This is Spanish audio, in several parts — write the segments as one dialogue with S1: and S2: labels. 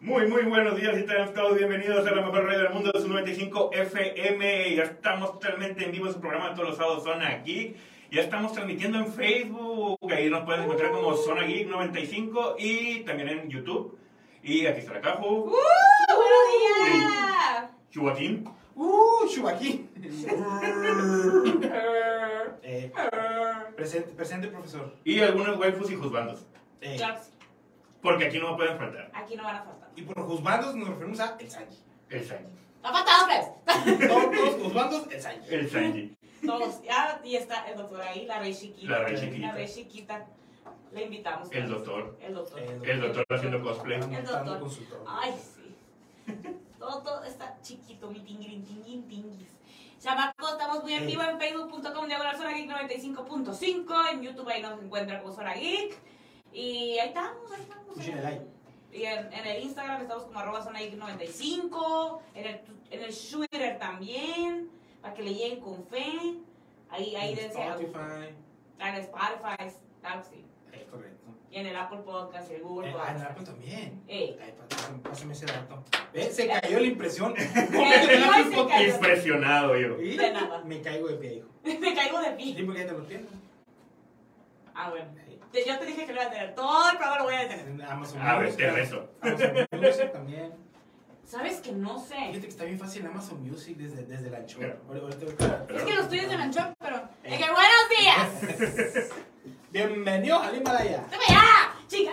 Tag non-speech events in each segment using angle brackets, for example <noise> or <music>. S1: Muy, muy buenos días y tengan todos bienvenidos a la mejor radio del mundo, su 95 FM. Ya estamos totalmente en vivo, su programa todos los sábados Zona Geek. Ya estamos transmitiendo en Facebook, ahí nos pueden encontrar como Zona Geek 95 y también en YouTube. Y aquí está la Caju,
S2: ¡Buenos días!
S1: Chubaquín.
S3: ¡Uh,
S2: <laughs>
S3: Chubaquín! Eh, presente, presente, profesor.
S1: y algunos waifus y juzbandos.
S3: Eh,
S2: Claps.
S1: Porque aquí no me pueden faltar.
S2: Aquí no van a faltar.
S3: y por juzbandos nos referimos a
S2: <laughs>
S3: el Sanji.
S1: El Sanji.
S2: ¡No faltan hombres!
S3: Todos los juzbandos, el Sanji.
S1: El Sanji.
S2: Todos. Ah, y está el doctor ahí, la rey chiquita.
S1: La rey chiquita.
S2: La rey chiquita. Le invitamos.
S1: El doctor.
S2: El doctor.
S1: El doctor haciendo cosplay.
S2: doctor.
S3: Con su todo.
S2: Ay, sí. Todo, todo está chiquito, mi tinguin, tinguin, tinguis. Chamaco, estamos muy en vivo en facebook.com diagonal Zona Geek 95.5. En YouTube ahí nos encuentran como Zona Geek. Y ahí estamos, ahí estamos.
S3: Puchen el like.
S2: Y en, en el Instagram estamos como arroba zona geek 95, en el, tu- en el Twitter también, para que le lleguen con fe. Ahí, ahí
S3: En
S2: dense algo.
S3: Spotify.
S2: En Spotify, claro que sí.
S3: Es correcto.
S2: Y en el Apple Podcast, el Google
S3: Eh, ah, en
S2: Podcast.
S3: Apple también.
S2: Ey.
S3: Ay, pásame- pásame ese dato. ¿Ves? Se cayó
S1: <laughs>
S3: la impresión.
S2: Ay, se cayó.
S1: Impresionado yo.
S3: Y
S2: De nada. Eh.
S3: Me caigo de pie, hijo.
S2: <laughs> Me caigo
S3: <laughs>
S2: de
S3: Sí,
S2: pie.
S3: porque ya te lo pierdo.
S2: Ah, bueno. Te- Yo te dije que lo iba a tener todo el programa, lo voy a tener.
S3: En Amazon.
S1: A ver,
S3: Music.
S1: te rezo.
S3: Amazon Music también.
S2: Eh. ¿Sabes que no sé?
S3: Fíjate que está bien fácil en Amazon Music desde, desde el ancho.
S1: Claro.
S2: Es que los tuyos se me anchó, pero. ¡Es que buenos días! <laughs>
S3: Bienvenido al Himalaya.
S2: ¡Dame ya! ¡Chica!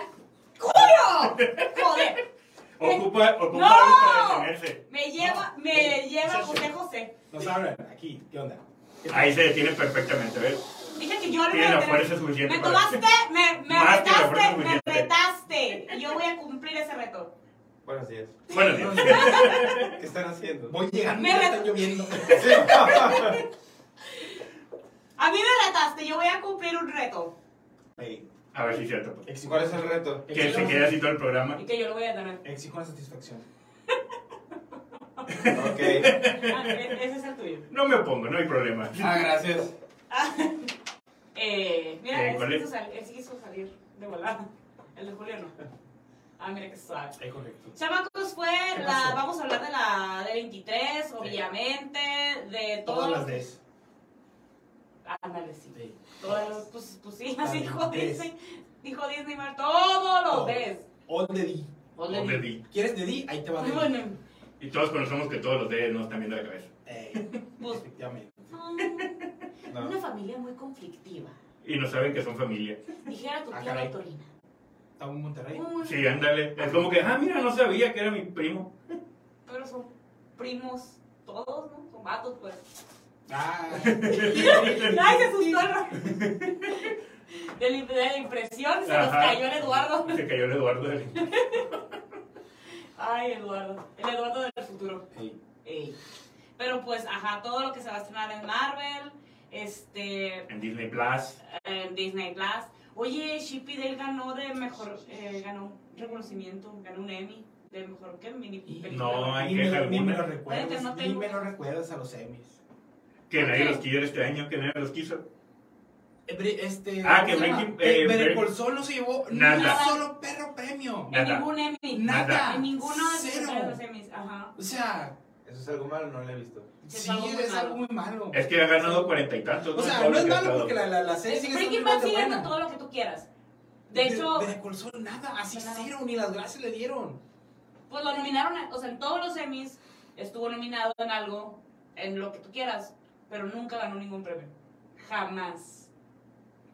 S2: ¡Culo! ¡Joder!
S1: Ocupa, ocupa
S2: ¡No!
S1: algo para detenerse.
S2: Me lleva, me
S3: Ey,
S2: lleva
S3: Sasha.
S2: José José.
S3: Nos hablan aquí. ¿Qué onda? ¿Qué tal?
S1: Ahí se detiene perfectamente, ¿ves?
S2: Dije que yo no
S1: Tiene
S2: iba a
S1: la
S2: tener-
S1: fuerza suficiente
S2: Me
S1: para...
S2: tomaste, <laughs> me, me
S1: Más que la
S2: retaste,
S1: fuerza
S2: me
S1: suficiente.
S2: retaste. Y yo voy a cumplir ese reto.
S4: Buenos días.
S1: Buenos días.
S4: ¿Qué están haciendo?
S3: Voy llegando,
S2: Me
S3: ya
S2: re-
S3: está lloviendo.
S2: A mí me retaste, yo voy a cumplir un reto.
S3: Ey,
S1: A ver si es cierto. pues.
S3: exijo-
S4: ¿Cuál es el reto?
S1: Que se quede así todo el programa.
S2: Y que yo lo voy a tener.
S3: Exijo una satisfacción.
S2: <laughs>
S4: Ok.
S2: Ah, e- ese es el tuyo.
S1: No me opongo, no hay problema.
S4: Ah, gracias.
S2: Ah, eh, mira,
S1: Eh,
S2: él
S1: ¿cuál
S2: sí,
S1: es?
S2: quiso sal- él sí quiso salir de volada. <laughs> El de Julio no. Ah, mira que suave.
S3: Es correcto.
S2: Chamacos fue
S3: ¿Qué
S2: la,
S3: pasó?
S2: vamos a hablar de la de 23, obviamente, de
S3: Todas
S2: todos
S3: las
S2: los...
S3: Ds.
S2: Ándale, sí.
S3: Ey.
S2: Todos los, pues, pues sí, así dijo
S3: Ds.
S2: Disney, dijo Disney, Mar, todos los
S3: Todos.
S2: ves.
S3: All the D.
S2: Ponle
S1: Ponle
S2: di-
S1: di.
S3: ¿Quieres de D? Ahí te va
S2: Muy
S3: de D.
S2: bueno.
S1: Y todos conocemos que todos los dedos nos están viendo la cabeza.
S3: Ey,
S2: Pues-
S3: <laughs> Efectivamente.
S2: Ah,
S4: No.
S2: Una familia muy conflictiva.
S1: Y no saben que son familia.
S2: Dijera tu
S3: Ah,
S2: tía
S3: caray.
S2: Victorina.
S3: Estamos en Monterrey.
S2: Uy,
S1: Sí, ándale. Es como que, ah, mira, no sabía que era mi primo.
S2: Pero son primos todos, ¿no? Son vatos, pues.
S3: Ah. <laughs>
S2: ¡Ay, se asustó el ra- <laughs> De la, de la impresión se nos
S1: Ajá.
S2: cayó el Eduardo. <laughs>
S1: Se cayó el Eduardo.
S2: Ay, Eduardo. El Eduardo del futuro.
S3: Ey,
S2: Ey. Pero pues, ajá, todo lo que se va a estrenar en Marvel, este,
S1: En Disney Plus.
S2: en Disney Plus. Oye, Shippy Dale ganó de mejor, eh, ganó un reconocimiento, ganó un Emmy de mejor que mini película.
S1: No, hay
S3: ni me-
S1: queja
S3: ni me lo
S1: alguna.
S2: Oye,
S3: recuerdas.
S2: que no
S3: Ni
S2: tengo-
S3: me lo recuerdas a los Emmys.
S1: Que nadie
S2: Ok.
S1: los quiere este año, que nadie los quiso.
S3: Eh, Bre- Este,
S1: Ah, que
S3: ¿cómo se llama?
S1: Breaking-
S3: Eh,
S1: eh,
S3: Better
S1: Bre-
S3: Call Saul no se llevó ni
S1: Nada.
S3: un solo perro premio.
S2: En
S1: Nada.
S2: ningún Emmy.
S3: Nada.
S2: En ninguno de
S3: Cero.
S2: los Emmys. Ajá.
S3: O sea,
S4: ¿Eso es algo malo? No lo he visto.
S2: Es
S3: sí,
S2: algo muy
S3: es
S2: malo.
S3: algo muy malo.
S1: Es que ha ganado cuarenta y tantos.
S3: O sea,
S1: Todo
S3: no
S1: lo
S3: es
S1: que ha
S3: malo
S1: estado.
S3: porque la, la, la serie sigue
S2: Breaking
S3: siendo
S2: Bad
S3: igual de
S2: sigue
S3: buena.
S2: dando todo lo que tú quieras. De hecho,
S3: Better Call Saul nada, así
S2: Nada.
S3: cero, ni las gracias le dieron.
S2: pues lo nominaron, a- o sea, en todos los Emmys estuvo nominado en algo, en lo que tú quieras, pero nunca ganó ningún premio. Jamás.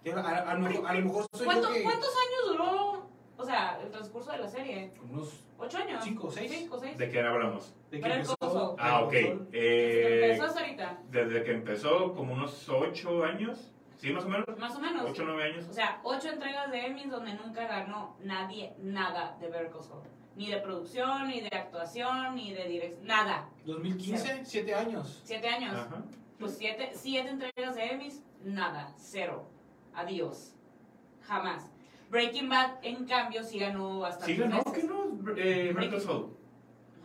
S3: Yo, a, a, lo mejor- a lo mejor soy
S2: ¿Cuánto-
S3: yo que...
S2: ¿Cuántos años duró, o sea, el transcurso de la serie?
S3: Unos...
S2: ¿Ocho años?
S3: Cinco o seis.
S2: ¿Cinco o seis?
S1: ¿De qué hablamos?
S3: De
S2: Better Call Saul.
S1: Ah, ok.
S3: Better Call Saul.
S1: Eh,
S2: Empezó hasta ahorita,
S1: desde que empezó, como unos ocho años. Sí, más o menos.
S2: más o menos.
S1: Ocho, nueve años.
S2: O sea, ocho entregas de Emmys donde nunca ganó nadie nada de Better Call Saul. Ni de producción, ni de actuación, ni de dirección, nada.
S3: 2015, siete años.
S2: Siete años.
S1: Ajá.
S2: Pues siete, siete entregas de Emmys, nada, cero. Adiós. Jamás. Breaking Bad, en cambio, sí ganó bastante.
S1: Sí, ganó, que no. Eh, Breaking Soul.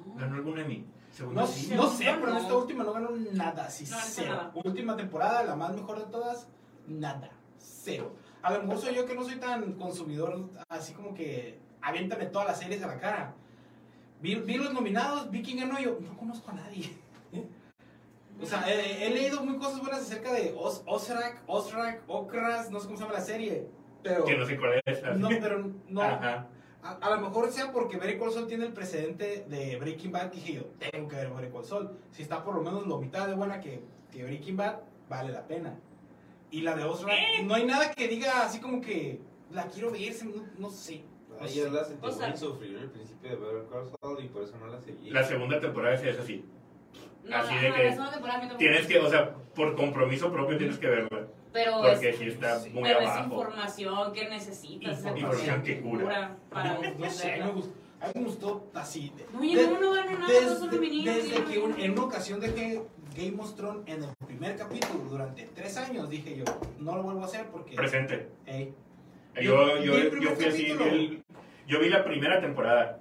S2: No,
S1: Ganó algún Emmy. Según
S3: No,
S1: yo, sí.
S3: no sé,
S2: No,
S3: pero en
S2: no.
S3: esta última no ganó nada, sí,
S2: No, no hizo
S3: cero.
S2: nada.
S3: Última temporada, la más mejor de todas, nada, cero. A lo mejor soy yo que no soy tan consumidor, así como que aviéntame todas las series a la cara. Vi, vi los nominados, vi quién ganó y yo, no conozco a nadie. O sea, he, he
S2: Pues,
S3: leído muy cosas buenas acerca de Oz, Ozrak, Ozrak, Okras, no sé cómo se llama la serie.
S1: <laughs>
S3: Pero.
S1: Que no sé cuál es. así.
S3: No, pero no.
S1: Ajá.
S3: A, a lo mejor sea porque Better Call Saul tiene el precedente de Breaking Bad y dije yo, tengo que ver Better Call Saul. Si está por lo menos la mitad de buena que, que Breaking Bad, vale la pena. Y la de Ozark,
S2: Eh.
S3: no hay nada que diga así como que la quiero ver, se- no, no sé. no
S4: Ayer
S3: sé.
S4: la sentí
S2: O sea-
S4: muy sufrible el principio de Better Call Saul y por eso no la seguí.
S1: La segunda temporada sí es así.
S2: No,
S1: Así
S2: no,
S1: de
S2: no,
S1: que
S2: la segunda temporada me tocó
S1: Tienes
S2: mucho.
S1: que, o sea, por compromiso propio tienes que verla.
S2: Pero es,
S1: Porque sí está
S3: sí.
S1: muy
S2: pero es
S1: abajo.
S2: información que necesitas. esa
S1: Información que
S2: para
S3: <laughs> No, no sé, me
S2: entenderla.
S3: gustó. A mí me gustó así. de-
S2: No, y
S3: de-
S2: no, no gana nada, todos
S3: desde,
S2: son femeninos,
S3: desde
S2: no,
S3: que un-
S2: no.
S3: en una ocasión dejé Game of Thrones en el primer capítulo durante tres años, dije yo, no lo vuelvo a hacer porque...
S1: Presente.
S3: Ey,
S1: Yo,
S3: Vi-
S1: yo,
S3: vi el
S1: yo
S3: primer
S1: fui así. vi
S3: este capítulo.
S1: el- yo vi la primera temporada.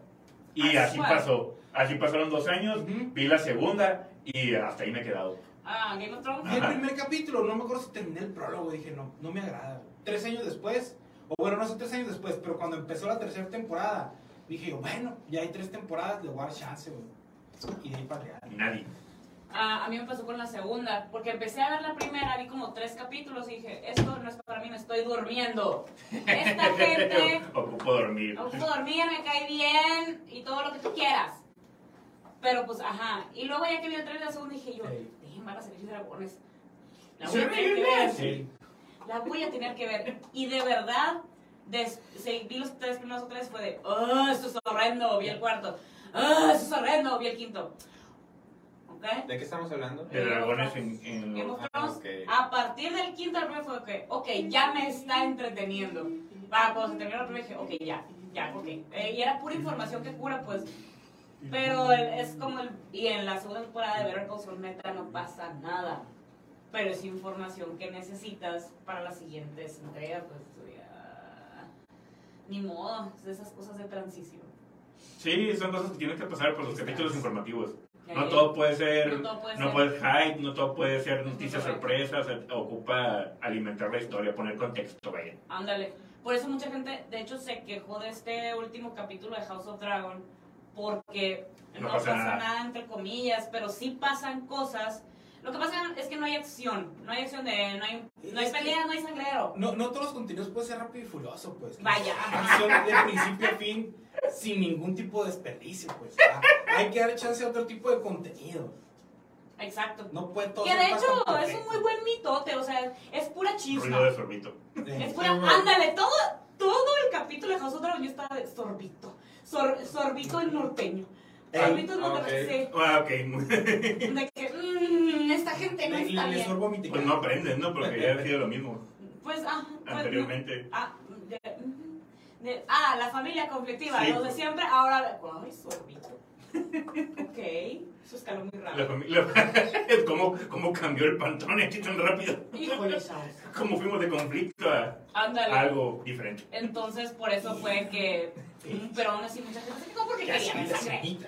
S1: Y
S2: Ah,
S1: así
S2: ¿cuál?
S1: pasó. Así pasaron dos años.
S3: ujú.
S1: Vi la segunda y hasta ahí me he quedado.
S2: Ah, Game of Thrones.
S3: Vi el
S1: Ajá.
S3: primer capítulo, no me acuerdo si terminé el prólogo, dije, no, no me agrada. Tres años después, o bueno, no sé tres años después, pero cuando empezó la tercera temporada, dije yo, bueno, ya hay tres temporadas, le voy a dar chance, güey. Y de ahí para allá.
S1: Nadie.
S2: Ah, a mí me pasó con la segunda, porque empecé a ver la primera, vi como tres capítulos y dije, esto no es para mí, me estoy durmiendo. Esta
S1: <laughs>
S2: gente,
S1: Ocupo dormir.
S2: aunque dormía, me cae bien y todo lo que tú quieras. Pero pues, ajá. Y luego ya que vi el trailer de la segunda, dije yo,
S3: Ey.
S2: dejen van a salir dragones. La voy
S1: Se
S2: a tener que
S1: ríe,
S2: ver.
S1: sí.
S2: La voy a tener que ver. Y de verdad, des- se- vi los tres primeros o tres, fue de, oh, esto es horrendo, vi el cuarto. Oh, esto es horrendo, vi el quinto. ¿Ok?
S4: ¿De qué estamos hablando?
S1: De dragones en, en-
S2: Game of
S4: Ah,
S2: Thrones,
S4: ok.
S2: a partir del quinto al primer fue que, ok, ya me está entreteniendo. Para cuando se terminó el primer dije, ok, ya, ya, ok. Eh, y era pura información que cura, pues. Pero el- es como el. Y en la segunda temporada de Better Call Saul, neta, no pasa nada. Pero es información que necesitas para las siguientes entregas, pues. ya. Ni modo, es de esas cosas de transición.
S1: Sí, son cosas que tienen que pasar por los capítulos informativos.
S2: Ya
S1: No
S2: que-
S1: todo puede ser,
S2: No todo puede
S1: no
S2: ser.
S1: puede ser hype, no todo puede ser noticias
S2: Ujú.
S1: sorpresas, o sea, ocupa alimentar la historia, poner contexto, vaya.
S2: Ándale. Por eso mucha gente, de hecho, se quejó de este último capítulo de House of Dragon, porque no, pasa, nada. entre comillas, pero sí pasan cosas. Lo que pasa es que no hay acción, no hay acción de, no hay, no hay
S3: Es que-
S2: pelea, no hay sangrero.
S3: No, no todos los contenidos pueden ser rápido y furioso, pues.
S2: Vaya.
S3: Acción de principio a fin, sin ningún tipo de desperdicio, pues. Ah, Hay que dar chance a otro tipo de contenido.
S2: Exacto.
S3: No puede todo
S2: Que
S3: ser
S2: de
S3: paz
S2: hecho
S3: con
S2: es un muy buen mitote, o sea, es pura
S1: Ruido de
S2: chisma.
S1: sorbito.
S3: conflicto.
S2: Es
S3: Eh,
S2: pura, ándale, todo, todo el capítulo de House of Dragon yo estaba de sorbito, sor- sorbito en norteño.
S3: Ey,
S2: Sorbito en norteño,
S4: ok.
S2: sí.
S1: Ah, ok, muy-
S2: De que, "Mm, esta gente no
S3: le,
S2: está
S3: le- le
S2: bien.
S3: sorbo a mi
S1: pues no aprendes, ¿no? Porque ya ha sido lo mismo
S2: Pues, ah, pues, no.
S1: anteriormente.
S2: Ah, de- mm, de- ah, la familia conflictiva,
S1: Sí.
S2: los de siempre, ahora, ay, sorbito. <laughs> ok, eso escaló
S1: La
S2: muy
S1: <laughs>
S2: rápido.
S1: familia, ¿Cómo, ¿Cómo cambió el pantón aquí tan rápido?
S2: Híjole, chavos.
S1: ¿Cómo fuimos de conflicto a
S2: Ándale.
S1: algo diferente?
S2: Entonces, por eso fue que, pero aún así mucha gente se quejó porque quería ver sangre.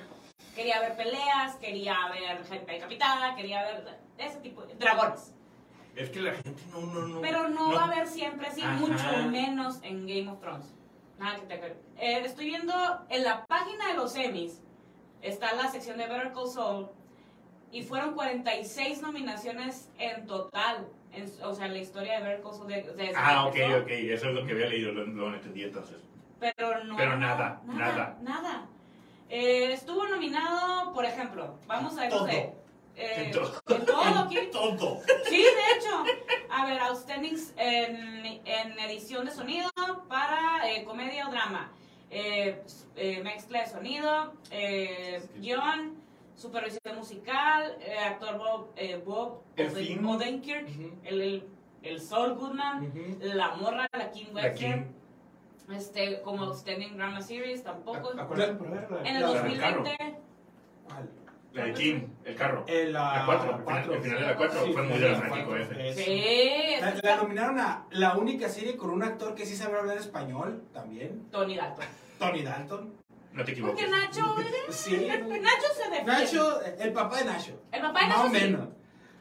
S2: Quería ver peleas, quería ver gente decapitada, quería ver ese tipo de dragones.
S1: Es que la gente no, no, no.
S2: Pero no, va a haber siempre así,
S1: Ajá.
S2: mucho menos en Game of Thrones. Nada que te acuerdes. Eh, estoy viendo en la página de los Emmys, está la sección de Better Call Saul, y fueron 46 nominaciones en total. en- o sea, la historia de Better Call Saul. de- desde
S1: Ah, ok,
S2: que empezó.
S1: ok, eso es lo que había leído, lo, lo entendí entonces.
S2: Pero no.
S1: Pero nada, nada.
S2: Nada. nada. Eh, estuvo nominado, por ejemplo, vamos a ver. no
S3: Todo.
S2: sé, eh,
S1: En todo.
S2: en
S1: <laughs>
S2: todo, ¿quién-
S3: Todo.
S2: Sí, de hecho. A ver, Outstanding en, en edición de sonido para eh, comedia o drama. Eh, eh, mezcla de sonido, eh, guión, supervisión musical, eh, actor Bob, eh, Bob
S1: El
S2: Oden-
S1: fin.
S2: Odenkirk, el, el, el Saul Goodman,
S3: Ujú.
S2: la morra, la Kim
S1: La
S2: Webster,
S1: Kim.
S2: este, como Outstanding Drama Series tampoco.
S4: Ac- acuérdate por verla.
S2: En el
S3: Ah, la-
S2: 2020,
S3: ¿Cuál?
S1: La de Kim, el carro.
S3: Eh, la,
S1: La 4,
S3: cuatro.
S1: el final de la 4
S3: Sí,
S1: fue muy
S3: sí,
S1: dramático eh.
S3: cuatro,
S1: ese.
S3: es-
S2: sí,
S3: La, la nominaron a la única serie con un actor que sí sabe hablar español también,
S2: Tony Dalton.
S3: Tony Dalton.
S1: No te
S2: Porque
S1: equivoques.
S2: Nacho,
S3: Sí.
S2: Nacho se defiende.
S3: Nacho, el papá de Nacho.
S2: El papá de
S3: Más
S2: Nacho
S3: o
S2: sí.
S3: menos.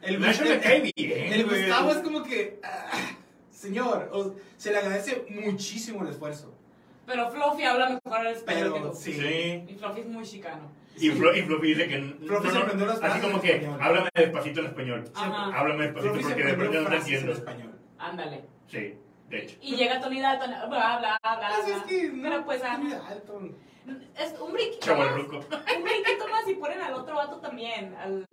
S3: El,
S1: Nacho
S3: el-
S1: me cae bien.
S3: el
S1: güey.
S3: Gustavo es como que, ah, señor, o- se le agradece muchísimo el esfuerzo.
S2: Pero Fluffy habla mejor al español que
S3: Pero,
S2: tú.
S3: sí.
S1: Sí.
S2: Y Fluffy es muy chicano.
S1: Y Flo- y Fluffy dice que. n-
S3: Fluffy
S1: no,
S3: se
S1: no,
S3: aprendió las
S1: Así
S3: frases
S1: como
S3: en
S1: que,
S3: español.
S1: háblame despacito en español.
S2: Ajá.
S1: Háblame despacito
S3: Fluffy se
S1: porque de verdad
S3: aprendió
S1: no te
S3: frases en
S1: entiendo.
S3: español.
S2: Ándale.
S1: Sí, de hecho.
S2: Y llega Tony Dalton, bla, bla, bla, bla.
S3: Pues es que no,
S2: Ah, Pero pues, ah,
S3: Timmy Dalton.
S2: es un brinquito
S1: Chavo
S2: más.
S1: el ruco.
S2: Un brinquito más y ponen al otro vato también. Al...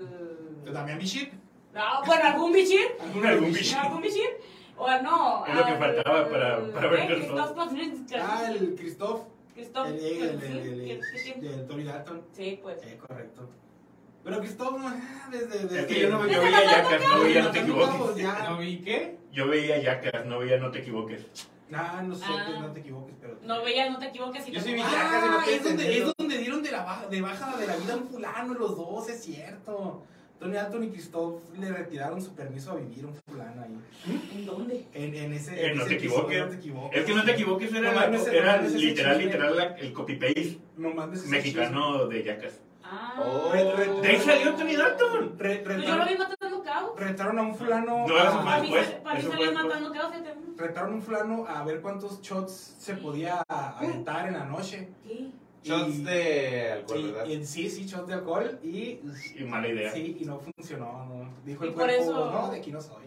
S3: Pues
S1: <laughs>
S3: Damián Bichir.
S2: Ah, bueno, algún bichir.
S1: Algún- algún bichir.
S2: ¿Algún bichir? O no.
S1: Es lo que
S2: al-
S1: faltaba para- para ver
S2: ¿eh?
S1: que
S2: Christoph
S3: Ah,
S2: Waltz.
S3: el Christoph.
S2: Christoph
S3: El, el, el,
S2: Waltz,
S3: el,
S2: ¿sí?
S3: el,
S2: ¿Qué- qué-
S3: el Tony Dalton.
S2: Sí, pues.
S3: Sí, correcto. Pero Christoph, ah, desde, desde...
S1: Es que Este, yo no
S2: Desde
S1: yo
S2: la
S1: veía yacas, no
S2: boca.
S1: veía no te
S3: Desde
S1: equivoques.
S3: Cabo, ya.
S4: ¿No vi qué?
S1: Yo veía yacas, no veía no te equivoques.
S3: Ah, no sé,
S2: Ah.
S3: no te equivoques, pero...
S2: No veías, no te equivoques. y
S4: Yo
S2: te-
S4: soy
S2: Ah,
S4: casi no
S3: Ah,
S4: te
S3: es donde,
S4: entiendo.
S3: es donde dieron de, la baja, de baja de la vida a un fulano los dos, es cierto. Tony Dalton y Christoph le retiraron su permiso a vivir a un fulano ahí.
S2: ¿En dónde?
S3: En, en ese...
S1: Eh,
S3: en
S1: no
S3: ese
S1: te
S3: episodio,
S1: equivoques.
S3: No te equivoques.
S1: Es que no te equivoques, era,
S3: No mames,
S1: era
S3: no mames, ese
S1: literal,
S3: chisme.
S1: literal la- el copy-paste
S3: No mandes ese
S1: mexicano de yacas.
S2: Ah.
S4: Oh.
S1: De ahí salió Tony Dalton.
S3: chisme. Re-
S2: Pues yo lo vi
S3: retaron,
S2: matando caos.
S3: retaron a un fulano...
S1: No, eso
S3: a-
S1: fue
S2: Para mí,
S1: después,
S2: sal- para mí
S1: eso fue
S2: salió
S1: después.
S2: matando caos. fíjate.
S3: Retaron a un fulano a ver cuántos shots se podía aventar en la noche.
S2: ¿Qué?
S4: Shots
S3: Y-
S4: de alcohol,
S3: y-
S4: ¿verdad?
S3: y en sí, sí, shots de alcohol y...
S1: Y mala idea.
S3: Sí, y no funcionó, no. Dijo
S2: Y
S3: el
S2: por
S3: cuerpo,
S2: eso-
S3: no, de aquí no soy.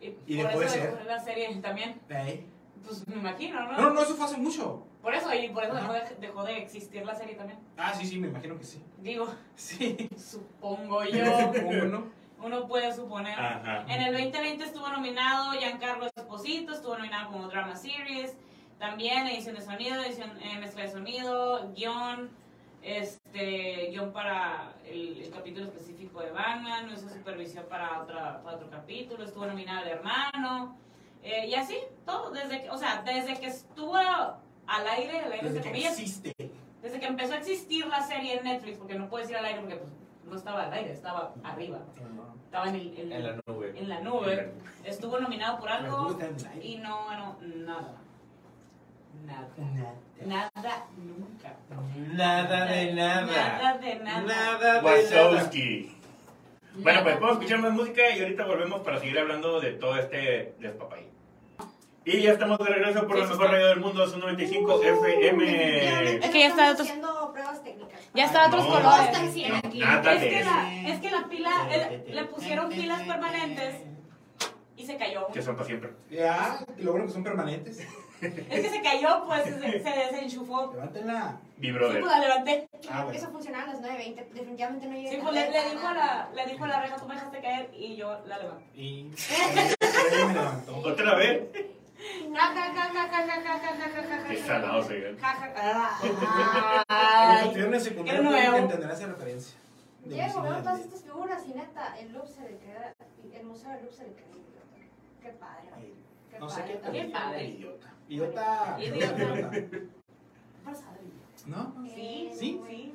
S2: Y
S3: Y
S2: por
S3: dejó de
S2: eso
S3: ser.
S2: dejó la serie también.
S3: De ahí.
S2: Pues me imagino, ¿no?
S3: No, no, eso fue hace mucho.
S2: Por eso, y por eso dejó
S3: Ajá.
S2: de, dejó de existir la serie también.
S3: Ah, sí, sí, me imagino que sí. <laughs>
S2: Digo, <laughs>
S3: Sí.
S2: supongo
S1: <laughs>
S3: <laughs>
S2: yo.
S3: ¿Cómo no?
S2: Uno puede suponer.
S1: Ajá.
S2: En el 2020 estuvo nominado Giancarlo Esposito, estuvo nominado como Drama Series. También edición de sonido, edición, eh, mezcla de sonido, guión, este, guión para el, el capítulo específico de Batman, hizo supervisión para, otra, para otro capítulo, estuvo nominado el hermano. eh, y así, todo, desde que, o sea, desde que estuvo al aire, al aire
S3: Desde
S2: entre
S3: que
S2: comillas,
S3: existe.
S2: desde que empezó a existir la serie en Netflix, porque no puedes ir al aire porque pues, no estaba al aire, estaba arriba, estaba en, el, en-
S4: En la nube.
S2: en la nube, estuvo nominado por
S3: Me
S2: algo
S3: gusta el like.
S2: y no ganó nada. Nada.
S3: Nada.
S2: Nada nunca.
S4: Nada de nada.
S2: Nada de nada.
S4: Nada de nada.
S1: Wazowski. Bueno, pues
S2: Nada.
S1: podemos escuchar más música y ahorita volvemos para seguir hablando de todo este despapay. Y ya estamos de regreso por la
S2: Sí,
S1: mejor
S2: sí.
S1: radio del mundo, su 95 FM.
S5: Es
S2: que ya está de otros-
S5: haciendo pruebas técnicas.
S2: Ya está de otros
S1: No.
S2: colores.
S5: Está en cien aquí.
S1: Nada
S2: Es
S1: de
S2: que,
S1: eso.
S2: la, es que la pila, el- le pusieron pilas permanentes y se cayó.
S1: Que son para siempre.
S3: Ya, y lo bueno que son permanentes.
S2: Es que se cayó, pues se, se desenchufó.
S3: Levántenla.
S1: Mi
S2: Sí, pues
S1: brother.
S2: la levanté.
S5: Yo creo
S3: Ah,
S5: que
S3: bueno.
S5: eso funcionaba a las 9.20. Definitivamente no llegué.
S2: Sí,
S5: tarde
S2: pues le, le
S5: para
S2: dijo a
S5: nada.
S2: la, le dijo a la reja, tú me dejaste caer y yo la levanté. <laughs>
S3: Y. Ella me levantó.
S1: Otra vez.
S2: Ja, ja, ja, ja, ja, ja, ja, ja, ja, ja, ja,
S1: Qué
S2: ja.
S1: salados, oigan.
S2: Ja, ja, ja. Ay.
S3: Los que estuvieron en secundaria
S2: qué
S3: pueden
S2: nuevo.
S3: entender esa referencia. De
S5: Diego,
S3: Luisina
S5: veo todas
S3: Del-
S5: estas figuras y neta, el loop se le queda. El museo del loop se le queda. Qué padre. Qué
S3: Eh, No sé
S5: padre.
S3: qué tal.
S2: Qué padre.
S3: Idiota. Idiota.
S2: Idiota.
S3: <laughs> ¿No?
S5: Sí,
S3: Sí.
S5: sí.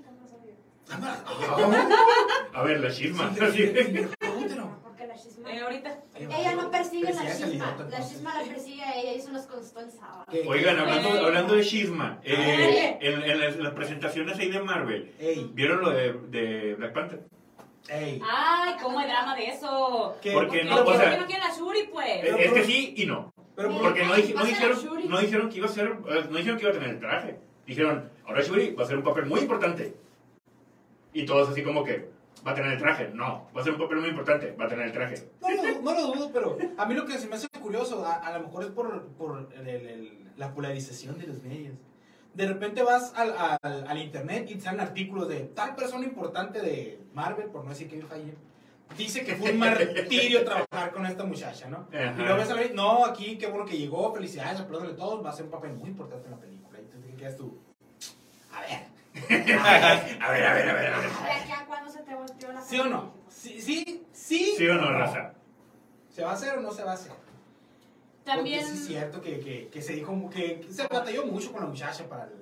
S1: A ver, la chisma.
S3: Pregúntelo.
S5: Porque la chisma.
S2: Eh, ahorita.
S5: Ella no persigue la
S3: Persigue al
S5: chisma.
S3: idiota,
S5: La
S3: entonces.
S5: chisma la persigue a ella y eso nos constó el sábado.
S3: ¿Qué?
S1: <laughs> Oigan, hablando, hablando de chisma,
S2: Ah,
S1: eh, en, en las, las presentaciones ahí de Marvel,
S3: Ey,
S1: ¿vieron lo de, de Black Panther?
S3: ey.
S2: Ay, cómo hay drama de eso.
S3: ¿Qué?
S1: Porque
S2: no,
S1: no, o
S2: quiero,
S1: sea-
S2: que no quiere la Shuri, pues.
S1: Eh, Es que sí y no.
S3: Pero por
S1: Porque no, dij- no
S2: Pasa la Shuri.
S1: dijeron, no dijeron que iba a ser, eh, no dijeron que iba a tener el traje. Dijeron, ahora Shuri va a ser un papel muy importante. Y todos así como que, va a tener el traje. No, va a ser un papel muy importante, va a tener el traje.
S3: No lo, no lo dudo, pero a mí lo que se me hace curioso, a, a lo mejor es por, por el- el- el- la polarización de los medios. De repente vas al, al, al internet y te salen artículos de tal persona importante de Marvel, por no decir Kevin Feige, dice que fue un martirio trabajar con esta muchacha, ¿no?
S1: Ajá.
S3: Y luego ves a la- no, aquí qué bueno que llegó, felicidades, aplausos de todos, va a ser un papel muy importante en la película. Y tú te quedas tú, a ver,
S1: a ver, a ver, a ver, a ver.
S5: De aquí a cuándo se te volteó la
S3: ¿sí o
S5: cara?
S3: no? Sí, sí, sí.
S1: ¿Sí o no, raza?
S3: ¿Se va a hacer o no se va a hacer?
S2: También.
S3: Porque sí es cierto que, que, que se dijo mu- que, que se batalló mucho con la muchacha para, el-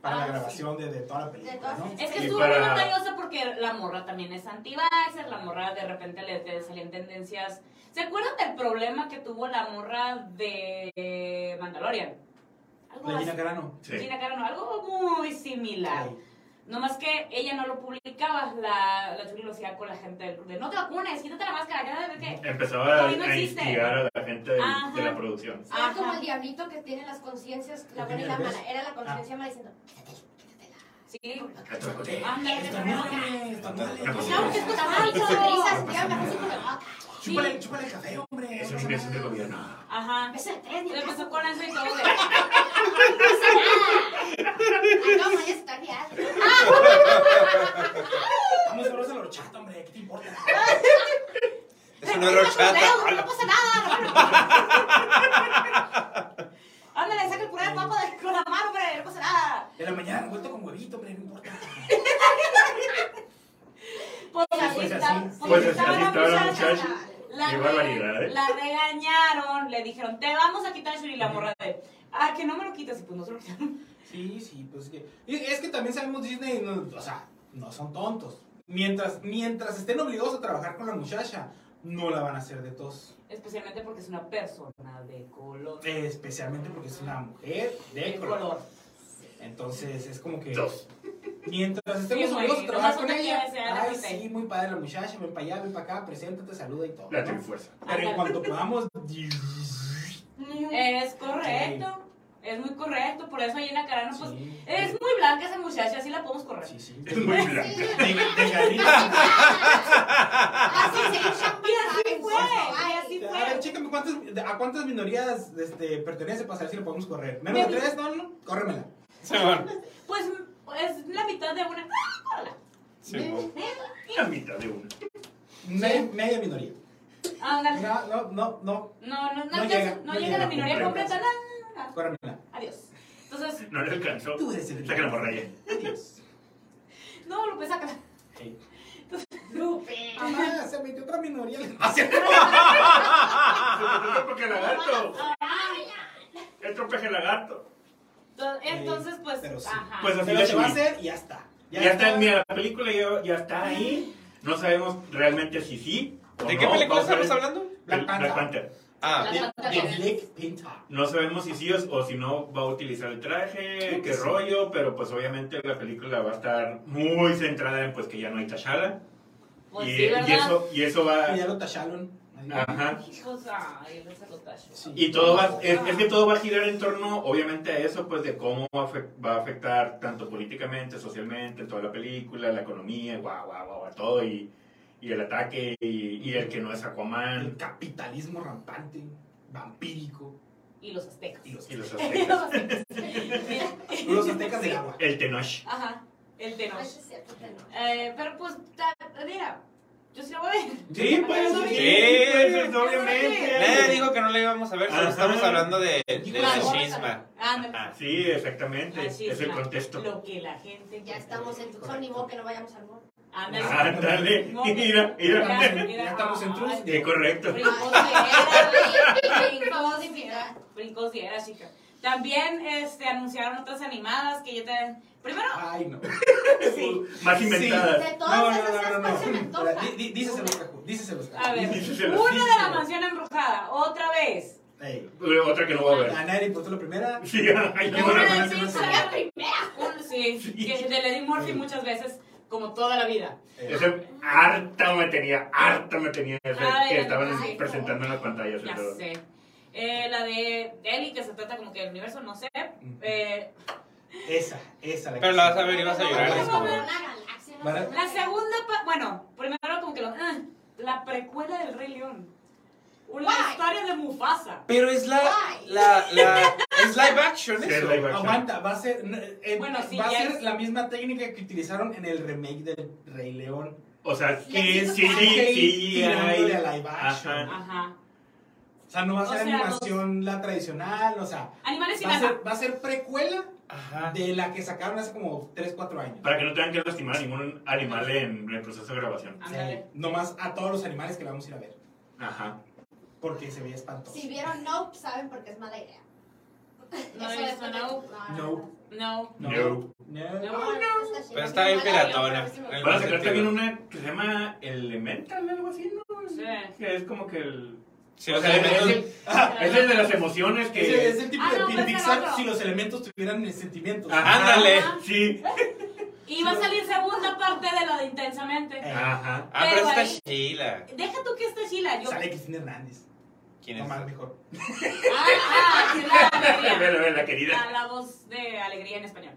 S3: para
S2: Ah,
S3: la
S2: sí.
S3: grabación de, de toda la película,
S5: De todas
S3: ¿no?
S5: las-
S2: Es que
S1: Y
S2: estuvo
S1: para-
S2: muy batallosa porque la morra también es anti-vaxxer, la morra de repente le, le salían tendencias. ¿Se acuerdan del problema que tuvo la morra de Mandalorian? Algo
S3: Regina
S2: así.
S3: Carano.
S1: Sí.
S2: Gina Carano, algo muy similar.
S3: Sí.
S2: Nomás que ella no lo publicaba, la, la Churi lo hacía con la gente del club de no te vacunes, quítate la máscara, cada vez que...
S1: Empezaba a,
S2: Todavía no
S1: a
S2: existe.
S1: instigar a la gente del-
S2: Ajá.
S1: de la producción.
S5: Ah,
S2: Ajá.
S5: como el diablito que tiene las conciencias, la buena y la mala. Era la conciencia mala diciendo, quítatela, quítatela.
S2: Sí,
S5: Ándale,
S2: ándale,
S3: Estornude, estornude.
S1: No,
S5: No, porque es tu tamal,
S2: No.
S5: sonrisas, ya me puse con la boca.
S3: Chúpale, chúpale el café, hombre.
S1: Es
S3: no
S1: un
S3: pasa
S1: imbécil
S3: nada.
S1: del gobierno.
S2: Ajá.
S5: Beso de tres, ni
S2: Le
S5: nada.
S2: empezó con eso y todo de...
S5: Ah, no, mañana está guiado.
S3: Vamos a hablar de la horchata, hombre. ¿Qué te importa?
S4: Eso no era
S5: No,
S4: horchata.
S5: no pasa nada. no, no.
S2: Ándale, saca el puré de papa de- con la mano, hombre, no pasa nada.
S3: De la mañana vuelto con huevito, hombre. No importa.
S2: Pues así
S3: pues
S2: está-
S3: así,
S2: pues
S1: Pues así
S2: estaba la
S1: estaba la
S2: muchacha.
S1: muchacha.
S2: La,
S1: Qué
S2: rega-
S1: barbaridad, ¿eh?
S2: la regañaron, le dijeron, te vamos a quitar el churi", y la morra de, ah, que no me lo quitas, y pues no se lo quitaron. <laughs>
S3: Sí, sí, pues que. y Es que también sabemos Disney, no- o sea, no son tontos. Mientras, mientras estén obligados a trabajar con la muchacha, no la van a hacer de tos.
S2: Especialmente porque es una persona de color.
S3: Especialmente porque es una mujer de
S2: De
S3: color.
S2: color.
S3: Entonces es como que.
S1: Dos.
S3: Mientras
S2: Sí,
S3: estemos
S2: güey,
S3: obligados
S2: nomás
S3: a trabajar con
S2: una que
S3: ella.
S2: sea la
S3: Ay,
S2: que te-
S3: sí, muy padre la muchacha, ven para allá, ven para acá, preséntate, saluda y todo.
S1: La
S3: ¿no?
S1: trifuerza.
S3: Pero en cuanto <laughs> podamos.
S2: Es correcto. Es muy correcto, por eso ahí en la cara no, pues,
S3: Sí.
S2: es muy blanca esa muchacha, así la podemos correr.
S3: Sí, sí.
S1: Es muy blanca.
S3: De- de gallina.
S5: Así se echan
S2: Y así fue, y así
S3: A ver,
S2: fue.
S3: chécame cuántas, a cuántas minorías este, pertenece para saber si lo podemos correr. Menos de
S2: Menos-
S3: tres, no, no, córremela.
S2: Pues es la mitad de una. ¡Ah,
S1: Simón. La mitad de una.
S3: Me- media minoría.
S2: Ándale.
S3: No, no, no, no,
S2: No, no, no,
S3: No
S2: alcanza-
S3: llega,
S2: no
S3: no
S2: llega
S3: llega,
S2: la minoría
S1: comprendo.
S2: completa. Nada.
S3: córremela.
S2: Adiós. Entonces,
S1: No le alcanzó.
S3: Tú eres el
S1: Saca la
S2: <laughs>
S1: morralla. <laughs>
S3: Adiós.
S2: no, Lupe, sácala.
S3: Hey.
S2: Lupe.
S3: Mamá, se metió otra minoría. Ah, sí.
S1: Porque lagarto. Es tropeje lagarto.
S2: Entonces, entonces, pues,
S3: Pero sí.
S2: ajá.
S1: Pues así
S3: Pero
S1: la
S3: se va a
S1: subí.
S3: hacer y ya está.
S1: Ya, está, mira, la película ya, ya está ahí. No sabemos realmente si sí o
S4: ¿De
S1: no.
S4: qué película
S1: Vamos a ver.
S4: estamos hablando?
S1: Black
S3: Black
S1: Panther.
S3: Panther.
S4: Ah,
S3: De, de
S2: Pantalones.
S3: Black Panther.
S1: No sabemos si sí o, o si no va a utilizar el traje,
S3: Creo
S1: qué
S3: que sí.
S1: rollo, pero pues obviamente la película va a estar muy centrada en pues que ya no hay T'Challa.
S2: Pues
S1: y,
S2: sí,
S1: y
S2: ¿verdad?
S1: eso, y eso va...
S3: Y ya lo tacharon. Ahí.
S1: Ajá.
S2: Hijos, ay, los acotachos.
S3: ah. Sí.
S1: Ah. Y todo va, es, es que todo va a girar en torno, obviamente, a eso, pues de cómo afe- va a afectar tanto políticamente, socialmente, toda la película, la economía, guau, guau, guau, guau, todo, y, y el ataque, y, y el que no es
S3: El
S1: Aquaman,
S3: capitalismo rampante, vampírico.
S2: <laughs> Y los aztecas.
S3: Y los,
S1: y los
S2: Y los
S1: aztecas,
S2: aztecas.
S3: los aztecas de agua.
S1: el Tenoch.
S2: Ajá, el de
S5: No,
S2: noche.
S5: eso es cierto, te no.
S2: Eh, pero pues, ta- mira, yo sí la voy a ver.
S3: Sí,
S2: pues,
S1: Sí,
S4: Sí.
S1: pues, Eh,
S4: nadie
S1: obviamente.
S4: dijo que no la íbamos a ver, solo
S1: Ajá.
S4: estamos hablando de, de
S5: Dijo la gorda.
S4: Shisma.
S2: Ándale.
S3: Ah,
S4: Ajá.
S1: Ah, Sí, exactamente,
S2: Así
S1: es el
S2: la-
S1: contexto. Ah,
S2: Lo que la gente.
S5: Ya estamos en tu son y vos que no vayamos al mundo.
S2: Ándale.
S3: Ah,
S1: Ándale, <laughs> mira, mira,
S2: Ya, mira.
S3: Ya estamos en trus.
S1: es correcto.
S2: Brincos de era, güey. Brincos de piedad. Brincos de era, chica. También este, anunciaron otras animadas que yo te. Primero,
S3: Ay, no.
S2: sí.
S1: Más
S5: De
S1: inventadas.
S5: todas
S3: no,
S5: esas,
S3: no, no, no,
S5: ¿cuál se me
S3: no.
S5: antoja?
S3: Espera, di- di- Díseselo, Cajú. Díseselo, Cajú.
S2: A ver,
S1: Díselo,
S2: una de la
S1: díselo.
S2: mansión embrujada, otra vez.
S3: Ey,
S1: Otra que no va a ver.
S3: A nadie le importó
S1: <laughs>
S3: la primera.
S1: Sí, ay, qué
S2: Una
S1: buena
S2: de
S1: frase.
S2: Pixar, un- sí, que de Lady Murphy muchas veces, como toda la vida.
S3: Ey.
S1: Ese harta me tenía, harta me tenía ese
S2: Ay,
S1: que estaban
S5: ay,
S1: presentando en las pantallas.
S2: Ya
S1: pero-
S2: sé. Eh, la de Ellie, que se trata como que del universo, no sé. Eh,
S3: mm, Esa, esa.
S4: Pero la vas a ver y vas a llorar.
S5: Vamos
S4: es
S5: por
S4: como-
S5: una galaxia, no
S3: Vale.
S5: sé.
S2: la segunda, pa- bueno, primero como que lo, ah, la precuela del Rey León. Una
S5: Guay.
S2: historia de Mufasa.
S4: Pero es la, la, la, <laughs> es live action
S1: Sí, es
S4: eso.
S1: live action.
S3: Aguanta, va a ser, n- eh,
S2: Bueno, sí,
S3: va a
S2: ya
S3: ser
S2: es-
S3: la misma técnica que utilizaron en el remake del Rey León.
S1: O sea,
S5: Le
S1: que
S5: hizo
S1: sí,
S5: CGI
S1: sí,
S3: tirándole
S1: hay-
S3: a live action.
S1: Ajá.
S2: Ajá.
S3: O sea, no va a
S2: O
S3: ser
S2: sea,
S3: animación la tradicional, o sea,
S2: Animales sin
S3: va a,
S2: alma.
S3: ser, va a ser precuela
S4: Ajá.
S3: de la que sacaron hace como 3, 4 años.
S1: Para que no tengan que lastimar a ningún animal en el proceso de grabación.
S2: Ándale.
S3: Eh, nomás a todos los animales que la vamos a ir a ver,
S1: Ajá.
S3: porque se veía espantoso.
S5: Si vieron Nope, saben por qué es mala idea.
S2: No he
S5: Eso
S2: visto
S5: es-
S2: Nope.
S3: Nope.
S2: No.
S3: No.
S1: No.
S3: No.
S2: No.
S4: Pero está bien piratona.
S1: Van a
S4: Sí,
S1: sacar
S4: sí,
S1: también
S4: sí.
S1: una que se llama Elemental, algo así, ¿no?
S2: Sí.
S1: Que es como que el.
S4: Sí, o sea, le meto-
S1: es el, Ah, es el de las emociones
S3: Es, el- es
S1: que.
S3: el tipo
S2: Ah,
S3: de
S2: no,
S3: Pi-
S2: pero es el
S3: Pixar
S2: otro.
S3: si los elementos tuvieran sentimientos.
S1: Ajá.
S4: Ándale.
S1: Sí,
S2: Y va a salir segunda parte de la de Intensamente.
S3: Eh.
S1: Ajá.
S4: Ah, pero
S2: Pero
S4: está
S2: ahí-
S4: Sheila.
S2: Deja tú que esté Sheila. Yo...
S3: Sale Cristina Hernández.
S4: ¿Quién
S3: No
S4: es?
S3: más, mejor.
S2: Ah, ah, sí,
S1: <laughs>
S2: la alegría.
S1: Vela, vela,
S2: La,
S1: querida.
S2: la voz de alegría en español.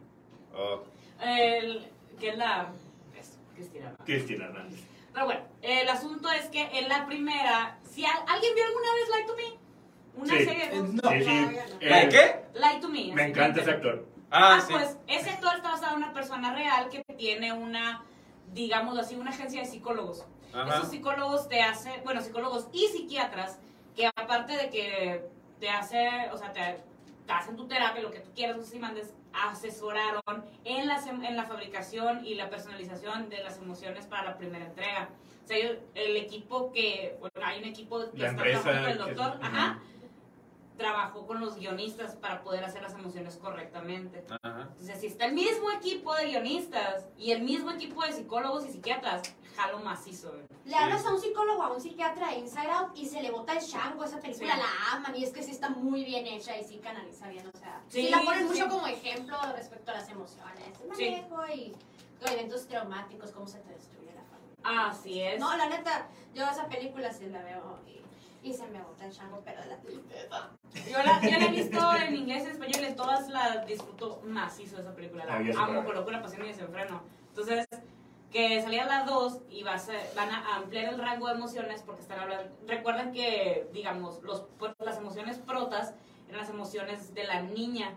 S4: Oh,
S2: El, que es la... es Cristina. ¿no?
S1: Cristina Hernández.
S2: Pero bueno, el asunto es que en la primera... Si al- ¿Alguien vio alguna vez Light to Me? Una
S1: Sí.
S2: serie de...
S3: No.
S1: Sí, sí.
S5: Todavía no.
S1: Eh,
S4: ¿La qué?
S2: Light to Me.
S1: Me
S2: así,
S1: encanta
S2: Twitter.
S1: ese actor.
S4: Ah,
S2: Ah,
S4: sí.
S2: pues ese actor está basado en una persona real que tiene una, digamos así, una agencia de psicólogos.
S4: Ajá.
S2: Esos psicólogos te hacen, bueno, psicólogos y psiquiatras, que aparte de que te hace, o sea, te, te hacen tu terapia, lo que tú quieras, no sé si mandes, asesoraron en la, sem- en la fabricación y la personalización de las emociones para la primera entrega. O sea, ellos- el equipo que, bueno, hay un equipo que
S1: La
S2: está
S1: empresa
S2: trabajando con
S1: que-
S2: el doctor,
S1: Ujú.
S2: ajá, trabajó con los guionistas para poder hacer las emociones correctamente.
S4: Ajá.
S2: Entonces, si está el mismo equipo de guionistas y el mismo equipo de psicólogos y psiquiatras, jalo macizo. güey.
S5: Le hablas a un psicólogo, a un psiquiatra de Inside Out y se le bota el chango. Esa película
S2: Sí.
S5: la aman y es que sí está muy bien hecha y sí canaliza bien. O sea, sí,
S2: Sí,
S5: la ponen
S2: sí,
S5: mucho
S2: sí.
S5: como ejemplo respecto a las emociones, el
S2: Sí.
S5: manejo y los eventos traumáticos, cómo se te destruye la familia.
S2: Así es.
S5: No, la neta, yo esa película sí la veo y, y se me bota el chango, pero la tristeza.
S2: Yo la, yo la he visto en inglés y en español, en todas las disfruto macizo esa película. La
S1: Ah, ya sé cuál
S2: amo
S1: es.
S2: con locura, pasión y desenfreno. Entonces, que salían las dos y vas a- van a ampliar el rango de emociones porque están hablando. Recuerden que, digamos, los, pues, las emociones protas eran las emociones de la niña.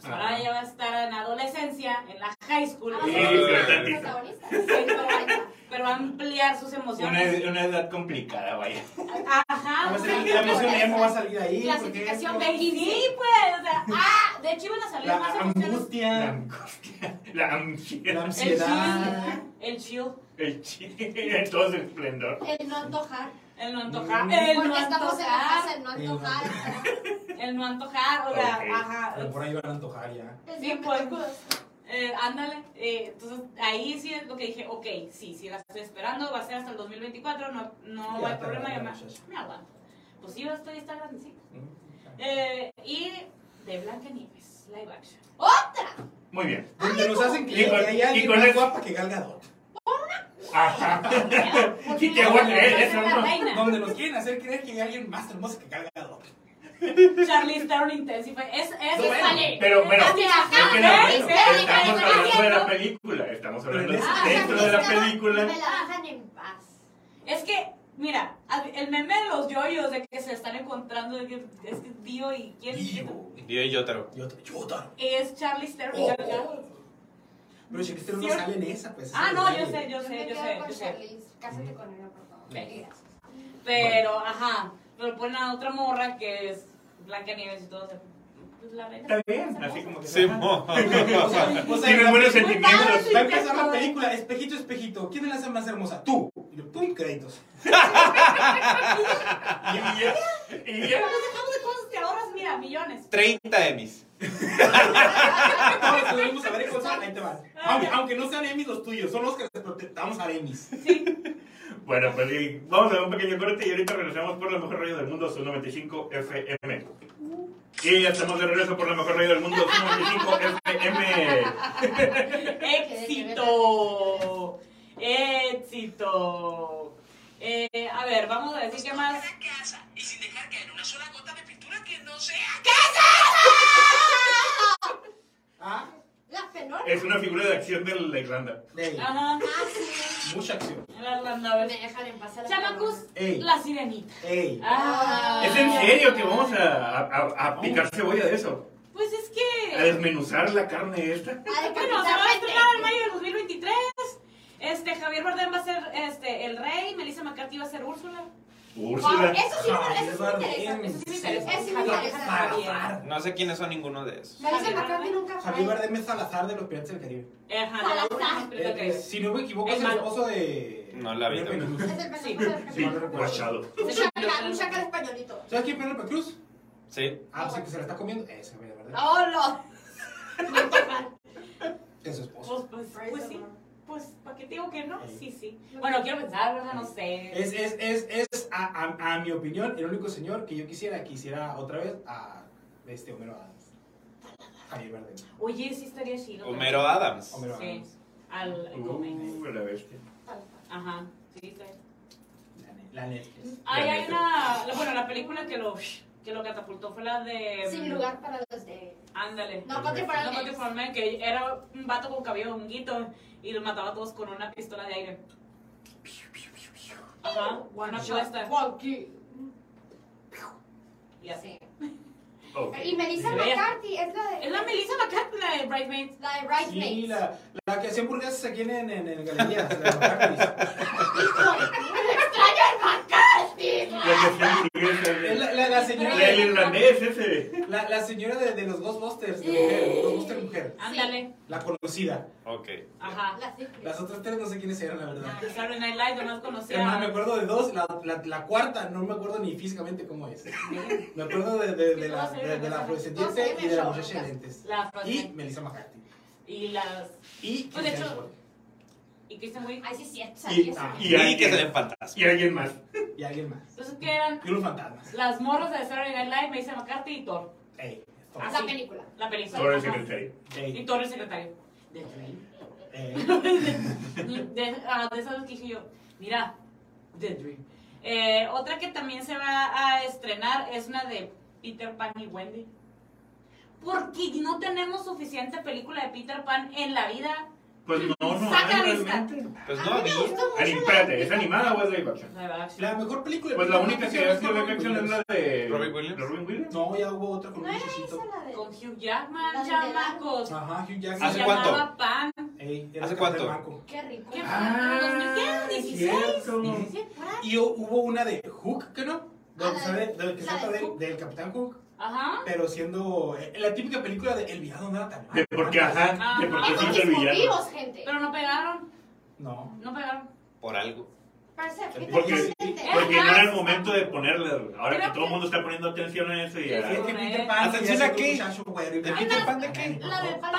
S2: Pues ahora
S1: Ah.
S2: ella va a estar en la adolescencia, en la high school.
S5: Ah,
S1: Sí,
S5: ¿son
S1: pero
S5: los
S1: tantito.
S5: protagonistas? Sí, pero-
S2: Pero va a ampliar sus
S1: Una,
S2: emociones.
S1: una edad complicada, vaya.
S2: Ajá,
S3: Vamos
S2: o
S3: a ver,
S2: sea,
S5: sí,
S3: la
S5: por
S3: emoción de emo
S5: eso.
S3: va a salir ahí.
S5: Clasificación
S3: porque esto-
S2: y sí, pues, o sea, ah, de hecho iban a salir más
S3: La
S2: emociones.
S1: La
S3: angustia,
S1: angustia, la
S3: la
S1: ansiedad,
S2: El
S3: ansiedad.
S2: chill, el chill,
S1: el chile, en todo su esplendor.
S5: El no antojar.
S2: el no antojar,
S3: Mm.
S2: el no
S5: Porque estamos en la casa,
S2: antojar,
S5: el no
S3: El no
S5: antojar.
S2: el no antojar, o sea,
S1: Ok.
S2: ajá,
S3: Pero por ahí van a antojar ya.
S5: Es
S2: Sí,
S5: bien
S2: pues.
S5: pendejo.
S2: eh, ándale, eh, entonces ahí sí es lo que dije, ok, sí, sí la estoy esperando, va a ser hasta el 2024, no, no
S3: Ya
S2: hay
S3: te
S2: problema, ya
S3: agarré,
S2: me,
S3: muchacho.
S2: me aguanto, pues sí, yo estoy, está grandecita, eh, y de Blanca Nieves, live action,
S1: Muy bien.
S3: Donde nos hacen
S1: Y
S3: creer
S1: con-
S3: que hay
S1: y
S3: alguien
S1: con
S3: más
S1: eso-
S3: guapa que Gal Gadot.
S1: Ajá.
S2: ¿Por
S1: Sí, ¿eh?
S2: qué
S1: te
S2: no
S1: voy a
S2: la
S1: creer
S2: vas a
S1: eso,
S2: hacer la
S1: ¿no?
S2: reina?
S3: Donde nos quieren hacer creer que hay alguien más hermoso que Gal Gadot.
S2: Charlize Theron Intensify. Es, es,
S3: No, bueno,
S2: sale.
S1: Pero bueno,
S2: Así,
S1: es
S2: ajá,
S1: que no,
S2: ¿ves?
S1: bueno,
S2: ¿Ves?
S1: estamos hablando
S2: Ahí
S1: de la
S2: haciendo.
S1: película, estamos
S4: Pues,
S1: hablando
S3: Pero en
S6: pues,
S5: Ah,
S1: dentro de la
S5: Francisca,
S1: película.
S5: Me la bajan en paz.
S2: Es que, mira, al- el meme de los yoyos de que se están encontrando, de que es que Dio y quién
S3: Yo.
S4: Dio y Yotaro.
S3: Yo, yo, Taro.
S2: es Charlize Theron. y
S3: Oh.
S2: Gal Gadot.
S3: Pero si que no
S2: ¿Cierto?
S3: sale en esa, pues.
S2: Ah,
S3: sí,
S2: no,
S3: sale.
S2: yo
S3: <laughs>
S2: sé, yo sé,
S5: me
S2: yo
S5: quedo
S2: sé,
S5: con
S2: yo sé.
S5: Charlize. Cásate con ella, por favor.
S2: Venga.
S5: Gracias.
S2: Pero, ajá, pero ponen a otra morra que es Blanca Nieves y todo. o sea, Pues la
S1: Está
S2: verdad.
S1: bien, así como que.
S4: Sí, mo.
S3: O sea, o sea,
S1: Tienen
S3: <laughs>
S1: buenos
S3: va
S1: sentimientos.
S3: a empezar la película, espejito, espejito. ¿Quién es la hace más hermosa? Tú. Y yo, pum, <laughs> créditos.
S1: Y ya, y ya.
S2: Pero nos dejamos de cosas que ahorras, mira, millones.
S4: 30 Emmys.
S3: Todos nos vamos a ver con ahí te van. Aunque, aunque no sean Emmys los tuyos, son los que protestamos a Emmys.
S1: Bueno, pues sí, vamos a un pequeño corte y ahorita regresamos por la mejor radio del mundo, su 95 FM. Y ya estamos de regreso por la mejor radio del mundo, su 95 FM.
S2: Éxito. Éxito. Eh, a ver, vamos a decir qué más.
S7: casa y sin dejar caer una sola gota de pintura que no sea
S3: Ah,
S5: La fenol.
S1: Es una figura de acción de la Irlanda.
S3: ey,
S2: Ajá.
S3: mucha acción.
S2: La Irlanda, a
S5: Me
S2: ver.
S5: dejan en paz. a la
S2: Chamacus,
S3: Ey.
S2: la sirenita.
S3: Ey.
S2: Ah.
S1: ¿Es en serio que vamos a, a- a- a picar cebolla de eso?
S2: Pues es
S1: ¿A
S2: que.
S1: desmenuzar la carne esta?
S5: fenol. A
S2: Bueno,
S5: decapitar
S2: se va a
S5: gente.
S2: estrenar en mayo de 2023. Este, Javier Bardem va a ser este, el rey. Melissa McCarthy va a ser Úrsula.
S5: Wow,
S1: Úrsula.
S5: Eso sí, me- eso sí me
S3: Javier
S5: interesa. Eso
S3: Bardem.
S2: Eso
S5: sí
S2: sí me interesa.
S5: Ese me
S2: Javier,
S5: interesa.
S2: Javier.
S4: No sé quiénes son ninguno de esos.
S5: me dice McCarthy nunca fue.
S3: Javier Bardem es Salazar de los Piratas del Caribe.
S2: Ajá, la última película que
S3: Eh,
S2: es.
S3: si no me equivoco,
S2: El
S3: es el
S2: malo.
S3: esposo de.
S4: No la vi
S3: de
S4: tampoco.
S3: Penelope.
S5: Es el personaje
S1: Sí,
S5: de Javier
S1: guachado.
S5: Bardem.
S6: eh.
S5: Un chacal- Un chacal españolito.
S3: ¿Sabes quién es Penelope Cruz?
S4: Sí.
S3: Ah, pues el que se la está comiendo. Ese, güey, de verdad.
S2: Ah,
S5: ¡Oh, no!
S3: Es su esposo.
S2: Pues, pues, pues sí. Pues, ¿para qué te digo que no? Sí, sí. Bueno, quiero pensar, ¿verdad? No sé.
S3: Es, es, es, es a, a, a mi opinión, el único señor que yo quisiera que hiciera otra vez a este Homero Adams. Javier Bardem.
S2: Oye, sí estaría chido.
S4: Homero Adams.
S3: Homero
S2: Sí.
S3: Adams.
S2: al
S1: Uh, la bestia.
S2: Ajá, sí, está bien.
S3: La Netflix.
S2: Ahí hay
S1: neta.
S2: una, la- bueno, la película que lo, que lo catapultó fue la de... mm,
S6: Sin lugar para los de.
S2: Ándale.
S6: No Country for
S2: Em, No
S6: Old Men.
S2: Country for Old Men, que era un vato con cabello honguito y los mataba a todos con una pistola de aire. Ajá, una apuesta. Y así.
S6: Sí.
S1: Ok.
S6: Y Melissa
S2: Sí.
S6: McCarthy es la de.
S2: Es la Melissa McCarthy, la de Bridesmaids.
S6: La de Bridesmaids.
S3: Sí, la, la que hacía hamburguesas aquí en, en, en el Galerías, la
S2: <laughs>
S3: de Macaconis.
S6: ¡Extraño al McCarthy!
S1: La que hacía hamburguesas,
S3: Es
S1: el-
S3: la, la, la señora,
S1: El
S3: de,
S1: irlandés ese.
S3: la, la señora de, de los Ghostbusters, de mujer, Ghostbuster mujer,
S2: Ándale.
S3: la conocida.
S4: Ok.
S2: Ajá.
S6: La secret.
S3: Las otras tres no sé quiénes eran, la verdad.
S2: De Saturday Night Live, yo más
S3: Además, me
S2: conocía.
S3: acuerdo de dos, la, la, la cuarta, no me acuerdo ni físicamente cómo es. Me acuerdo de, de, de la, de, de la afrodescendiente y de la muchacha de lentes.
S2: La
S3: Y
S2: Frozen.
S3: Melissa McCarthy.
S2: Y las.
S3: Y
S2: Pues, de
S3: Kristen
S2: hecho-
S3: Stewart.
S2: Y Kristen Wiig.
S6: Ay, sí, es cierto.
S1: Y-
S6: sabía esa.
S1: y-
S4: Y ahí que
S1: alguien-
S4: se le fantasma.
S1: Y alguien más.
S3: y alguien más.
S2: Entonces, ¿qué eran?
S3: Y unos fantasmas.
S2: Las morras de Saturday Night Live, Melissa McCarthy y Thor.
S3: Ey, esto-
S2: Ah,
S6: La
S2: sí.
S6: película.
S2: La película.
S1: Sobre el
S2: Ajá.
S1: secretario.
S2: Y
S3: ey,
S2: Thor el secretario. De Thor.
S3: ey.
S2: de, ah, de esas que dije yo, mira, The Dream. Eh, otra que también se va a estrenar es una de Peter Pan y Wendy. Porque no tenemos suficiente película de Peter Pan en la vida.
S1: Pues no, no.
S2: Saca
S1: hay
S2: lista.
S1: realmente.
S4: Pues
S6: A
S4: no
S2: Ah,
S6: mí me
S4: había.
S6: gustó mucho
S1: Ani-
S6: la
S1: Espérate,
S6: de-
S1: ¿es animada o es live action?
S2: Live action.
S3: La mejor película.
S1: Pues la única que ha sido
S3: la
S1: live action es la de.
S4: Robin Williams.
S1: ¿de Robin Williams?
S3: No, ya hubo otra con
S5: No
S3: un
S5: era
S3: muchachito.
S5: esa la de.
S2: Con
S5: Con...
S2: Hugh
S6: La
S2: Jackman,
S6: de
S2: chamacos.
S3: Ajá, Hugh Jackman.
S2: Se
S4: ¿Hace
S2: llamaba Pan.
S3: Ey, era
S4: ¿Hace
S3: Capitán
S4: cuánto?
S3: Marco.
S6: Qué rico.
S2: ¿Qué
S1: Ah,
S2: ¿2015? ¿16?
S1: cierto.
S2: ¿Sí?
S3: Y hu- hubo una de Hook, ¿qué no? Donde
S6: Ah, la
S3: sale-
S6: de-
S3: donde que
S6: la de
S3: trata del-
S6: Hook.
S3: del Capitán Hook,
S2: Ajá.
S3: pero siendo eh, la típica película de El villano no era tan malo.
S1: De porque ajá, de porque
S6: Esos
S1: Ah, sí el villano.
S6: motivos, gente.
S2: Pero no pegaron.
S3: No.
S2: No pegaron.
S4: Por algo.
S5: Parece que
S1: Porque, porque no era el momento de ponerla. Ahora que
S2: Creo
S1: todo el
S2: que-
S1: mundo está poniendo atención a eso y
S3: Sí, es
S1: ya.
S3: que
S2: Correcto.
S3: Peter Pan.
S4: ¿Atención
S3: ya
S4: a
S3: es un
S4: qué?
S3: muchacho güero y
S4: ¿De
S3: blanco.
S4: Peter Pan de qué?
S2: La de Pan,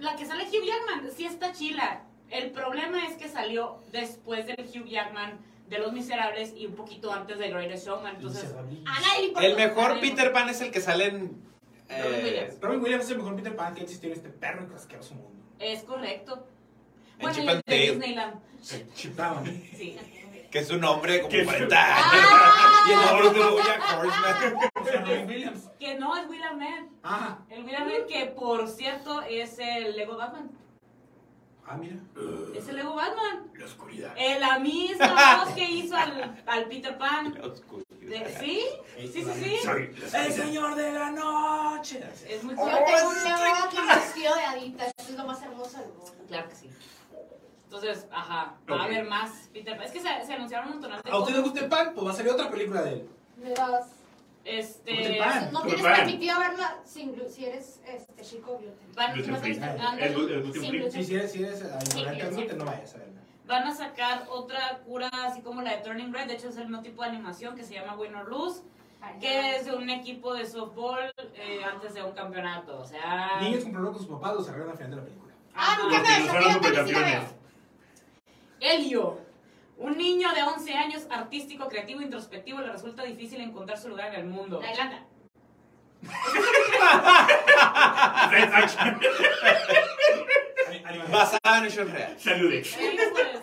S2: la que sale Hugh Jackman, sí está chila. El problema es que salió después del Hugh Jackman de Los Miserables y un poquito antes de Greatest Showman. Entonces,
S6: A nadie le importa.
S4: El mejor Peter Pan es el que sale en.
S2: Robin
S4: Eh,
S2: Williams.
S3: Robin Williams es el mejor Peter Pan que ha existido en este perro y asqueroso mundo.
S2: es correcto.
S4: En
S2: Bueno,
S4: Chip
S2: y
S4: and
S2: el de
S4: Dale.
S2: Disneyland.
S3: Chiptaban. <laughs>
S2: Sí.
S4: que es un hombre de
S1: Que
S4: como
S1: es-
S4: 40 años.
S6: Ah.
S4: <laughs> Y el nombre de Bojack Horseman.
S3: Robin Williams.
S2: Que no es Will Arnett.
S3: Ah,
S2: El Will Arnett que, por cierto, es el Lego Batman.
S3: ah, mira.
S2: Es el Lego Batman.
S1: La oscuridad.
S2: Eh, la misma voz que hizo al, al Peter Pan.
S4: La oscuridad.
S2: De- ¿Sí? Sí, sí, sí.
S1: Soy la
S3: El
S1: oscuridad.
S3: señor de la noche.
S2: Oh, Es muy
S6: Yo
S2: cool.
S6: tengo un león que nació de adicta. Eso es lo más hermoso del mundo.
S2: Claro que sí. Entonces, ajá, va a
S1: Ok.
S2: haber más Peter Pan. Es que se, se anunciaron un montón de
S3: ¿A Ah, usted le
S2: cosas.
S3: gusta el pan? Pues va a salir otra película de él.
S6: Me das.
S3: Peter
S2: Este.
S3: Pan.
S6: No tienes
S1: Pan.
S6: permitido verla.
S5: Sin glu- si eres este chico gluten.
S2: Van,
S1: Gluten
S2: ¿cómo se
S1: free.
S2: llama?
S3: Ah,
S2: Ándale.
S1: Es glu- es gluten
S6: Sí,
S1: free.
S3: Sí, eh, si eres, si eres
S6: Sí,
S3: ignorante
S6: sí.
S3: adulto, no vayas a verla.
S2: Van a sacar otra cura así como la de Turning Red. De hecho, es el mismo tipo de animación que se llama Win or Lose, que es de un equipo de softball eh, antes de un campeonato. O sea.
S3: Niños con problemas con sus papás los arreglan al final de la película.
S6: Ah, nunca
S2: ajá.
S6: me
S1: Porque no
S6: había
S1: fueron
S6: sabido que sí la
S1: supercampeones.
S6: veo.
S2: Elio, un niño de 11 años, artístico, creativo, introspectivo, le resulta difícil encontrar su lugar en el mundo.
S6: La Irlanda.
S1: Live action.
S4: Basada en hechos reales.
S1: Saludes.
S2: Sí, pues,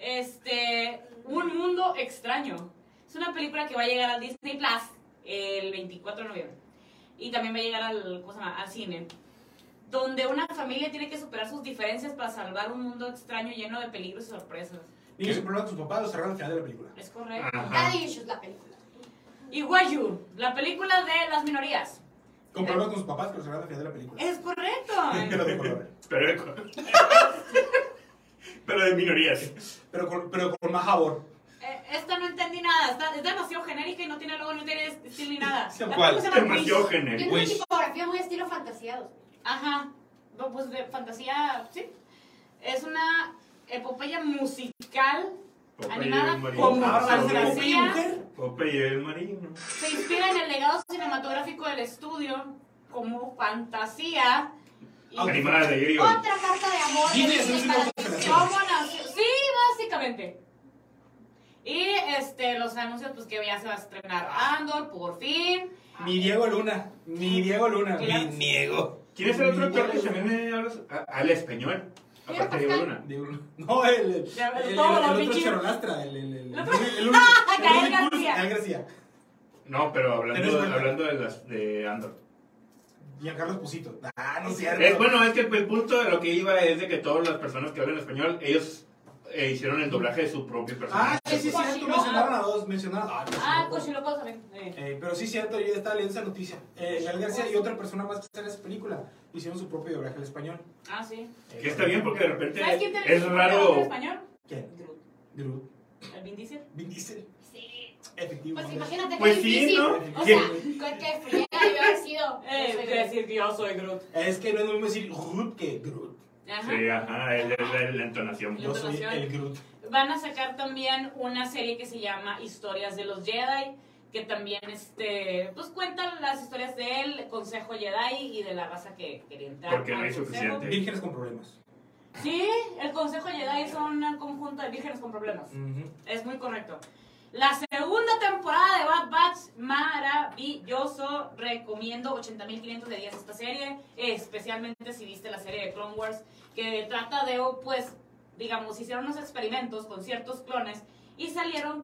S2: Este, Un Mundo Extraño. Es una película que va a llegar al Disney Plus el 24 de noviembre. Y también va a llegar al, ¿cómo se llama? al cine. Donde una familia tiene que superar sus diferencias para salvar un mundo extraño lleno de peligros y sorpresas.
S3: Niños
S4: ¿Qué?
S3: con problemas con sus papás los arreglan al final de la película.
S2: Es correcto.
S1: Ajá.
S6: Daddy Issues, la película.
S2: Y Guayu, la película de las minorías.
S3: Con
S2: Eh.
S3: problemas con sus papás que los arreglan al final de la película.
S2: Es correcto.
S3: <laughs> Pero de color.
S1: Pero de co- Pero de minorías.
S3: Pero con, pero con más sabor.
S2: Eh, esta no entendí nada. Está, es demasiado genérica y no tiene logo, no tiene estilo ni nada.
S3: Sí,
S2: La
S4: ¿cuál?
S2: película se llama
S1: Demasiado
S2: Wish.
S1: genérico.
S6: Tiene una
S4: Wish.
S6: tipografía muy estilo fantasía. dos.
S2: Ajá. No, Pues de fantasía, sí. Es una epopeya musical animada como
S3: Ah, pero de
S2: fantasía.
S3: hombre y mujer.
S1: Popeye el marino.
S2: Se inspira en el legado cinematográfico del estudio como fantasía. Y
S3: Ah, ok.
S1: Animada de Griego.
S6: Otra carta de amor.
S3: Disney
S6: de
S3: es un
S6: Disney para
S3: sinónimo de
S6: niños.
S2: ¿Cómo nació? Sí, básicamente. Y este, los anuncios, pues que ya se va a estrenar Andor, por fin.
S3: Mi Diego Luna. Mi Diego Luna.
S2: Claro.
S4: Mi niego.
S1: ¿Quién es el otro actor que también me habla? Ah, Al español. Aparte de
S6: Pascal.
S1: Luna.
S3: De un- <laughs> No, el. El,
S2: Ya,
S3: el, el,
S2: todos los
S3: el otro
S2: pinches-
S3: charolastra. El, el, el, el,
S2: Los- Ah, <laughs>
S3: el, el-
S2: Gael
S3: el-
S2: García.
S3: Gael García.
S1: No, pero
S3: Tenés
S1: hablando,
S3: cuenta.
S1: hablando de las de Andor.
S3: Y a Carlos Pusito. Ah, no es cierto.
S1: Es, Eh, bueno, es que el punto de lo que iba es de que todas las personas que hablan español, ellos eh, hicieron el doblaje de su propio
S3: Ah,
S1: personaje.
S3: sí, sí,
S2: Cochino.
S3: cierto. Mencionaron a dos. Mencionaron a dos.
S2: Ah, Cochiloco también. Eh.
S3: Eh, pero sí, cierto, yo estaba leyendo esa noticia.
S2: Pues
S3: Eh, Gael García y otra persona más que está en esa película hicieron su propio doblaje al español.
S2: Ah, sí.
S3: Eh,
S1: Que está bien porque de repente
S2: ¿Sabes quién te
S1: Este es
S2: en
S1: raro.
S2: español?
S3: ¿Quién?
S2: Groot.
S3: Groot.
S2: ¿El Vin Diesel?
S3: Vin Diesel.
S6: Sí.
S3: Efectivo.
S6: Pues imagínate
S1: Pues
S6: qué
S1: sí,
S6: difícil.
S1: ¿no?
S6: O
S1: ¿Quién?
S6: sea, que friega yo haber
S2: <laughs>
S6: sido.
S2: Eh,
S6: pues, Yo soy
S2: quiere
S6: Groot.
S2: decir que yo soy Groot.
S3: Es que no es lo mismo decir Groot que Groot.
S2: Ajá.
S1: Sí, ajá, es, es la, la entonación.
S2: La
S3: Yo soy
S2: entonación.
S3: el Groot.
S2: Van a sacar también una serie que se llama Historias de los Jedi, que también este, pues cuentan las historias del Consejo Jedi y de la raza que quería entrar.
S1: Porque no
S2: al
S1: hay
S2: consejo.
S1: suficiente.
S3: Vírgenes con problemas.
S2: Sí, el Consejo Jedi es un conjunto de vírgenes con problemas. Es muy correcto. La segunda temporada de Bad Batch, maravilloso. Recomiendo 80.500 de días esta serie, especialmente si viste la serie de Clone Wars, que trata de, oh, pues, digamos, hicieron unos experimentos con ciertos clones y salieron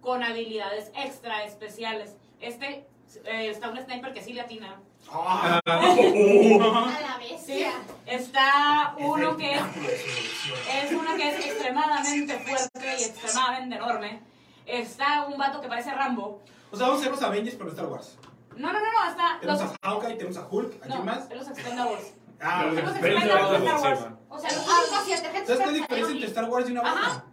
S2: con habilidades extra especiales. Este eh, está un sniper que sí le atina.
S3: Ah,
S6: A la bestia.
S2: Está uno que es
S3: eh.
S2: es uno que es extremadamente fuerte y extremadamente enorme. Está un vato que parece Rambo.
S3: O sea, vamos a ser los Avengers pero Star Wars.
S2: No, no, no, no, está
S3: Tenemos
S2: los
S3: a Hawkeye, tenemos a Hulk. ¿A
S2: no,
S3: quién más?
S2: los Expendables.
S3: Ah,
S1: Los
S3: bueno.
S2: Los
S1: Expendables.
S2: Expendables de Star Wars.
S6: O sea, los únicos siete
S3: ¿Sabes
S6: que
S3: cuál es la diferencia entre Star Wars y una
S2: Ajá.
S3: vaca?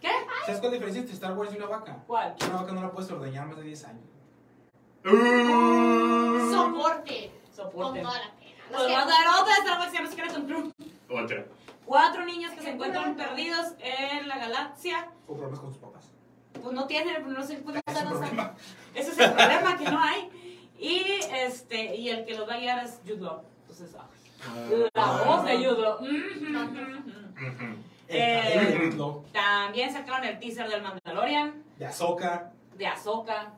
S2: ¿Qué?
S3: ¿Sabes cuál es la diferencia entre Star Wars y una vaca?
S2: ¿Cuál?
S3: Que Una vaca no la puedes ordeñar más de 10 años.
S1: ¡Uh!
S6: Soporte. Con
S2: Soporte.
S6: toda la pena. Los
S2: Pues
S6: que-
S2: vamos a ver otra de Star Wars que no se quiere cumplir.
S1: Otra.
S2: Cuatro niños que se encuentran perdidos en la galaxia.
S3: O problemas con sus papás.
S2: Pues no tienen, no se encuentran.
S3: Es un
S2: no saben.
S3: problema.
S2: Ese es el problema que no hay. Y este, y el que los va a guiar es Jude Law. Entonces, ay,
S3: Ah.
S2: la voz de Jude Law. Mhm, mhm.
S1: Ujú.
S2: Eh,
S3: El cabello de Jude Law,
S2: También sacaron el teaser del Mandalorian,
S3: De Ahsoka.
S2: de Ahsoca.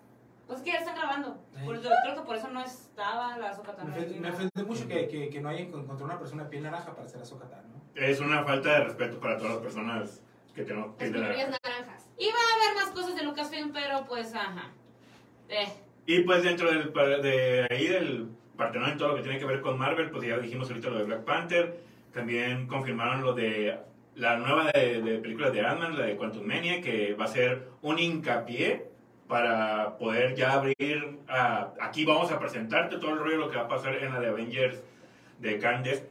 S2: Pues que ya están grabando. Por eso- creo que por eso no estaba la Ahsoka tan
S3: Me ofende, me
S2: reactiva.
S3: ofende mucho que, que, que no hayan encontrado una persona de piel naranja para ser Ahsoka Tano. ¿no?
S1: Es una falta de respeto para todas las personas que tenemos que
S6: Las
S1: ir de la-
S6: minorías naranjas.
S2: Y va a haber más cosas de Lucasfilm, pero pues ajá. Eh,
S1: Y pues dentro del, pa- de ahí del Partenón y todo lo que tiene que ver con Marvel, pues ya dijimos ahorita lo de Black Panther, también confirmaron lo de la nueva de, de película de Ant-Man, la de Quantum Mania, que va a ser un hincapié para poder ya abrir, a- aquí vamos a presentarte todo el rollo de lo que va a pasar en la de Avengers de Khan Des-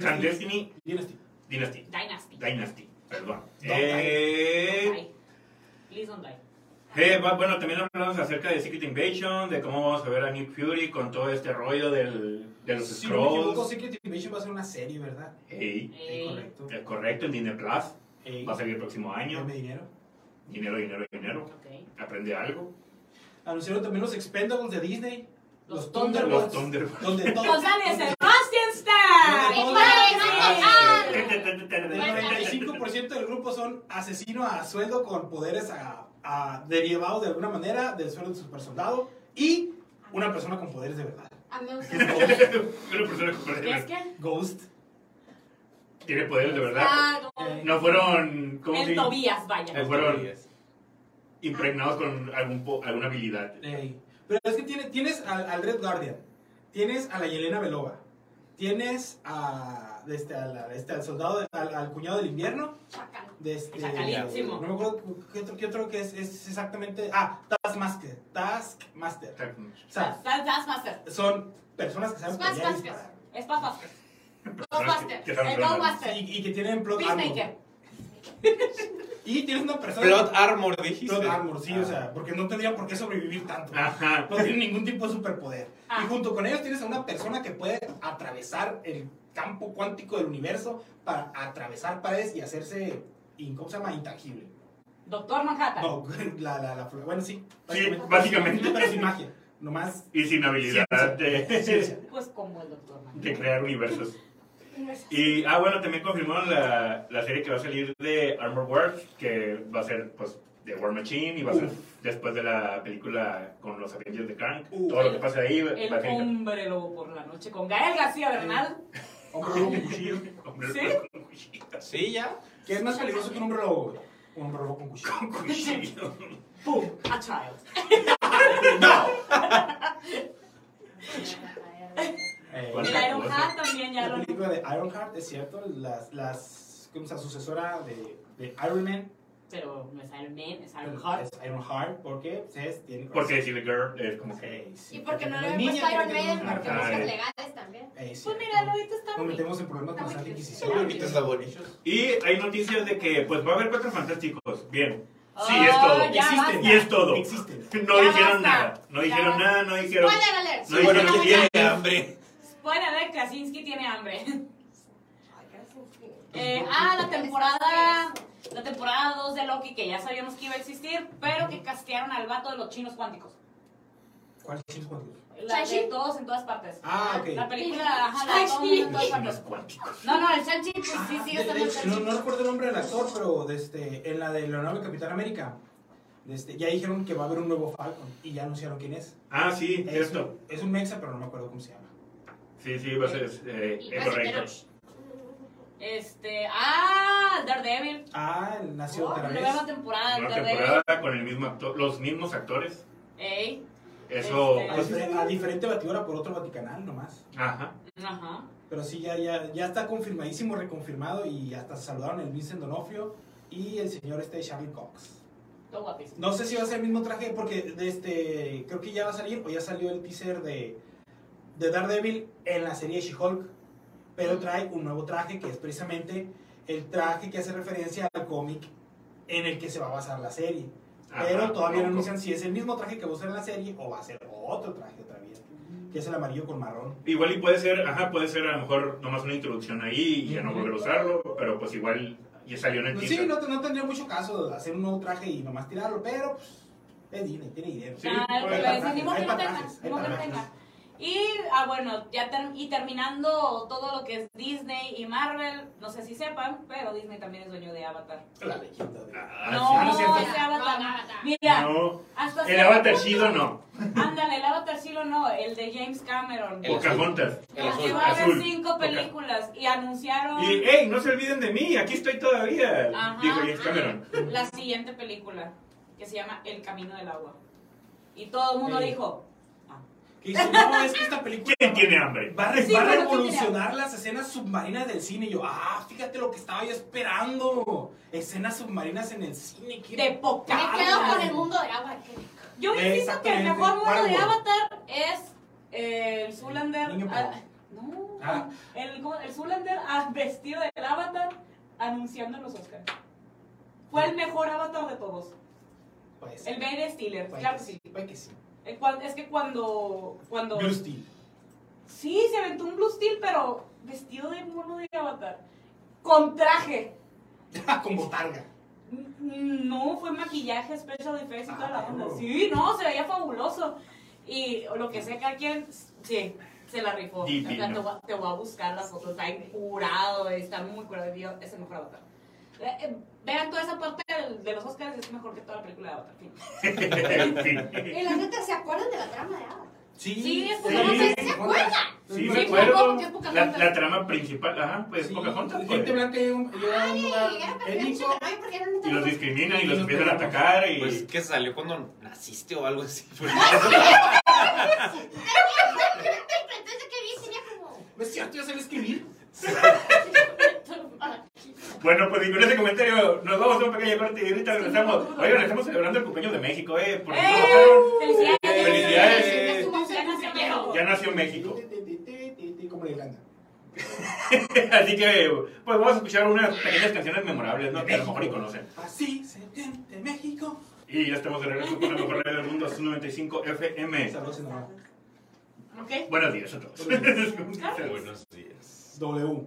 S1: Khan
S3: Dynasty.
S1: Destiny
S3: Dynasty.
S1: Dynasty,
S2: Dynasty.
S1: Dynasty, perdón.
S3: Don't
S1: Eh,
S2: Don't die. Please don't die.
S1: eh, va- bueno, también hablamos acerca de Secret Invasion, de cómo vamos a ver a Nick Fury con todo este rollo del, de los
S3: Si no me equivoco,
S1: Scrolls.
S3: Secret Invasion va a ser una serie, ¿verdad? Eh,
S1: Ey,
S2: Ey.
S3: Correcto. Eh,
S1: es correcto, el Disney Plus Eh, va
S3: Ey,
S1: a salir el próximo año.
S3: dame dinero.
S1: Dinero, dinero, dinero.
S2: Ok.
S1: Aprende
S2: <laughs>
S1: algo.
S3: Anunciaron también los Expendables de Disney.
S2: Los
S3: Los
S1: Los
S3: Thunderbolts.
S1: Thunderbolts.
S3: <laughs> Donde todo-
S2: González Sebastian Stan.
S3: Donde todo- El 35% del grupo son asesinos a sueldo con poderes a- a- derivados de alguna manera del sueldo de su supersoldado y una persona con poderes
S1: <laughs>
S3: de verdad.
S6: A mí me gusta.
S1: Una persona con
S2: ¿Qué es
S1: poderes.
S2: que?
S3: Ghost.
S1: Tiene poderes de verdad.
S2: Ah,
S3: Eh,
S2: como
S1: No fueron. ¿Cómo se
S2: el
S1: dice?
S2: Tobías, vaya.
S1: Eh, Fueron impregnados con algún po- alguna habilidad.
S3: Ey. Pero es que tiene, tienes al, al Red Guardian, tienes a la Yelena Belova, tienes a, de este, a la- este, al soldado, de- al, al cuñado del invierno.
S6: Chacal.
S3: de este-
S2: Chacalísimo.
S3: no me acuerdo qué otro, qué otro que es, es exactamente. Ah, Taskmaster. Taskmaster. O sea,
S2: Taskmaster.
S3: son personas que saben pelear y
S6: Taskmaster.
S3: disparar.
S2: Es Pathmaster.
S1: Personas que- que saben
S2: El
S1: pelear.
S2: Ghostbuster.
S3: Y, y que tienen plot
S2: Peacemaker.
S3: armor. Y tienes una persona.
S4: Plot Armor, dijiste.
S3: plot armor, sí,
S4: Ah.
S3: o sea, porque no tendría por qué sobrevivir tanto.
S1: Ajá.
S3: No tienen ningún tipo de superpoder.
S2: Ah.
S3: Y junto con ellos tienes a una persona que puede atravesar el campo cuántico del universo para atravesar paredes y hacerse, in- ¿cómo se llama? Intangible.
S2: Doctor Manhattan.
S3: No, <laughs> la, la, la, flor- bueno, sí.
S1: Sí, básicamente.
S3: Pero sin magia, nomás.
S1: Y sin habilidad
S3: ciencia,
S1: de, <laughs>
S3: ciencia.
S2: Pues como el Doctor Manhattan.
S1: de crear universos. Y, ah, bueno, también confirmaron la, la serie que va a salir de Armor Wars, que va a ser, pues, de War Machine y va a ser después de la película con los Avengers de Kang.
S3: Uh.
S1: Todo lo que pasa ahí va va a
S2: El
S1: tener.
S2: hombre lobo por la noche con Gael García Bernal.
S1: Ah,
S3: Hombre lobo.
S1: cuchillo. Hombre
S2: ¿Sí?
S1: lobo <laughs> con cuchillo.
S4: Sí, ya.
S3: ¿Qué es más peligroso que un hombre lobo? güey? Un hombre lobo con cuchillo.
S1: Con cuchillo.
S2: Boom, a child.
S3: Eh,
S1: ¿Cuál?
S2: El Iron Hat también ya
S3: la
S2: lo.
S3: película de Ironheart, es cierto, las, las como sea, sucesora de, de Iron Man.
S2: Pero no es Iron Man, es Iron Heart.
S3: Es Ironheart porque se tiene
S1: Porque decirle girl es como que.
S3: Sí, sí,
S6: Y porque no le
S3: es
S6: han
S3: niña,
S6: puesto Iron
S3: porque
S6: Man,
S3: no-
S6: porque
S1: Ajá,
S6: cosas
S1: eh.
S6: legales también.
S3: Eh, sí,
S2: Pues míralo,
S3: no.
S2: ahorita está
S3: Nos
S2: bien.
S3: metemos en problemas con
S6: Está muy
S3: esa
S6: cute.
S3: adquisición.
S4: Seguro que te está bonito.
S1: Y hay noticias de que pues va a haber cuatro fantásticos. Bien. Sí,
S2: Oh,
S1: es todo.
S2: ya
S1: Existen.
S2: basta.
S1: Y es todo.
S3: Existen.
S1: No
S2: Ya
S1: dijeron
S2: basta.
S1: nada. No
S2: Ya
S1: dijeron
S2: basta.
S1: nada, no dijeron.
S6: Spoiler alert.
S1: No
S6: Sí,
S1: dijeron
S6: no,
S1: que
S6: ya.
S1: tiene
S4: hambre.
S2: Spoiler alert, Krasinski tiene hambre.
S5: Ay, gracias.
S2: Eh, ah, la temporada. La temporada 2 de Loki, que ya sabíamos que iba a existir, pero que castearon al vato de los chinos cuánticos.
S3: ¿Cuál es el cuento?
S2: La de
S6: Shang-Chi.
S2: todos en todas partes.
S3: Ah, ok.
S2: La película, ajá, la de todo el mundo en todas partes. No, no, el Shang-Chi, pues sí, sigue
S3: Ah,
S2: estando
S3: De-
S2: el
S3: de- no, no
S2: Shang-Chi.
S3: recuerdo el nombre del actor, pero de este, en la de Leonardo y Capitán América, de este, ya dijeron que va a haber un nuevo Falcon y ya anunciaron quién es.
S1: Ah, sí,
S3: Es
S1: cierto.
S3: un, es un mexa, pero no me acuerdo cómo se llama.
S1: Sí, sí, va a ser eh,
S6: Y
S1: eh,
S6: así,
S1: correcto.
S2: Este, ah, Daredevil.
S3: Ah, nació
S6: Oh,
S3: otra vez.
S2: Nueva temporada de
S1: Una
S2: Daredevil.
S1: temporada con el mismo actor, los mismos actores.
S2: Ey,
S1: Eso.
S2: Este-
S3: A, difer- a diferente batidora por otro Vaticanal nomás.
S1: Ajá.
S2: ajá.
S3: Pero sí, ya, ya, ya está confirmadísimo, reconfirmado y hasta se saludaron el Vincent Donofrio y el señor este Charlie Cox.
S2: Todo guapísimo.
S3: No sé si va a ser el mismo traje porque de este, creo que ya va a salir o ya salió el teaser de, de Daredevil en la serie She-Hulk. Pero trae un nuevo traje que es precisamente el traje que hace referencia al cómic en el que se va a basar la serie.
S1: ajá,
S3: Pero todavía no
S1: loco.
S3: anuncian si es el mismo traje que va a usar en la serie o va a ser otro traje otra vez, que es el amarillo con marrón.
S1: Igual y puede ser, ajá, puede ser a lo mejor nomás una introducción ahí y ya no
S3: Ujú.
S1: volver a usarlo, pero pues igual ya salió en el
S3: Pues sí,
S1: teaser.
S3: no, no tendría mucho caso de hacer un nuevo traje y nomás tirarlo, pero pues, es Disney, tiene dinero.
S1: Sí,
S2: Ah,
S1: pues,
S2: pero
S1: hay
S2: ese, ni modo
S3: hay
S2: que lo
S3: patrajes,
S2: tenga,
S3: hay
S2: ni modo que lo
S3: patrajes.
S2: tenga. Y, ah, bueno, ya ter- y terminando todo lo que es Disney y Marvel, no sé si sepan, pero Disney también es dueño de Avatar.
S3: La leyenda de-
S1: Ah,
S2: no,
S3: no es cierto.
S2: ese Avatar.
S6: No, no, no.
S2: Mira,
S1: No,
S2: hasta
S1: el
S2: cierto
S1: avatar
S2: punto-
S1: chido no,
S2: Ándale, el Avatar sí lo no, el de James Cameron.
S4: El
S1: Pocahontas.
S4: El
S2: Que
S4: azul.
S2: va a haber
S1: azul,
S2: cinco
S1: Poca-
S2: películas y anunciaron
S1: Y, hey, no se olviden de mí, aquí estoy todavía,
S2: Ajá.
S1: dijo James Cameron.
S2: la siguiente película, que se llama El Camino del Agua. Y todo el mundo
S3: Sí.
S2: dijo,
S3: Que dice, no, es que esta película
S1: ¿Quién tiene hambre? <laughs>
S3: va, a re-
S2: Sí,
S3: va a
S2: bueno,
S3: revolucionar las escenas submarinas del cine. Y yo, ah, fíjate lo que estaba yo esperando. Escenas submarinas en el cine. qué
S2: de poca.
S6: Me quedo con el mundo de agua. qué rico.
S2: Yo insisto que el
S3: Exactamente.
S2: mejor mundo de
S3: Páramo.
S2: Avatar es eh, el Zulander.
S3: Niño
S2: ah, no,
S3: Ah.
S2: el, ¿cómo? el Zoolander, ah, vestido del Avatar anunciando los Oscars. Fue el mejor Avatar de todos.
S3: Pues,
S2: El Ben Stiller,
S3: pues,
S2: claro que sí.
S3: pues que sí.
S2: El cual- es que cuando. cuando
S3: Blue Steel.
S2: Sí, se aventó un Blue Steel, pero vestido de mono de Avatar. Con traje.
S3: <laughs> Con botarga.
S2: Mm, No, fue maquillaje, special effects y toda la
S3: Ah,
S2: onda.
S3: no.
S2: Sí, no, se veía fabuloso. Y lo que sé que a quien, sí, se la rifó.
S1: Divino.
S2: O sea, te, voy a, te voy a buscar las fotos, está bien curado, está muy curado. Dios, es el mejor avatar. Eh, eh, Vean toda esa parte del- de los Oscars, es mejor que toda la película de Avatar. fin.
S1: En fin.
S6: Y la neta, ¿se acuerdan de la trama de Avatar?
S3: Sí,
S2: Sí, es
S3: sí.
S2: Pocahontas,
S6: ¿se acuerdan?
S1: Sí,
S2: Pues
S6: Sí,
S1: me
S6: me
S1: acuerdo.
S6: acuerdo que es
S1: La,
S6: Pocahontas.
S1: la trama principal, ajá, pues
S3: Sí,
S1: Pocahontas.
S3: gente
S1: pues.
S3: blanca llega a un
S2: Ah,
S3: llega a un lugar
S6: Ay, era
S3: étnico.
S6: perfecto. Ay, porque eran
S1: Y los
S6: tan-
S1: discriminan y
S3: Y
S1: los
S3: los
S1: empiezan a
S3: peleamos.
S1: atacar y...
S4: Pues que salió cuando naciste o algo así.
S6: Entonces, ¿qué vi? Sería como...
S3: No es cierto, yo sé escribir.
S1: Bueno, pues y con ese comentario nos vamos a una pequeña parte y ahorita regresamos. Oigan, estamos celebrando el cumpleaños de México, ¿eh? Por
S2: ¡Eh!
S1: favor.
S2: ¡Felicidades!
S1: ¡Felicidades!
S6: Ya somos
S2: Ya nació México.
S1: Ya nació México. <laughs>
S3: Como en Irlanda.
S1: Así que, pues vamos a escuchar unas pequeñas canciones memorables, ¿no? Que a lo mejor y conocen.
S3: Así se siente México.
S1: Y ya estamos de regreso con la mejor radio del mundo, 95 FM.
S3: Saludos en Navarra.
S2: ¿Ok?
S1: Buenos días a todos. <laughs>
S4: <laughs> Buenos días.
S3: W.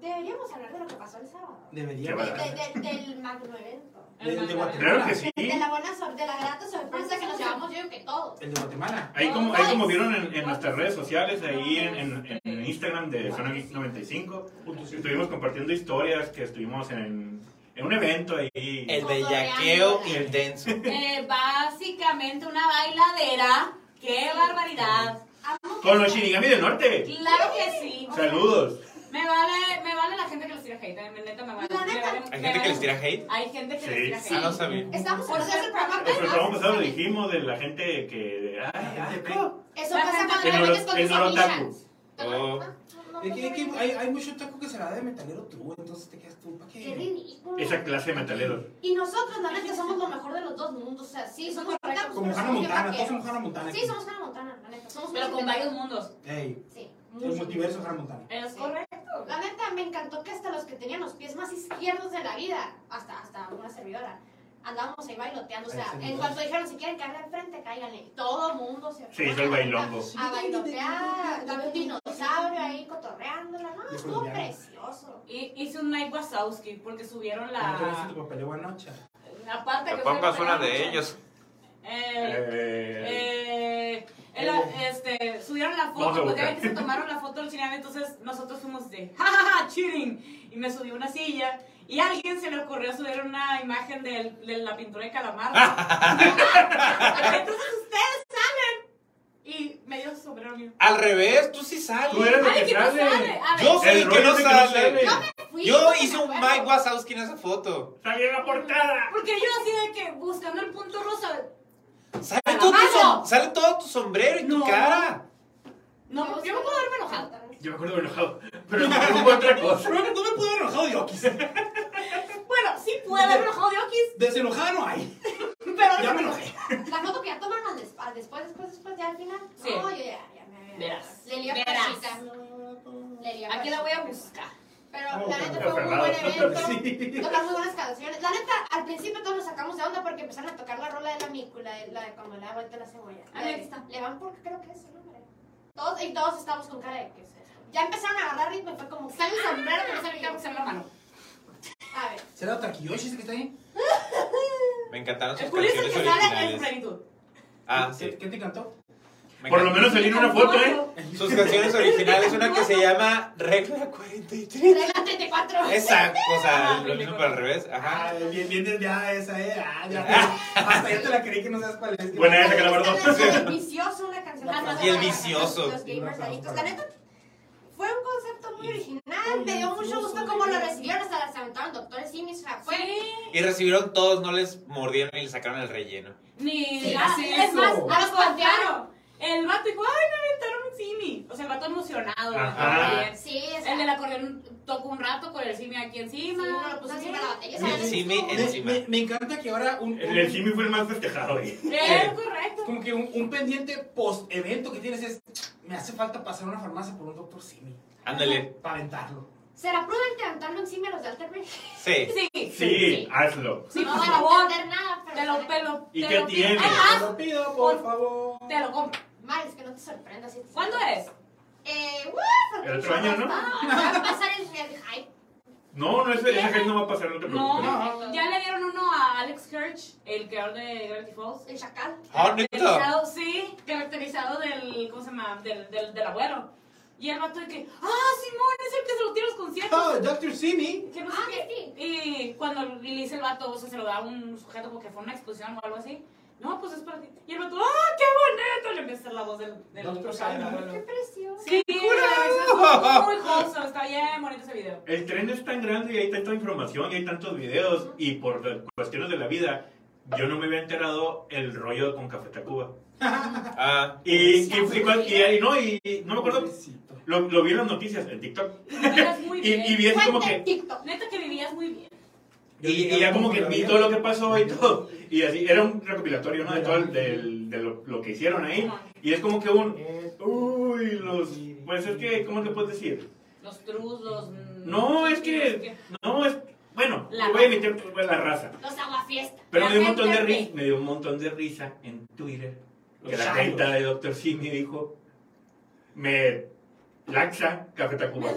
S6: Deberíamos hablar de lo que pasó el sábado.
S1: Qué
S3: Debería.
S1: bárbaro.
S6: De- de- del magno evento.
S3: El de, el de Guatemala.
S1: Claro que sí.
S6: De la buena sor- de la grata sorpresa que nos llevamos yo creo que todos.
S3: El de Guatemala.
S1: Ahí como, ahí como vieron en, en nuestras redes sociales, ahí en, en- en Instagram de Zona Geek 95, estuvimos compartiendo historias que estuvimos en, en un evento ahí.
S4: El bellaqueo intenso.
S2: Eh, básicamente una bailadera. ¡Qué barbaridad!
S6: Amo que-
S1: Con los Shinigami del Norte.
S2: Claro que sí.
S1: Saludos.
S2: Me vale, me vale la gente que les tira hate. eh, Me neta me vale.
S6: La
S2: me
S6: neta.
S2: vale-
S4: Hay
S2: me
S4: gente que
S2: vale-
S4: les tira hate.
S2: Hay gente que
S1: Sí.
S2: les tira
S4: Ah, no
S2: hate.
S4: sabía.
S6: Estamos
S2: Por
S6: por hacer
S2: ser
S6: el programa
S1: El programa pasado lo
S6: de
S1: dijimos de la gente que. ¡Ay, es
S6: Eso
S2: La
S6: pasa
S2: gente-
S6: cuando
S1: El
S6: la
S1: noro-
S6: metes con
S1: el
S6: tus
S1: norotaku.
S6: amigas.
S4: Oh.
S3: Es que, es que hay, hay mucho taco que se la da de metalero tú, entonces te quedas tú. ¿Para qué?
S6: Qué ridículo.
S1: Esa clase de metaleros.
S6: Y nosotros, la neta, somos lo mejor de los dos mundos. O sea, sí, somos otakus,
S3: Como
S6: pero
S3: Hannah
S6: somos
S3: Montana, todos
S6: bien
S3: somos Hannah Montana.
S6: Sí,
S3: aquí.
S6: somos Hannah Montana, la neta. Somos
S2: Pero
S6: muy
S2: con varios
S6: inteligentes.
S2: mundos.
S3: Ey,
S6: Sí,
S3: el
S6: muchos.
S3: multiverso Hannah Montana.
S2: Es
S6: Sí.
S2: correcto.
S6: La neta, me encantó que hasta los que tenían los pies más izquierdos de la vida, hasta, hasta una servidora, andábamos ahí bailoteando. O sea,
S3: Ahí se
S6: en
S3: nos
S6: cuanto dijeron, si quieren caerle al frente, cáiganle. Y Todo mundo se
S1: Sí, hizo el bailongo.
S6: A bailotear, había un dinosaurio ahí cotorreándola. No,
S3: Y
S6: estuvo
S3: colombiano.
S6: precioso.
S2: Y hice un Night Wazowski porque subieron
S6: Ah.
S3: ¿No te viste tu
S2: la,
S3: papeleo anoche?
S2: la parte que
S4: La
S2: fue
S4: pampa es una
S2: la-
S4: de ellos.
S2: Eh,
S1: Eh,
S2: Eh, el- este, subieron la
S1: Vamos a
S2: foto, pues ya
S1: buscar.
S2: ven que se tomaron la foto al final, entonces nosotros fuimos de ¡Ja, ja, ja! ¡Cheating! Y me subí a una silla y a alguien se le ocurrió subir una imagen del- de, la pintura de calamar. entonces ustedes salen y me dio sombrero mío.
S4: Al revés, tú sí sales.
S1: Tú eres-
S2: ¡Ay,
S1: que
S2: que no
S1: sale.
S2: sale! A ver,
S4: Yo soy
S1: El
S4: el
S1: rollo
S4: que no
S1: es el que no
S4: sale.
S1: sale.
S6: Fui,
S4: Yo
S6: me
S4: hice un
S6: acuerdo.
S4: Mike Wazowski en esa foto.
S1: ¡Está bien la portada!
S2: porque yo así de que buscando el punto rosa,
S4: Sale
S2: ¡A la
S4: todo, tu
S2: mano!
S4: som- sale todo tu sombrero y tu
S2: No.
S4: cara.
S2: no, yo me puedo haberme enojado.
S1: Yo me acuerdo enojado, pero me acuerdo otra cosa.
S3: No, no me puedo haber enojado yo, quise.
S2: Bueno, sí pude haberme enojado de Oquis,
S3: Desenojada no hay.
S2: pero
S3: Ya me enojé.
S6: <laughs> La foto que ya tomaron al des- al después, después, después, ya al final.
S2: Sí.
S6: No, yo ya, ya me había.
S2: Verás.
S6: Le lié a
S2: Verás.
S6: Pachita. Le lié
S2: aquí la voy a
S6: Pachita.
S2: buscar.
S6: Pero
S3: Vamos,
S6: la neta
S1: pero
S6: fue un muy
S1: Fernando.
S6: buen
S1: <laughs>
S6: evento.
S3: Sí.
S6: Tocar muy buenas canciones. La neta, al principio todos nos sacamos de onda porque empezaron a tocar la rola de la mico, la de, la de cuando le da vuelta la cebolla.
S2: Ah,
S6: Le-
S2: aquí está.
S6: Le van porque creo que es el nombre. Todos, y todos estábamos con cara de que es eso. Ya empezaron a agarrar ritmo y fue como.
S2: Sale el sombrero, pero no
S6: saben
S2: sabía que usar la mano.
S6: A ver.
S3: ¿Será Takiyoshi ese que está ahí?
S4: Me encantaron sus
S2: El Julio es el
S4: canciones
S2: que sale en
S4: originales.
S2: plenitud.
S4: Ah,
S3: ¿Qué,
S4: sí.
S3: qué te cantó?
S4: me
S1: Por lo
S4: encantan.
S1: menos salí en una foto, ¿eh?
S4: Sus canciones originales, una que se llama Regla 43.
S6: Regla 34.
S4: Esa cosa,
S2: Ah,
S4: lo mismo pero al revés. Ajá.
S3: Ah, bien, bien desde ah, esa, eh. Ah, ya. te- Hasta ya te la creí que no sabes cuál es.
S1: Buena esa que la verdad.
S6: Está la- El vicioso, una canción.
S3: Y
S6: Ah,
S4: el
S6: no,
S4: vicioso.
S6: Los gamers
S3: No,
S6: adictos.
S3: no,
S6: La
S3: no.
S6: neta, fue un concepto muy
S4: Y-
S6: original. Me dio mucho gusto cómo lo recibieron. Hasta las aventaron doctores Simis. O sea, fue.
S4: Y recibieron todos, no les mordieron ni les sacaron el relleno.
S2: Ni
S3: ¿Qué
S2: la-
S3: es
S2: es
S3: eso?
S2: más,
S6: Ah,
S2: nos
S6: los
S2: contaron. El vato dijo, ay, me aventaron un simi. O sea, el vato emocionado.
S1: Ajá.
S2: también.
S6: Sí, o sea,
S2: El del acordeón tocó un rato con el simi aquí
S6: Sí,
S2: encima.
S6: no lo puse encima de la batería. o sea,
S3: Sí,
S6: la neta
S4: sí,
S6: estuvo
S4: me-
S6: muy
S3: Me, me- me encanta que ahora un.
S1: El,
S3: un-
S1: el Jimmy fue el más festejado, ¿eh?
S2: Es correcto.
S3: como que un, un pendiente post-evento que tienes es. Me hace falta pasar a una farmacia por un doctor Simi.
S4: Ándale.
S3: Para aventarlo.
S6: ¿Será prudente aventarlo encima a los de Alterbridge?
S4: Sí.
S2: Sí.
S1: Sí, hazlo.
S2: Sí,
S6: no
S2: por
S6: van a
S2: favor.
S6: entender nada, pero...
S2: Te lo pelo.
S1: ¿Y
S2: te
S1: qué
S2: lo-
S1: tiene?
S2: Ay,
S3: Te
S2: ah,
S3: lo pido,
S2: Por-
S3: por favor.
S2: Te lo compro.
S6: Mal, es que no te sorprendas. si te-
S2: ¿Cuándo es?
S6: Eh, ¡guau!
S1: El otro año, ¿no?
S6: Va a pasar el, el hype.
S1: No, no, ese, ese hate no va a pasar, no te
S2: No.
S1: preocupes.
S6: Perfecto.
S2: Ya le dieron uno a Alex Hirsch, el creador de Gravity Falls.
S6: El chacal.
S4: Ah, neta.
S2: Caracterizado, sí, caracterizado del, ¿cómo se llama? Del, del, del abuelo. Y el vato de que, ah, Simón, es el que se lo tira a los conciertos.
S3: Oh, Doctor Simi.
S2: Pues Que no sé
S6: Ah,
S2: qué.
S6: sí.
S2: Y cuando le dice el vato, o sea, se lo da a un sujeto porque fue una exposición o algo así. No, pues es para ti. Y el vato, ah, qué bonito. Le empieza a hacer la voz del, del
S3: Doctor
S2: del
S3: Simon.
S2: abuelo.
S6: ¡Qué precioso!
S2: Sí, es muy joso, está bien bonito ese video.
S1: El tren es tan grande y hay tanta información y hay tantos videos y por cuestiones de la vida yo no me había enterado el rollo con Café Tacuba.
S4: Ah,
S1: Y,
S6: Pues
S1: y, y cual- y- y no, y, y no me acuerdo,
S3: Pobrecito.
S1: lo, lo vi en las noticias, en TikTok,
S2: Vivías muy
S1: y,
S2: bien.
S1: y vi así como
S6: Fuente
S1: que...
S6: TikTok.
S2: Neta que vivías muy bien.
S1: Y, y ya como que vi todo lo que pasó y todo. Y así, era un recopilatorio, ¿no? De todo el- del- de lo, lo que hicieron ahí.
S2: Ajá.
S1: Y es como que un...
S3: Eh,
S1: Uy, los... Pues es que, ¿cómo te puedes decir?
S2: Los truzos. mm,
S1: No, es
S2: no sé
S1: que...
S2: qué.
S1: No, es... Bueno,
S2: La
S1: voy a emitir pues, la raza.
S6: Los aguafiestas.
S1: Pero
S2: La
S1: me dio, un montón de
S2: gente
S1: ri-
S2: ve.
S1: me dio un montón de risa en Twitter.
S3: Los
S1: Que la
S3: changos.
S1: gente de Dr. Simi dijo, me laxa Café Tacuba.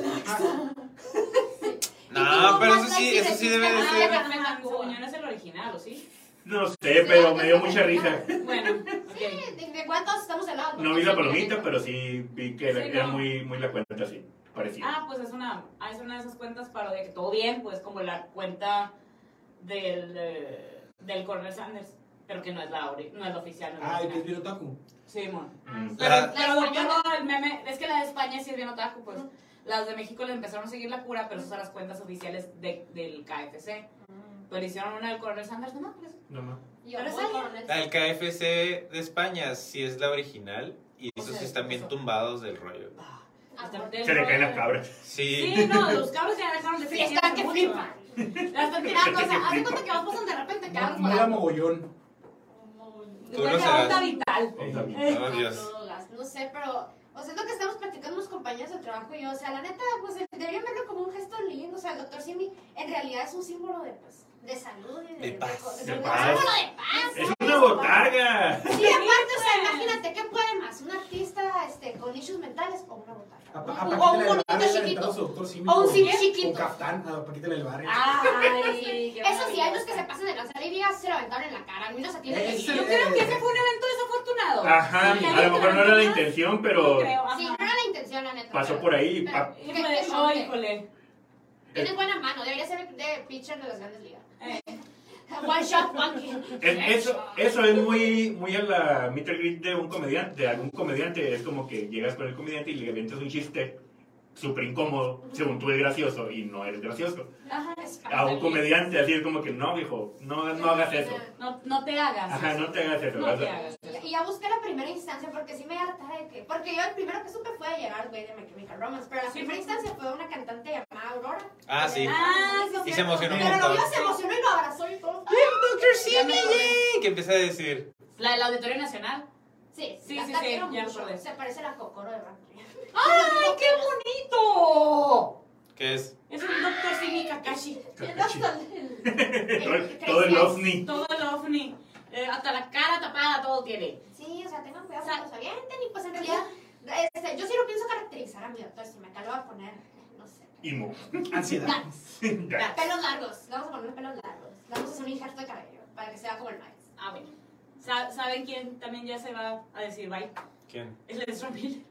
S4: no, pero eso sí, eso sí debe de
S2: Ah,
S4: ser.
S2: pero me tangó. No es el original, ¿o sí?
S1: No sé, pero me dio mucha risa.
S2: Bueno,
S6: Sí,
S2: ok.
S6: ¿de, de cuántos estamos hablando?
S1: No vi la palomita, pero sí vi que era,
S2: Sí,
S1: era
S2: no.
S1: muy, muy la cuenta así, parecía.
S2: Ah, pues es una, ah, es una de esas cuentas para de que todo bien, pues como la cuenta del, eh, del Coronel Sanders, pero que no es la, ori- no es la oficial. No es la
S3: Ay, que es
S2: original.
S3: bien otaku.
S2: Sí, mon.
S1: Mm.
S4: pues, La-
S2: Pero
S6: española.
S2: doctor, el meme, es que la de España sí es bien otaku, pues. Las de México le empezaron a seguir la cura, pero esas son las cuentas oficiales de- del KFC. Pero hicieron una del coronel Sanders, no, pues,
S1: No, no.
S6: Y
S2: Pero
S6: ahora
S2: sale.
S4: La del KFC de España sí es la original y
S2: O
S4: esos
S2: sea,
S4: sí están bien
S2: eso.
S4: tumbados del rollo.
S2: bah,
S6: Ah,
S2: están
S6: bueno.
S2: del
S1: Se le caen las
S2: rollo.
S1: cabras.
S4: Sí.
S2: Sí, no, los cabros ya dejaron de
S6: Sí, están que
S2: mucho.
S6: flipan.
S2: La están tirando, o sea, hace cuenta que vas pasando de repente
S3: Mu-
S2: cabros
S3: Muda
S2: volando.
S3: mogollón.
S4: Tú lo
S2: Una
S4: sabes.
S2: onda vital.
S4: Oh, Dios.
S6: Drogas, no sé, pero. O sea, es lo que estamos platicando unos compañeros del trabajo y yo. O sea, la neta, pues deberían verlo como un gesto lindo. O sea, el doctor Simi en realidad es un símbolo de, pues, de salud y de,
S4: De paz.
S1: De
S6: un
S1: paz.
S6: símbolo de paz.
S1: Es
S6: ¿no?
S1: una botarga.
S6: Sí, aparte, o sea, imagínate, ¿qué puede más? ¿Un artista este, con issues mentales o una
S3: A,
S6: botarga?
S3: a
S6: Un-
S3: Paquita
S6: O
S3: la
S6: un
S3: del
S6: bonito
S3: barrio le
S6: chiquito.
S3: aventaron su doctor Simi
S6: O un
S3: con-
S6: Simi
S3: Con
S6: chiquito.
S3: caftán a Paquita la del barrio.
S2: Ay, qué
S6: Eso sí, hay
S2: maravilla.
S6: unos que se pasan de lanzar y ya se lo aventaron en la cara. A mí no se tiene que
S3: Ese-
S6: Sí,
S2: Yo creo que ese fue un evento desafortunado.
S1: Ajá,
S2: Sí,
S1: a lo mejor no era la intención,
S2: No
S1: pero
S2: creo, ajá.
S6: no era la intención, la neta.
S1: pasó
S6: pero-
S1: por ahí.
S6: pero-
S1: pa-
S6: ¿qué-
S2: Y
S6: qué
S2: fue-
S6: shock,
S2: oh,
S6: eh?
S2: híjole.
S6: Tienes buena mano, debería ser de pitcher de las grandes ligas. <laughs>
S2: Eh.
S6: One shot, one kill.
S1: es- eso, eso es muy, muy a la meet and greet de un comediante, de algún comediante. Es como que llegas con el comediante y le avientas un chiste súper incómodo, según tú eres gracioso, y no eres gracioso.
S2: Ajá, es-
S1: A un comediante así es como que, no, viejo, no, no hagas eso.
S2: No, no te hagas.
S1: Ajá, no te hagas eso.
S2: No
S1: vas
S2: te
S1: a-
S2: hagas.
S6: Y- Y ya busqué la primera instancia porque sí me harta de que. Porque yo el primero que supe fue de Gerard Way de My Chemical Romance. Pero la primera instancia fue una cantante llamada Aurora.
S4: Ah, sí.
S2: Ah, sí,
S4: Y se emocionó un
S6: Pero lo vio,
S4: montón.
S6: se emocionó y lo abrazó y todo.
S4: Doctor
S6: Ya me acordé.
S4: Que empieza a decir.
S2: La del Auditorio Nacional.
S6: Sí,
S2: Sí,
S6: la-
S2: sí,
S6: la
S2: sí, ya
S6: quiero
S2: me
S6: mucho.
S2: acordé.
S6: Se parece a la Cocoro de Rampollo.
S2: ¡Ay, qué bonito!
S4: ¿Qué es?
S2: Es un doctor Simi Kakashi.
S1: <laughs> Todo- Todo el ovni.
S2: Todo el ovni. Eh, hasta la cara tapada todo tiene.
S6: Sí, o sea, tengan cuidado cuando se avienten y pues en realidad, este, yo sí lo pienso caracterizar a mi doctor, si me acá lo voy a poner, no sé,
S1: Imo.
S6: Ah,
S3: Ansiedad.
S1: <laughs> Ya.
S6: pelos largos, le vamos a poner pelos largos, le vamos a hacer un injerto de cabello para que sea como el Miles.
S2: Ah, bueno. Sa- ¿Saben quién también ya se va a decir bye?
S4: ¿Quién?
S2: El Ezra Miller.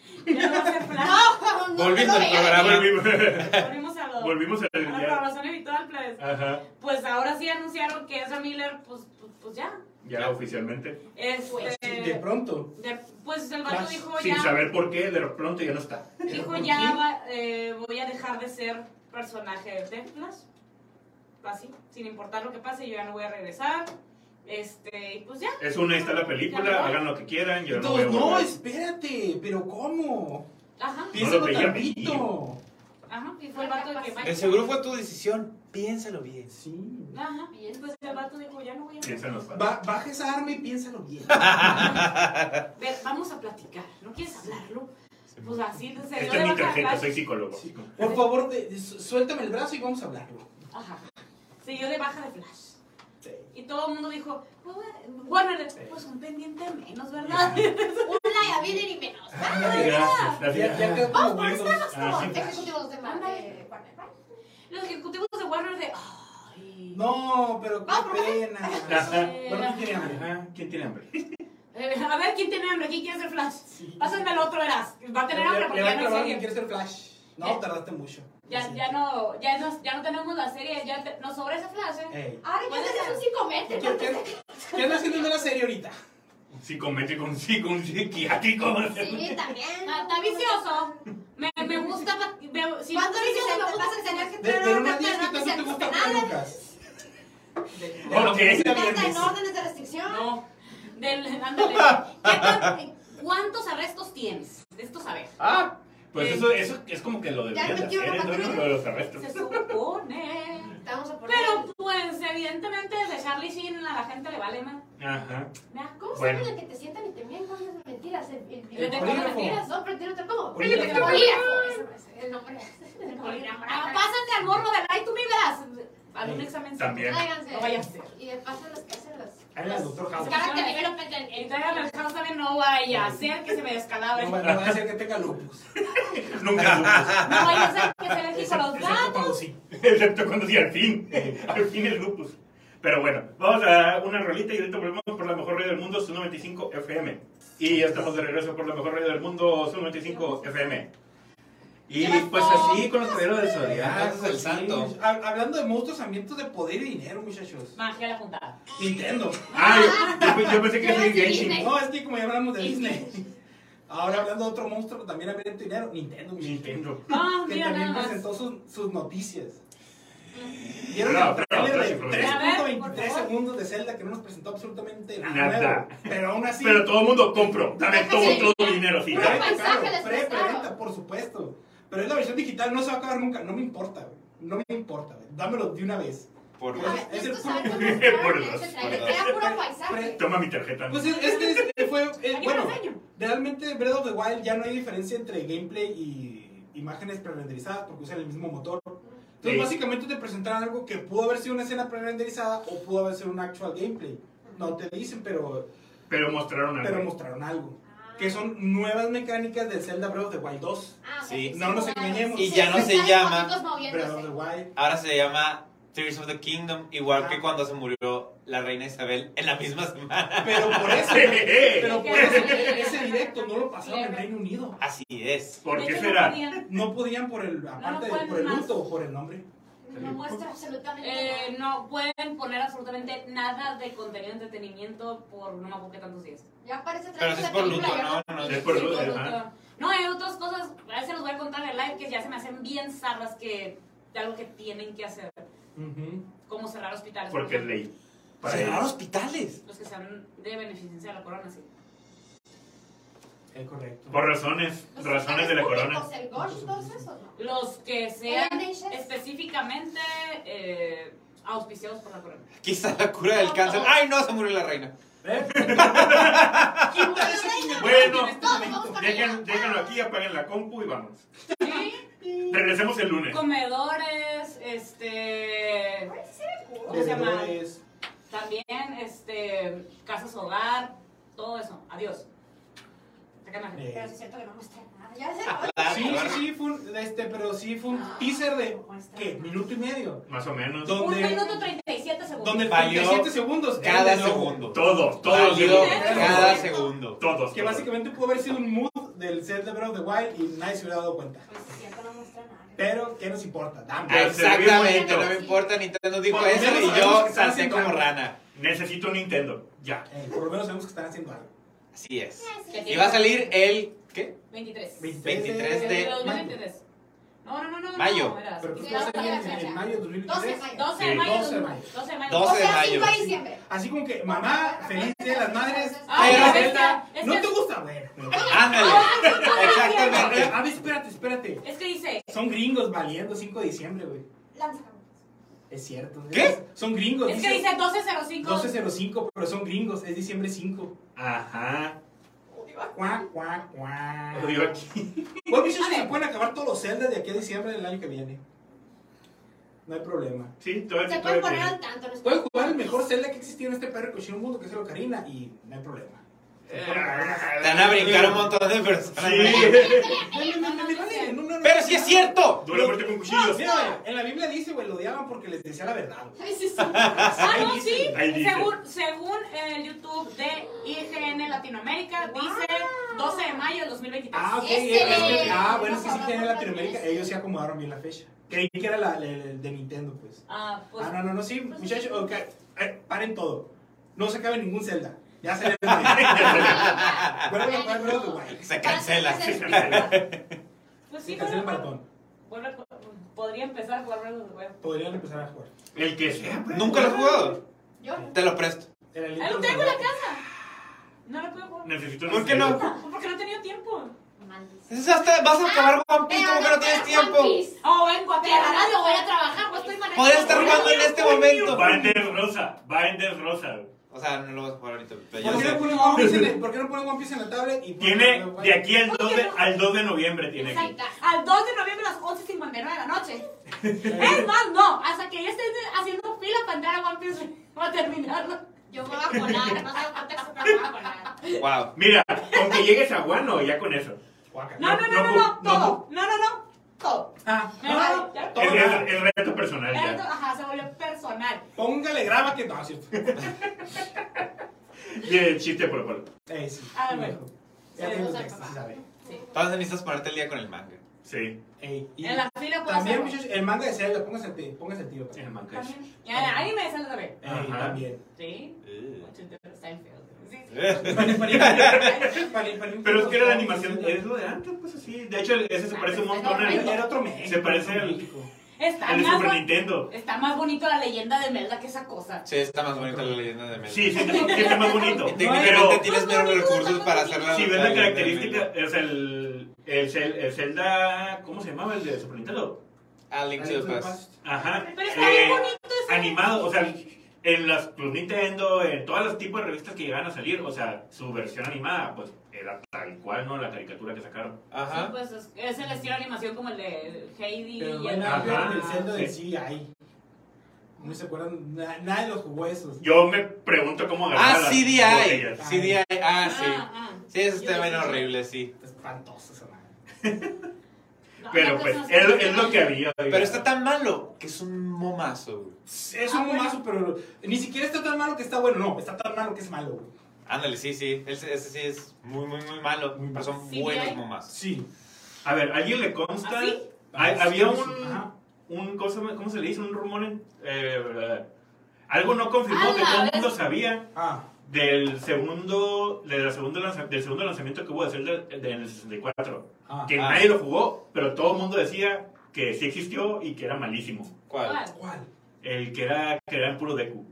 S2: <laughs> Ya no va a hacer plan.
S6: No, no,
S4: Volviendo al programa.
S1: Volvimos- <laughs>
S2: Volvimos a lo-
S1: Volvimos
S2: a
S1: al
S2: la
S1: ya.
S2: programación habitual, plebes.
S1: Ajá,
S2: Pues ahora sí anunciaron que Ezra Miller, pues, pues, pues ya.
S1: ya oficialmente.
S2: Este,
S3: De pronto.
S2: de- pues el vato
S3: Las-
S2: dijo
S1: Sin
S2: ya.
S1: saber por qué, de pronto ya no está.
S2: Dijo ya va- eh, voy a dejar de ser personaje de Flash. Así, sin importar lo que pase, yo ya no voy a regresar. Este, y pues ya.
S1: Es una, está la
S2: Ya me
S1: película,
S2: voy.
S1: hagan lo que quieran. Yo no voy a
S3: Entonces, no,
S1: volver.
S3: espérate, pero ¿cómo?
S2: Ajá,
S3: Piénsalo
S1: veía
S3: tantito.
S2: ajá. Y fue el vato de que
S4: De seguro fue tu decisión. Piénsalo bien.
S3: Sí.
S2: Ajá. Y pues el vato dijo, ya no voy a
S1: Piensa en los fans.
S3: Ba- baja esa arma y piénsalo bien.
S2: Ver, vamos a platicar. ¿No quieres hablarlo? Pues así, se dio
S1: Esta
S2: de
S1: es mi
S2: baja
S1: tarjeta,
S2: Flash.
S1: soy psicólogo.
S3: Sí. Por favor, de- de- su- suéltame el brazo y vamos a hablarlo.
S2: Ajá. Se dio de baja de Flash.
S3: Sí.
S2: Y todo el mundo dijo, Warner, pues un pendiente menos, ¿verdad?
S6: Un liability menos.
S1: Ay, gracias,
S3: Ya,
S1: gracias.
S3: ya quedó
S6: Vamos
S3: como
S6: por
S3: huevos.
S1: Ah, sí.
S6: Ejecutivos de Marvel.
S2: <laughs> Los ejecutivos de Warner de, ay.
S3: No, pero qué
S6: Vamos,
S3: pena.
S1: Ajá.
S2: eh,
S3: Bueno, ¿quién tiene hambre?
S1: Ajá, ¿Quién tiene hambre?
S2: eh, a ver, ¿quién tiene hambre? ¿Quién quiere hacer Flash? Pásame el otro, verás. Va a tener hambre
S3: Le
S2: porque
S3: le va
S2: ya
S3: a
S2: no hay
S3: clavar que
S2: serie.
S3: quiere ser Flash. No,
S2: Ya.
S3: tardaste mucho.
S2: Ya, ya, no, ya, no, ya no tenemos la serie, ya te- nos sobra esa Flash, ¿eh?
S3: Ey.
S6: Ahora ya
S2: Puede
S6: se
S2: ser.
S6: hace un psicométrico.
S3: ¿Qué qué andas haciendo en la serie ahorita?
S1: Psicométrico, un psico, un psiquiátrico.
S6: Sí, también.
S2: Ah, está vicioso. Me, me gusta. pa- me- si
S6: ¿Cuántos
S2: no,
S6: años
S2: me
S6: se te
S2: gusta-
S6: pasa que tenías que
S3: De,
S6: tener
S3: de
S6: una
S3: unos días que
S6: persona
S3: tanto te gusta
S6: que
S3: Juan
S6: se
S3: Lucas.
S1: Ok.
S3: Ya
S6: Carta
S3: viernes.
S6: en órdenes de restricción.
S2: No. Del, ándale. ¿Qué tan- ¿Cuántos arrestos tienes? De esto saber.
S1: Ah, pues eso, eso es como que lo
S6: Ya
S1: deberían de
S6: metieron
S1: hacer,
S6: la
S1: ¿eh? no
S6: patrulla.
S1: lo de los arrestos.
S2: <laughs> Se supone.
S6: Te vamos a poner.
S2: Pero pues, evidentemente, de Charlie Sheen a la gente le vale más.
S1: Ajá.
S2: Nah,
S6: ¿Cómo
S1: Bueno.
S6: saben de que te sientan y te miran con esas mentiras? El, el,
S2: El
S6: el
S3: polígrafo.
S6: mentiras, no, pero tiene otro como.
S3: El polígrafo.
S6: Eso no es, El nombre es. El polígrafo.
S2: Ah, Pásate al morro de Ray, tú me verás. Hazle un examen.
S1: También.
S6: Tráiganse.
S2: No vaya a ser.
S6: Y de paso los que hacen los.
S3: Háganle al doctor House.
S6: Cara que development en-
S2: Y
S6: en-
S2: tráigame el house también, no vaya a ser que se me descalabre.
S3: No,
S2: No
S3: va- no va a ser que tenga lupus.
S1: Nunca lupus.
S2: vaya a ser que se les dijo los
S3: Excepto- excepto
S2: gatos.
S3: cuando sí.
S1: <laughs> Excepto cuando sí, al fin.
S3: <laughs>
S1: Al fin el lupus. Pero bueno, vamos a una rolita y ahorita volvemos por la mejor radio del mundo, su 95 FM. Y ya estamos de regreso por la mejor radio del mundo, su 95 FM. Y pues así con los caballeros del
S4: Ah,
S1: zodiaco.
S4: es el santo.
S3: Sí, hab- Hablando de monstruos hambrientos de poder y dinero, muchachos.
S2: Magia la juntada.
S3: Nintendo.
S1: Ay, yo, yo pensé que era
S6: Yo
S1: el
S6: decía
S1: Genshin.
S6: Disney.
S3: No, es que como ya hablamos de Disney. Ahora hablando de otro monstruo que también había dinero, Nintendo. mi
S1: Nintendo.
S2: Ah,
S3: Que
S2: mira,
S3: también
S2: nada más.
S3: presentó sus, sus noticias. Vieron
S1: No,
S3: el
S1: pero
S3: trailer
S1: otras
S3: de
S1: influencias.
S2: A
S3: 3.23
S2: ver, por favor.
S3: segundos de Zelda que no nos presentó absolutamente
S1: Nada.
S3: nuevo. Pero aún así.
S1: Pero todo el mundo compro. Dame todo, todo tu dinero, sí.
S6: Puro
S3: Preventa,
S6: paisaje
S3: claro,
S6: les
S3: pre-
S6: prestaron.
S3: preventa, por supuesto. Pero es la versión digital, no se va a acabar nunca. No me importa, güey. No me importa, güey. Dámelo de una vez.
S4: Por
S6: A ver,
S4: los-
S3: Es el
S6: necesito saber
S3: puro-
S6: Ah, cómo mostraron
S1: por
S6: ese
S1: dos,
S6: trailer,
S4: por
S6: que Era
S3: dos.
S6: puro paisaje.
S1: Toma mi tarjeta.
S3: Pues es, es que es- fue. eh,
S2: Aquí
S3: bueno,
S2: me enseño.
S3: realmente Breath of the Wild ya no hay diferencia entre gameplay y imágenes prerenderizadas porque usan el mismo motor. Entonces,
S1: Sí.
S3: básicamente te presentaron algo que pudo haber sido una escena prerenderizada o pudo haber sido un actual gameplay. No te dicen, pero,
S1: Pero mostraron algo.
S3: pero mostraron algo.
S6: Ah.
S3: Que son nuevas mecánicas de Zelda Breath of the Wild 2.
S6: Ah, ok,
S4: Sí.
S6: sí,
S3: No nos
S6: claro.
S3: engañemos.
S4: Y ya no se
S6: están
S4: llama
S6: los mojitos
S3: Breath of the
S6: moviéndose.
S3: Wild.
S4: Ahora se llama Tears of the Kingdom, igual
S3: Ah.
S4: que cuando se murió la reina Isabel en la misma semana.
S3: Pero por eso, pero por eso ese directo no lo pasaron en Reino Unido.
S4: Así es.
S1: ¿Por
S2: De
S1: qué
S2: hecho,
S1: será?
S2: No podían.
S3: No podían por el, aparte de- por el luto o por el nombre.
S6: No muestra absolutamente
S2: Eh, no pueden poner absolutamente nada de contenido de entretenimiento por no me acuerdo qué tantos días.
S6: nada. Ya parece
S4: Pero si es por luto, no, no.
S1: Es por
S2: Sí,
S1: luto,
S2: por
S1: ajá.
S2: luto. No, hay otras cosas, a se los voy a contar en el live que ya se me hacen bien zarras que de algo que tienen que hacer,
S3: Ujú.
S2: como cerrar hospitales. por
S1: Porque es
S2: ejemplo.
S1: ley. Para
S4: Cerrar
S1: ellos.
S4: hospitales.
S2: Los que se han de beneficencia de la corona, sí.
S3: Es correcto.
S1: Por razones,
S6: Pues
S1: razones de la corona.
S6: ¿El Gosh, entonces, o no?
S2: Los que sean
S6: NHS.
S2: específicamente eh, auspiciados por la corona.
S4: Quizá la cura del
S3: <laughs>
S4: cáncer. ¡Ay, no! Se murió la reina.
S3: ¿Eh? <laughs>
S1: Bueno,
S6: Todos vamos para
S1: Pues dejen-
S6: allá.
S1: déjenlo aquí, apaguen la compu y vamos. Regresemos el lunes.
S2: Comedores, este,
S3: Eh.
S2: ¿Cómo se llama?
S3: Bebedores.
S2: también, este, casas hogar, todo eso. Adiós. Sacan a-
S3: Eh,
S6: Pero sí es cierto que no muestra nada. Ya se lo
S3: Sí, sí, sí, fue un, este, pero sí fue Ah,
S6: Ah.
S3: un teaser de, ¿qué? Minuto y medio.
S1: Más o menos.
S3: Do-
S2: Un
S3: ¿Dónde?
S2: minuto 37 segundos.
S3: Donde
S4: Valió
S3: 37 segundos. era
S4: Cada
S3: de logo.
S4: segundo.
S1: Todos, todos.
S4: Valió
S1: seguro.
S4: cada segundo.
S1: Todos.
S3: Que básicamente pudo haber sido un mood del set de Breath of the Wild y nadie se hubiera dado cuenta.
S6: Pues es cierto, no muestra nada.
S3: Pero, ¿qué nos importa? Dame.
S1: Al
S4: Exactamente,
S1: servir
S4: no
S1: bonito.
S4: me importa. Nintendo dijo
S3: Por lo
S4: eso
S3: menos
S4: y
S3: sabemos
S4: yo
S3: que están
S4: salté
S3: haciendo
S4: como
S3: algo.
S4: rana.
S1: Necesito un Nintendo. Ya.
S3: Eh, por lo menos sabemos que están haciendo algo.
S4: Así es.
S2: Que
S4: Y va a salir el. ¿Qué?
S2: 23.
S4: 23 de-
S2: Desde
S3: mayo.
S2: 2023. No, no, no, no. no,
S4: Mayo.
S2: verás.
S3: Pero pues, tú
S6: Sí,
S3: estás
S6: vamos a
S3: en,
S6: la fecha.
S3: en mayo de
S6: 12 de
S3: 2023.
S6: mayo.
S2: 12 de
S1: Sí,
S2: mayo.
S3: 12 de mayo.
S2: 12 de mayo.
S4: 12
S6: O
S4: de
S6: sea,
S4: mayo.
S6: 5 de diciembre.
S3: Así como que, mamá, feliz día de las madres.
S6: Ay,
S3: pero
S4: la
S6: bestia,
S2: Ah, es
S3: ¿No
S2: que-
S3: te
S2: <laughs>
S3: gusta? Bueno. <laughs>
S4: Ándale. Exactamente.
S3: A ver, espérate, espérate.
S2: Es que dice,
S3: Son gringos valiendo 5 de diciembre, güey.
S6: Lanza.
S3: Es cierto.
S4: ¿Qué?
S3: Es- Son gringos.
S2: es que dice 12.05.
S3: 12.05, pero son gringos. Es diciembre 5.
S1: Ajá.
S3: Cuá, cuá, cuá.
S1: Lo digo aquí. <laughs>
S3: Bueno, muchachos,
S2: A ver.
S3: se pueden acabar todos los celdas de aquí a diciembre del año que viene. No hay problema.
S1: Sí, todavía
S6: Se
S1: sí,
S6: pueden
S1: todavía
S6: poner
S1: tiene.
S6: al tanto. no es-
S3: Pueden jugar el mejor celda que existió en este perro cochino mundo, que es el Ocarina, y no hay problema. Se pueden acabar.
S4: Te Eh, van a brincar un montón de personas.
S1: Sí.
S3: No, no, no, <laughs> no, no, no, no, no.
S4: Pero sí es cierto.
S1: Duele muerte con cuchillos.
S3: Mira, güey, en la Biblia dice, güey, lo odiaban porque les decía la verdad. güey.
S6: Ay, sí, sí.
S2: <laughs> Ah, no,
S3: Ahí
S2: sí.
S3: dice.
S1: Ahí dice.
S2: Según, según el YouTube de IGN Latinoamérica, dice 12 de mayo del 2023.
S3: Ah, ok.
S6: Ese.
S3: es que- ah, bueno, es que sí que en Latinoamérica ellos se acomodaron bien la fecha. Creí que era la, la- la- de Nintendo, pues.
S2: Ah, pues.
S3: Ah, no, no, no, sí, muchachos, ok, eh, paren todo. No se acabe ningún Zelda.
S2: <laughs>
S3: Ya se le Vuelve a jugar Breath of the Wild.
S4: Se cancela.
S2: Pues
S3: Se
S2: sí,
S3: cancela
S2: bueno,
S3: el maratón.
S2: vuelve a- podría empezar a jugar Breath of the Wild.
S3: Podrían empezar a jugar.
S1: El que sea. pues.
S4: Nunca lo he jugado.
S6: Yo no.
S4: Te lo presto.
S3: Era el
S2: Ah, lo
S3: intro
S2: tengo en
S3: de-
S2: la casa. No lo puedo jugar.
S1: Necesito un
S4: ¿Por qué
S1: Nintendo.
S4: no?
S2: Porque no he tenido tiempo.
S6: Maldición.
S4: Eso hasta- vas a acabar One Piece
S6: Pero
S4: como que no tienes tiempo.
S2: Oh, en
S6: Pero
S2: Guatemala.
S6: ahora lo voy a trabajar, pues
S4: <laughs>
S6: estoy manejando.
S4: Podrías estar jugando en este momento.
S1: Binder Rosa. Binder Rosa.
S4: O sea, no lo vas a jugar ahorita. Pero yo
S3: ¿Por qué no
S4: sé.
S3: ponen One Piece en el- ¿Por qué no ponen One Piece en la tablet? y ponen
S1: Tiene
S3: Breath of the
S1: de
S3: Wild?
S1: aquí al 2 de, al 2 de noviembre. Tiene aquí.
S6: Exacto.
S2: Al 2 de noviembre a las 11.59 de la noche. Es más, no, hasta que yo esté haciendo fila para entrar a One Piece voy a terminarlo.
S6: Yo me voy a colar, no sé cuánto es, pero me voy a colar.
S4: Wow.
S1: Mira, con que llegues a Guano, ya con eso.
S3: Guácala.
S2: No, no, no, no, no, todo. No, no, no, todo.
S3: Ah,
S2: Me
S3: ah,
S2: voy, ya.
S3: todo
S1: El,
S3: mal.
S1: reto- el reto personal
S2: Esto,
S1: ya.
S2: ajá, se volvió personal.
S3: Póngale graba que no, es cierto.
S1: Y el chiste por favor.
S3: Eh, sí.
S2: Ah,
S3: sí,
S2: bueno.
S3: hijo.
S2: Sí,
S3: Ya tengo
S2: no sé,
S3: texto,
S2: papá.
S3: sí sabe.
S4: Entonces necesitas ponerte el día con el manga.
S1: Sí.
S3: Ey, y
S2: En la fila puedo
S3: también,
S2: hacerlo.
S3: muchachos, el manga de Zelda, póngase al tío, póngase al tío. también.
S1: El manga.
S2: También. Y ahí me sale también.
S1: <laughs>
S3: Ey,
S1: Ajá.
S3: también.
S2: Sí.
S4: Eh.
S2: Está bien feo. Sí, <laughs>
S1: Pero es que era de animación, es lo de antes, pues así. De hecho, ese se parece un montón al.
S3: Era otro México.
S1: Se parece al-
S3: México.
S2: Está
S1: al de
S2: más,
S1: Super
S2: bon-
S1: Nintendo.
S2: está más bonito la leyenda de Melda que esa cosa.
S4: Sí, está más bonita la leyenda de Mel.
S1: Sí, sí, sí, está más bonito.
S4: Y
S1: Pero
S4: técnicamente tienes menos recursos para hacerla.
S1: si ves la característica, o sea, el, el, Cel- el Zelda, ¿cómo se llamaba el de Super Nintendo?
S4: A Link to the Past.
S3: pues,
S1: Ajá. Eh,
S2: Pero está bien bonito ese.
S1: Animado, o sea, en las Club Nintendo, en todos los tipos de revistas que llegaban a salir, o sea, su versión animada, pues era tal cual, ¿no? La caricatura que sacaron.
S2: Sí,
S4: Ajá.
S2: pues es, es el estilo de animación como el de Heidi
S3: Pero
S2: y
S3: no hay
S2: el
S3: nada que ver
S1: Ajá,
S3: con el Zelda de
S1: sí.
S3: sí hay. No se acuerdan, na- nadie los jugó esos.
S1: Yo me pregunto cómo agarrar
S4: Ah,
S1: las
S4: CDI.
S1: botellas.
S4: CDI. Ah, sí.
S2: Ah, ah.
S4: Sí, eso
S2: Yo
S4: está bien
S2: sí.
S4: horrible, sí.
S3: Espantoso esa madre.
S2: No,
S1: Pero
S2: no,
S1: pues,
S2: no,
S1: es,
S2: no,
S1: es lo que había.
S4: Pero está tan malo que es un momazo, güey.
S3: Es un momazo, pero ni siquiera está tan malo que está bueno. No, está tan malo que es malo. güey.
S4: Ándale, sí, sí. Ese, ese sí es muy, muy, muy malo. Pero son
S2: Sí,
S4: buenos
S2: hay.
S4: momazos.
S3: Sí.
S1: A ver, ¿a ¿alguien le consta?
S2: ¿Ah, sí?
S1: Hay-
S3: Sí,
S1: había
S3: sí,
S1: un,
S3: ajá.
S1: un cosa, ¿cómo se le dice? Un rumor, en- eh, algo no confirmó
S6: Ah,
S1: que
S6: la
S1: todo el
S6: vez.
S1: mundo sabía.
S3: Ah,
S1: del segundo, de la segunda lanza- del segundo lanzamiento que hubo de Zelda eh, de- en el 64.
S3: ah.
S1: Que
S4: Ah.
S1: nadie lo jugó, pero todo el mundo decía que sí existió y que era malísimo.
S4: ¿Cuál?
S2: ¿Cuál?
S3: ¿Cuál?
S1: El que era, que era en puro Deku.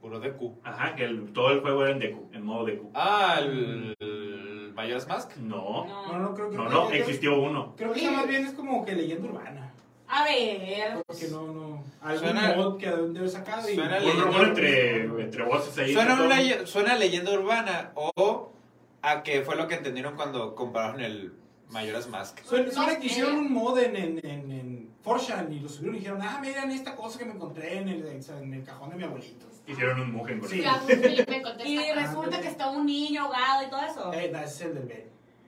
S4: Puro de Q.
S1: Ajá, que el- todo el juego era en Deku, en modo Deku.
S4: Ah, el, el Majora's Mask.
S1: No,
S3: No,
S2: No.
S3: no, creo que
S1: no,
S3: creo
S1: no,
S3: que-
S1: existió uno.
S3: Creo que esa más bien es como que leyenda urbana.
S2: A ver.
S3: Porque no, no. Algún
S4: Suena-
S3: mod que deben de haber sacado. y-
S4: suena
S1: Un
S4: leyenda
S1: rumor
S4: urbana.
S1: entre, entre voces ahí.
S4: Suena,
S1: todo.
S4: un leye- suena leyenda urbana o a que fue lo que entendieron cuando compararon el Majora's Mask.
S3: Suena, suena
S6: No
S3: que
S6: sé.
S3: hicieron un mod en, en, en, en 4chan y lo subieron y dijeron, ah, miren esta cosa que me encontré en el, en el cajón de mi abuelito.
S1: Hicieron un mugen con
S3: Sí.
S1: eso.
S6: me contesta.
S2: Y
S3: Ah,
S2: resulta
S3: ok.
S2: que está un niño ahogado y todo eso.
S3: Eh, no, ese es el del Ben.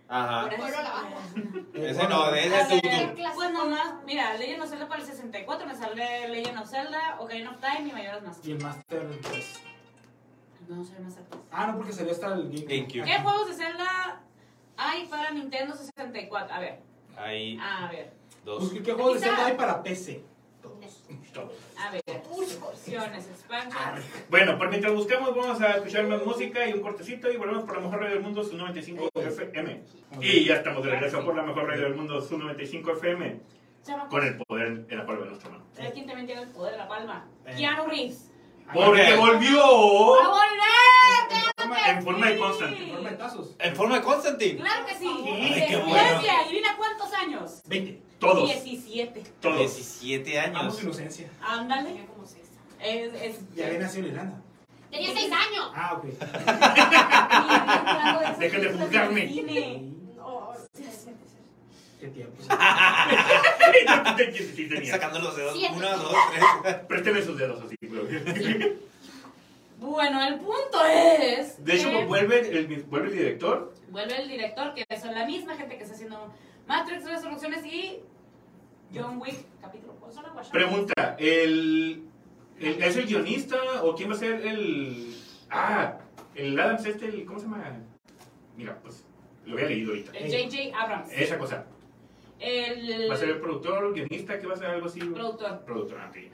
S4: Ajá.
S2: Por eso-
S6: Bueno, la baja.
S3: Eh,
S4: Ese
S3: bueno,
S4: no, de
S2: A
S4: ese tú,
S2: ver,
S4: tú.
S2: pues nomás, mira, Legend of Zelda para el 64, me sale Legend of Zelda, Ocarina of Time y Mayoras más.
S3: Y el Master, pues.
S2: No sé más altos.
S3: Ah, no, porque salió hasta el GameCube.
S4: GameCube.
S2: ¿Qué juegos de Zelda hay para Nintendo 64? A ver,
S4: Ahí,
S2: a ver,
S4: dos.
S3: Busqué qué juegos de
S6: Quizá.
S3: Zelda hay para PC.
S6: <laughs>
S2: a ver. Opciones, expansion.
S1: Bueno, por mientras buscamos, vamos a escuchar más música y un cortecito y volvemos por la mejor radio del mundo, su 95 FM. Y ya estamos de regreso por la mejor radio del mundo, su 95 FM,
S2: Chamaco,
S1: con el poder en la palma de nuestra mano.
S2: ¿sabes quién también tiene el poder de la palma?
S3: Eh.
S2: Keanu Reeves.
S3: Ah,
S1: Porque
S4: Ok.
S2: ¡Va a
S1: volvió
S2: volver!
S1: en forma de
S3: En forma de
S1: Constantine.
S3: tazos.
S4: En forma de Constantine.
S2: ¡Claro que sí!
S1: Ay, qué
S2: Después
S4: bueno.
S2: de, adivina cuántos años.
S3: 20.
S1: Todos,
S2: 17.
S1: todos.
S4: 17
S3: Vamos
S4: años.
S3: inocencia.
S2: Ándale.
S6: Tenía como seis años.
S2: Es, es,
S3: Ya había nacido en Irlanda.
S6: Tenía seis años.
S3: Ah, ok.
S1: <laughs> Deja de juzgarme.
S2: juzgarme.
S6: No, siete,
S3: Qué
S4: <laughs>
S3: tiempo. Ah,
S1: <laughs> Sí, tenía.
S4: Sacando los dedos.
S6: Siete.
S4: Uno, dos, tres.
S1: Présteme sus dedos así. güey.
S2: Bueno, el punto es.
S1: De hecho, pues,
S2: que
S1: vuelve el, vuelve el director.
S2: vuelve el director, que son la misma gente que está haciendo Matrix Resurrecciones y John Wick, capítulo. ¿cuál son las guachas?
S1: Pregunta, ¿el, el- es el guionista o quién va a ser el... Ah, el Adams este, el, ¿cómo se llama? Mira, pues lo había leído ahorita.
S2: El J.J. Abrams.
S1: Esa cosa.
S2: El
S1: Eh, ¿Va a ser el productor, guionista, que va a ser algo así?
S2: productor.
S1: Productor, ah, ok, ok.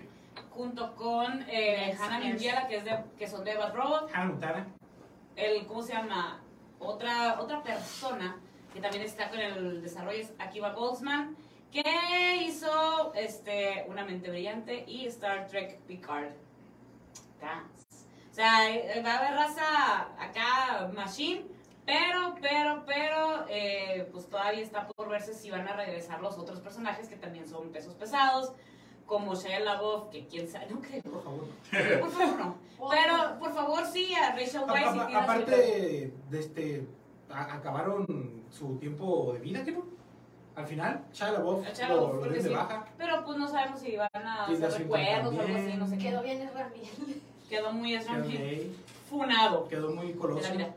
S2: Junto con eh, Hannah Mingiela, que, es de, que son de Bad Robot.
S3: Hannah Montana.
S2: el cómo se llama otra otra persona que también está con el desarrollo es Akiva Goldsman que hizo este una mente brillante y Star Trek Picard Dance. o sea eh, va a haber raza acá machine pero pero pero eh, pues todavía está por verse si van a regresar los otros personajes que también son pesos pesados como Shia LaBeouf que quién sabe <laughs> no creo
S3: Por favor.
S2: por favor no pero por favor sí a Rachel
S3: A-
S2: Weisz
S3: a-
S2: y Tina Silver.
S3: aparte de este a- acabaron su tiempo de vida creo al final Shia LaBeouf
S2: A Shia
S3: lo,
S2: LaBeouf,
S3: lo
S2: porque
S3: dieron de
S2: sí.
S3: baja
S2: Pero pues no sabemos si van a
S3: Tilda
S2: hacer
S3: Swinton
S2: recuerdos o algo así,
S3: también.
S2: no sé qué.
S6: Quedó bien el Ramírez.
S2: Quedó muy Ezra
S3: quedó,
S2: Miller
S3: gay,
S2: funado
S3: quedó muy
S2: de la
S3: coloso
S2: vida.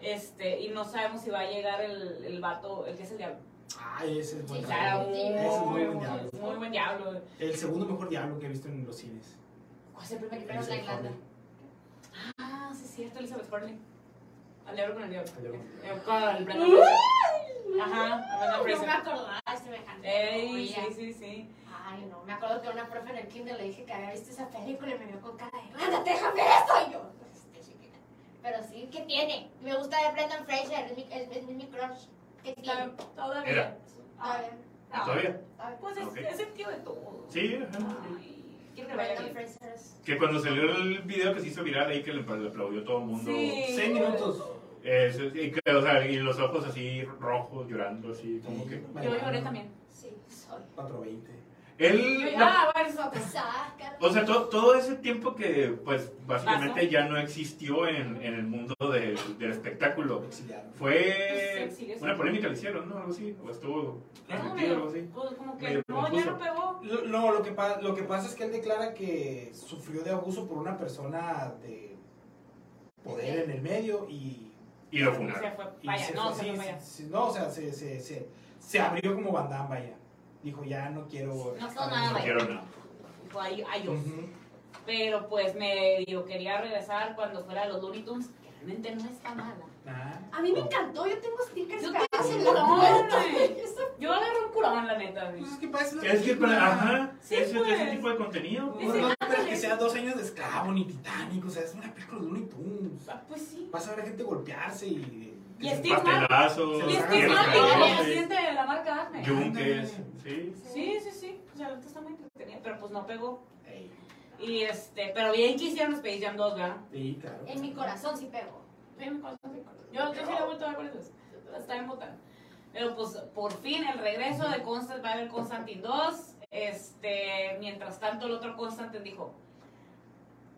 S2: Este, y no sabemos si va a llegar el, el vato, el que es el diablo.
S3: ay ese es buen
S6: Sí,
S2: Claro,
S3: diablo.
S2: muy,
S6: sí.
S3: Ese es muy buen
S2: muy-
S3: diablo
S2: muy buen diablo.
S3: el segundo mejor diablo que he visto en los cines
S2: ¿Cuál es el primer que
S6: Pero
S3: Elizabeth
S6: la Irlanda.
S3: Hurley.
S2: Ah, sí es cierto, Elizabeth Hurley. Al diablo con el diablo.
S3: Al diablo con el
S2: Eh, Con el Brendan Fraser. Ajá, a Brendan
S6: No me
S2: Fraser.
S6: acordaba, se me encantó.
S2: Ey,
S6: Oye.
S2: sí, sí, sí.
S6: Ay, no, me acuerdo que una profe en el kinder le dije que había visto esa película y me vio con cara de, ¡Ándate, déjame ver eso! Y yo, este, chiquita, Pero sí, ¿qué tiene? Me gusta de Brendan Fraser, es mi, es, es mi crush. ¿Qué tiene? Ah,
S2: Todavía.
S1: Era.
S6: A
S2: Ah,
S6: ver,
S2: no.
S1: ¿Todavía?
S2: Pues es,
S1: Ok.
S2: es el tío de todo.
S1: Sí, ajá.
S2: Ay, ¿Quién le vaya
S6: Brendan
S2: bien?
S6: Fraser es...
S1: Que cuando salió el video que se hizo viral ahí que le le aplaudió todo el mundo.
S2: Sí.
S3: Seis minutos.
S1: Eso, y, que, o sea, y los ojos así rojos, llorando, así como que...
S2: Yo lloré también.
S6: Sí, soy.
S3: 420.
S1: Él... la-
S2: Ah, bueno.
S6: Sácalo.
S1: O sea, to- todo ese tiempo que, pues, básicamente
S2: Pasó.
S1: ya no existió en, en el mundo del, del espectáculo.
S3: Exiliado.
S1: Fue
S2: Pues, sí, sí, sí.
S1: una polémica, le hicieron, ¿no? Algo así. O estuvo
S2: Como
S1: metido, algo así.
S2: medio- pues, Como que
S1: Medio
S2: no, ya
S1: confuso.
S2: no pegó.
S3: Lo- No, lo que, pa- lo que pasa es que él declara que sufrió de abuso por una persona de poder en el medio y.
S1: Y lo
S2: Se
S1: funaron.
S2: fue.
S3: y
S2: Vaya,
S3: se
S2: no,
S3: fue
S2: se
S3: así,
S2: fue vaya.
S3: se- se- no, o sea, se, se, se, se abrió como bandán, vaya. Dijo, ya no quiero.
S2: No
S3: estar
S2: son
S3: en
S2: nada,
S3: eso".
S1: No quiero nada.
S2: Fue ahí, adiós.
S3: Ujú.
S2: Pero pues me digo, quería regresar cuando fuera a los Looney Tunes, que realmente no está mala.
S3: Ah.
S6: A mí me encantó, yo tengo stickers
S2: Yo
S6: cagados
S2: tengo
S6: en la
S2: un montón,
S6: puerta.
S2: güey.
S6: <laughs> Eso-
S2: Yo agarré un curón, la neta. güey.
S3: Pues es que parece la
S1: Es que,
S3: película.
S1: para, ajá,
S2: Sí,
S1: ese,
S2: pues.
S1: ese tipo de contenido.
S3: No,
S2: Ese-
S3: no esperes que sea dos años de esclavo ni Titanic, o sea, es una película de Looney Tunes.
S2: Ah, Pues sí.
S3: Vas a ver a gente golpearse y.
S2: Y Steve Martin.
S1: Pastelazo.
S3: Martin.
S2: Y
S3: Sí,
S2: Steve
S3: sí,
S2: Martin,
S6: sí,
S2: el
S6: sí.
S2: presidente de la marca Acme.
S1: Yunques. Sí.
S2: Sí, sí, sí. O sea, la neta está muy entretenida, pero pues no pegó.
S3: Ey,
S2: Y este, pero bien que hicieron Space Jam 2, ¿verdad?
S3: sí, claro.
S6: En mi corazón sí pegó.
S2: Bien, cosas así. Yo, yo sí la he vuelto a ver con ellos. Está en botán. Pero pues por fin el regreso de Constant va a haber Constantine 2. Este, mientras tanto el otro Constantine dijo,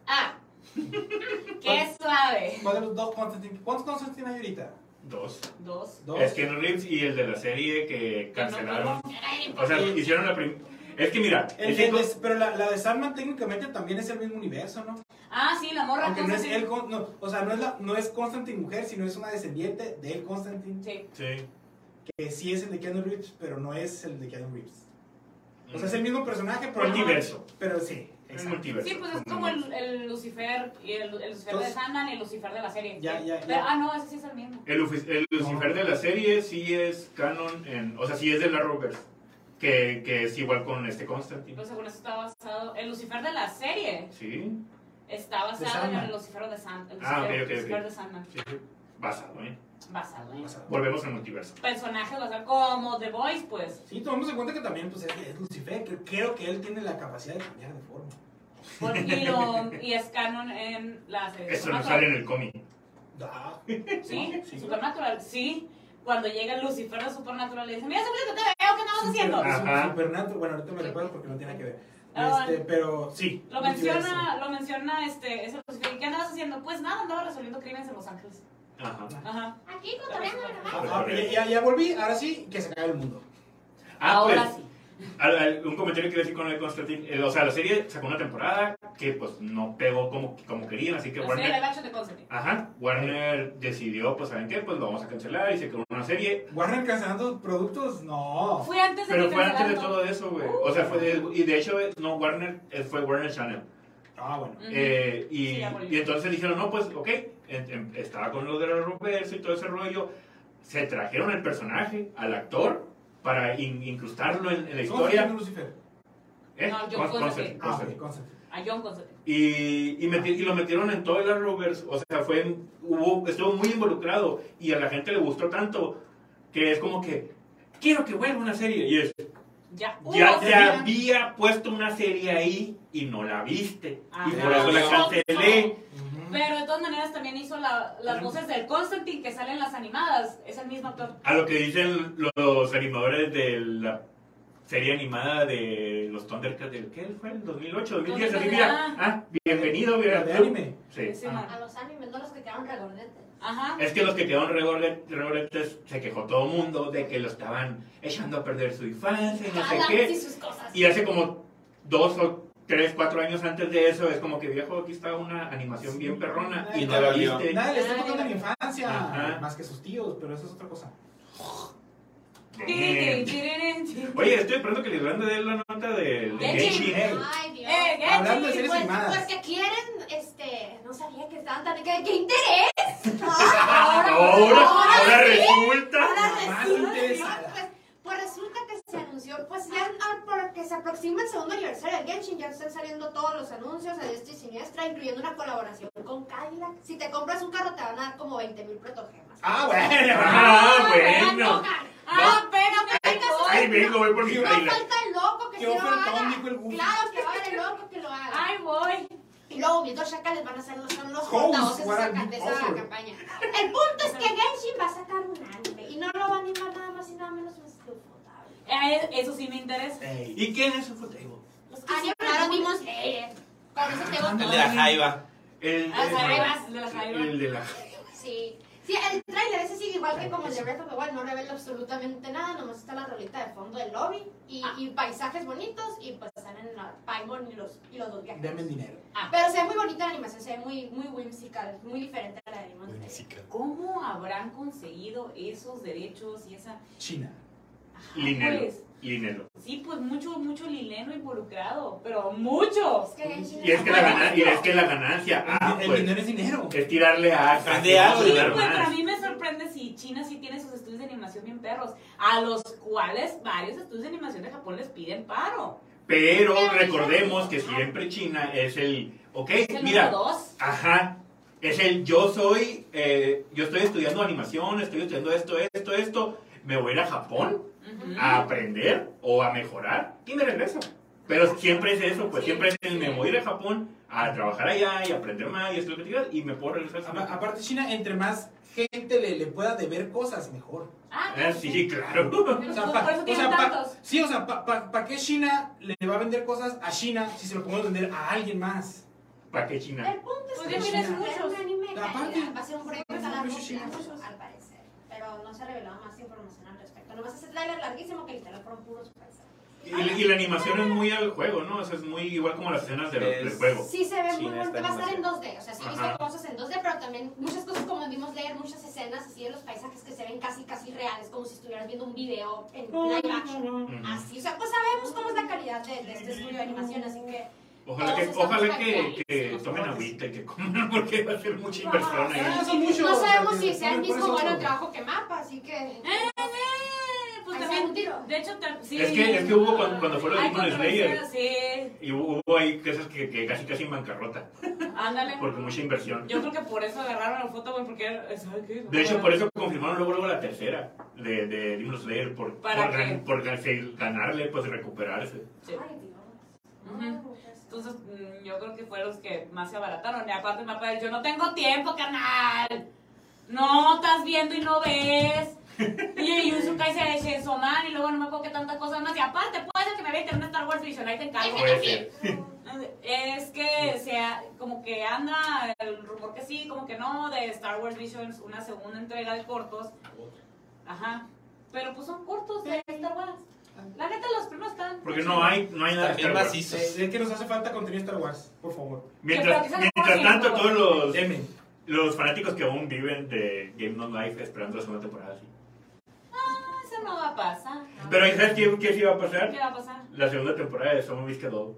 S2: ah, <laughs> qué suave.
S3: ¿Cuál de los dos Constantine? ¿Cuántos Constantine hay ahorita?
S1: Dos.
S2: Dos.
S3: Dos.
S1: Es Ken Reeves y el de la serie que cancelaron.
S2: Ay,
S1: O sea, hicieron la prim... Es que mira,
S3: El-
S1: es
S3: el
S1: que con-
S3: des- pero la, la de Sandman técnicamente también es el mismo universo, ¿no?
S2: Ah, sí, la morra
S3: Aunque no es
S2: Constantine.
S3: el con- no, o sea, no es, la, no es Constantine mujer, sino es una descendiente de él Constantine,
S2: Sí.
S1: Sí.
S3: que sí es el de Keanu Reeves, pero no es el de Keanu Reeves. O sea, es el mismo personaje, pero
S2: Ajá.
S1: Mm. Multiverso.
S3: Pero sí,
S1: Es
S3: exacto.
S1: multiverso.
S2: Sí, pues es como el, el Lucifer y el, el Lucifer
S3: Entonces-
S2: de Sandman y el Lucifer de la serie.
S3: Ya, ya, ya.
S2: Pero, ah, no, ese sí es el mismo.
S1: El, ufi- el Lucifer de la serie sí es canon en... O sea, sí es de la Rovers. Que, que es igual con este Constantine.
S2: Pero según eso está basado. El Lucifer de la serie
S1: Sí.
S2: está basado en
S3: Sandman.
S2: el Lucifer de Sandman.
S1: Ah, ok, ok, ok.
S2: Lucifer de Sandman.
S1: Sí. Basado, ¿eh?
S2: Basado en
S1: Volvemos al multiverso.
S2: personajes basados como The Voice, pues.
S3: Sí, tomamos en cuenta que también pues, es, es Lucifer, que creo que él tiene la capacidad de cambiar de forma.
S1: <laughs>
S2: Por- y, lo- y es canon en la serie.
S1: Eso no sale
S2: Supernatural.
S1: en el cómic.
S3: Ah,
S2: Sí,
S3: Sí.
S2: Supernatural, sí. Cuando llega Lucifer de Supernatural le dicen, mira, Supernatural, te veo, ¿qué estamos haciendo?
S1: Ah. Ajá.
S3: Supernatural, bueno, ahorita me recuerdo porque no tiene que ver.
S2: Ah,
S3: Este, pero sí.
S2: Lo menciona, lo menciona este, ese Lucifer. ¿Y qué andabas haciendo? Pues nada, andaba resolviendo crímenes en Los Ángeles.
S1: Ajá.
S2: Ajá.
S6: Aquí cotorreando nomás.
S3: Ah, ya,
S1: eh.
S3: ya- ya volví, ahora sí, que se cae el mundo.
S1: Ah,
S2: Ahora
S1: pues,
S2: sí.
S1: al- al- un comentario que quiero decir con el Constantine. eh, o sea, la serie sacó una temporada que pues no pegó como, como querían, así que
S2: La
S1: Warner...
S2: serie live action de Constantine.
S1: Ajá, Warner decidió, pues, ¿saben qué? Pues lo vamos a cancelar y se creó una serie.
S3: Warner cancelando productos, no.
S2: Fue antes de
S1: Oh. Pero
S2: que Uh.
S1: fue antes de
S2: cancelaran
S1: todo eso, güey. O sea, fue de- y de hecho, eh, no Warner, eh, fue Warner Channel.
S3: Ah, bueno.
S2: Ujú.
S1: Eh,
S2: Sí,
S1: y,
S2: ya volvió.
S1: y entonces dijeron, no, pues, ok, en- en- estaba con lo de Roberto y todo ese rollo. Se trajeron el personaje al actor para in- incrustarlo en, en la historia.
S3: ¿Cómo se llama Lucifer?
S1: ¿Eh?
S2: No, yo
S1: Con- Constantine,
S2: Constantine.
S3: Ah,
S1: Constantine.
S3: ok, Constantine.
S2: A John Constantine.
S1: Y, y, meti- y lo metieron en todo el Arrowverse. O sea, fue, en- hubo, estuvo muy involucrado. Y a la gente le gustó tanto que es como que quiero que vuelva una serie. Y es,
S2: Ya. hubo
S1: ya te
S2: serie.
S1: había puesto una serie ahí y no la viste. y
S2: Ajá.
S1: por eso la cancelé.
S3: Ujú.
S2: Pero de todas maneras también hizo la- las voces del Constantine que salen las animadas. Es el mismo actor.
S1: A lo que dicen los animadores de la serie animada de los Thundercats del ¿qué fue? El 2008, 2010. Así, mira, ah, bienvenido, mira.
S3: La de anime.
S1: Sí.
S2: Sí,
S3: ah.
S2: man.
S6: A los animes, no los que quedaron regordetes.
S2: Ajá.
S1: Es que los que quedaron regordet- regordetes se quejó todo el mundo de que lo estaban echando a perder su infancia y no sé
S6: Cada y
S1: qué.
S6: sus cosas.
S1: Y hace como dos o tres, cuatro años antes de eso, es como que viejo, aquí está una animación bien perrona y
S4: Y
S1: no
S4: te
S1: la
S4: valió.
S1: viste.
S3: Nadie le está tocando la
S1: Ah, Ajá.
S3: infancia, más que sus tíos, pero eso es otra cosa.
S1: Bien. Eh. Oye, estoy esperando que les mande de la nota del de Genshin.
S2: Genshin.
S3: Ey.
S6: Ay, Dios.
S2: Eh, Genshin,
S3: Hablando de series
S2: pues,
S3: animadas.
S6: Pues que quieren, este, no sabía que estaban tan... ¿Qué, qué interés?
S1: <laughs>
S6: Ah,
S1: Ahora,
S6: ahora
S1: ahora
S6: sí.
S1: resulta.
S6: Ahora
S3: Más
S6: resulta,
S3: interesada.
S6: pues, pues resulta que se anunció, pues ya ah, porque se aproxima el segundo aniversario del Genshin, ya están saliendo todos los anuncios a diestra y siniestra, este incluyendo una colaboración con Cadillac. Si te compras un carro, te van a dar como 20 mil protogemas.
S3: Ah,
S1: <laughs> bueno,
S6: Ah,
S1: ah, bueno.
S6: tocan. Ah, pero que tengas
S1: Ahí vengo, voy por mi
S6: No
S1: trailer.
S6: falta el loco que
S3: Qué
S6: sí lo
S3: ofertón,
S6: haga.
S3: dijo el Gus.
S6: Claro que va a haber el loco que lo haga.
S2: Ay, voy.
S6: Y luego mis dos chacales van a ser los, son los
S3: Hoes,
S6: portavoces de
S3: what
S6: esa,
S3: a
S6: de
S3: big
S6: esa
S3: offer.
S6: campaña. El punto es que Genshin va a sacar un anime y no lo va a animar nada más y nada menos más que un potable.
S2: Eh, Eso sí me interesa.
S3: Ey.
S1: ¿Y quién es el futuro?
S6: Los que animaron Demon Slayer. Con eso tengo
S4: El
S6: todo.
S4: de la Jaiba.
S1: El
S2: Ah,
S1: de
S2: Jaivas, de la
S1: El
S2: Jaiba.
S1: de la.
S6: Sí. Sí, el trailer ese sigue igual que como el de Breath of the Wild, no revela absolutamente nada, nomás está la rolita de fondo del lobby y, y paisajes bonitos y pues están en la Paimon y los, y los dos
S3: Deme
S6: viajeros.
S3: el dinero.
S6: Pero se ve muy bonita la animación, se ve muy, muy whimsical, muy diferente a la de Demon Slayer.
S2: ¿Cómo habrán conseguido esos derechos y esa.
S3: China.
S2: Ajá,
S1: Linelo.
S2: pues,
S1: Linelo.
S2: sí, pues mucho, mucho lileno involucrado. Pero mucho.
S6: Es que Genshin
S1: Y es que la ganancia, y es que la ganancia, ah,
S3: el
S1: pues,
S3: dinero es dinero.
S1: es tirarle a a-
S4: Prende algo,
S2: Sí,
S1: a-
S4: dinero
S2: pues
S1: a-
S2: para mí me sorprende si China sí tiene sus estudios de animación bien perros, a los cuales varios estudios de animación de Japón les piden paro.
S1: Pero recordemos que siempre China es el, ok,
S2: Es el
S1: mira,
S2: número dos.
S1: Ajá. Es el yo soy, eh, yo estoy estudiando animación, estoy estudiando esto, esto, esto. Me voy a ir a Japón
S2: Ujú.
S1: a aprender o a mejorar y me regreso. Pero siempre es eso, pues siempre es el me voy a ir a Japón a trabajar allá y aprender más y estudiar creatividad y me puedo regresar.
S3: Apa- Aparte, China, entre más gente le, le pueda deber cosas, mejor.
S2: Ah,
S1: Ah, sí, claro. <laughs>
S2: Pero
S3: O sea,
S2: por-
S3: pa-
S2: por eso
S3: o
S2: tienen
S3: sea, pa-
S2: tantos.
S3: sí, o sea, ¿para qué China le va a vender cosas a China si se lo podemos vender a alguien más?
S1: ¿Para qué China?
S6: El punto es
S2: Pues
S6: que
S3: ya
S6: sí,
S3: tienes
S6: va a
S2: muchos.
S6: ser un anime de
S3: Aparte,
S6: calidad, va a ser un proyecto a
S3: son
S6: largo
S3: muchos chinos.
S6: plazo, al parecer. Pero no se ha revelado más información al respecto. Nomás ese trailer larguísimo que literal fueron puros paisajes.
S1: Y, y la animación es muy al juego, ¿no? O sea, es muy igual como las escenas del, del juego.
S6: Sí se ve
S4: Sí,
S6: muy bonito,
S4: está
S6: va a estar en
S4: demasiado.
S6: 2D. O sea, sí he
S1: Ajá.
S6: visto cosas en 2D, pero también muchas cosas como vimos leer, muchas escenas así de los paisajes que se ven casi, casi reales, como si estuvieras viendo un video en live action.
S1: Ujú.
S6: Así, o sea, pues sabemos cómo es la calidad de, de este estudio de animación, así que...
S1: Ojalá
S6: Todos
S1: que,
S6: estamos
S1: ojalá
S6: aquí,
S1: que, que
S6: somos
S1: tomen
S6: pobres.
S1: agüita y que coman <laughs> porque va a ser mucha inversión ahí.
S3: Ah, son muchos,
S6: no
S3: o sea,
S6: sabemos
S3: que-
S6: si sea el
S3: por- por eso-
S6: mismo bueno trabajo que mapa, así que...
S2: Eh, pues
S6: Ahí se
S2: también,
S6: un tiro.
S2: de hecho, tam- sí.
S1: Es que- es que hubo cuando- cuando fue lo de
S2: Hay
S1: Demon
S2: controversia,
S1: Y hubo hubo ahí cosas que, que casi casi en bancarrota,
S2: Sí, ándale.
S1: porque mucha inversión.
S2: Yo creo que por eso agarraron la foto, güey, porque era- ¿sabe qué?
S1: De hecho, por eso confirmaron luego, luego la tercera de, de Demon Slayer, por,
S2: ¿Para
S1: por, gan-
S2: qué?
S1: por gan- sí, ganarle, pues recuperarse.
S2: Sí.
S6: Ay, Dios.
S2: Ujú. Entonces, mm, yo creo que fueron los que más se abarataron. Y aparte, me papá, yo no tengo tiempo, carnal. No, estás viendo y no ves. Y Yusuka y se desensoman y luego no me acuerdo que tantas cosas más. Y aparte, puede ser que me vea tener una Star Wars Vision, ahí te encargo.
S1: Puede ser.
S2: Es que sea como que anda el rumor que sí, como que no, de Star Wars Visions, una segunda entrega de cortos. Ajá. Pero pues son cortos de Star Wars. La neta, los primeros están.
S1: Porque no hay, no hay nada de
S4: También
S1: Star Wars.
S4: macizos.
S3: Es es que nos hace falta contenido Star Wars, por favor.
S1: Mientras,
S2: Pero que sea
S1: mientras
S2: como
S1: tanto,
S2: siempre.
S1: todos los,
S3: Deme.
S1: los fanáticos que aún viven de Game No Life esperando la segunda temporada. sí.
S2: Ah, Eso no va a pasar.
S1: Pero ahí sabes qué, qué sí va a pasar?
S2: ¿Qué va a pasar?
S1: La segunda temporada de Summer Vista Doll.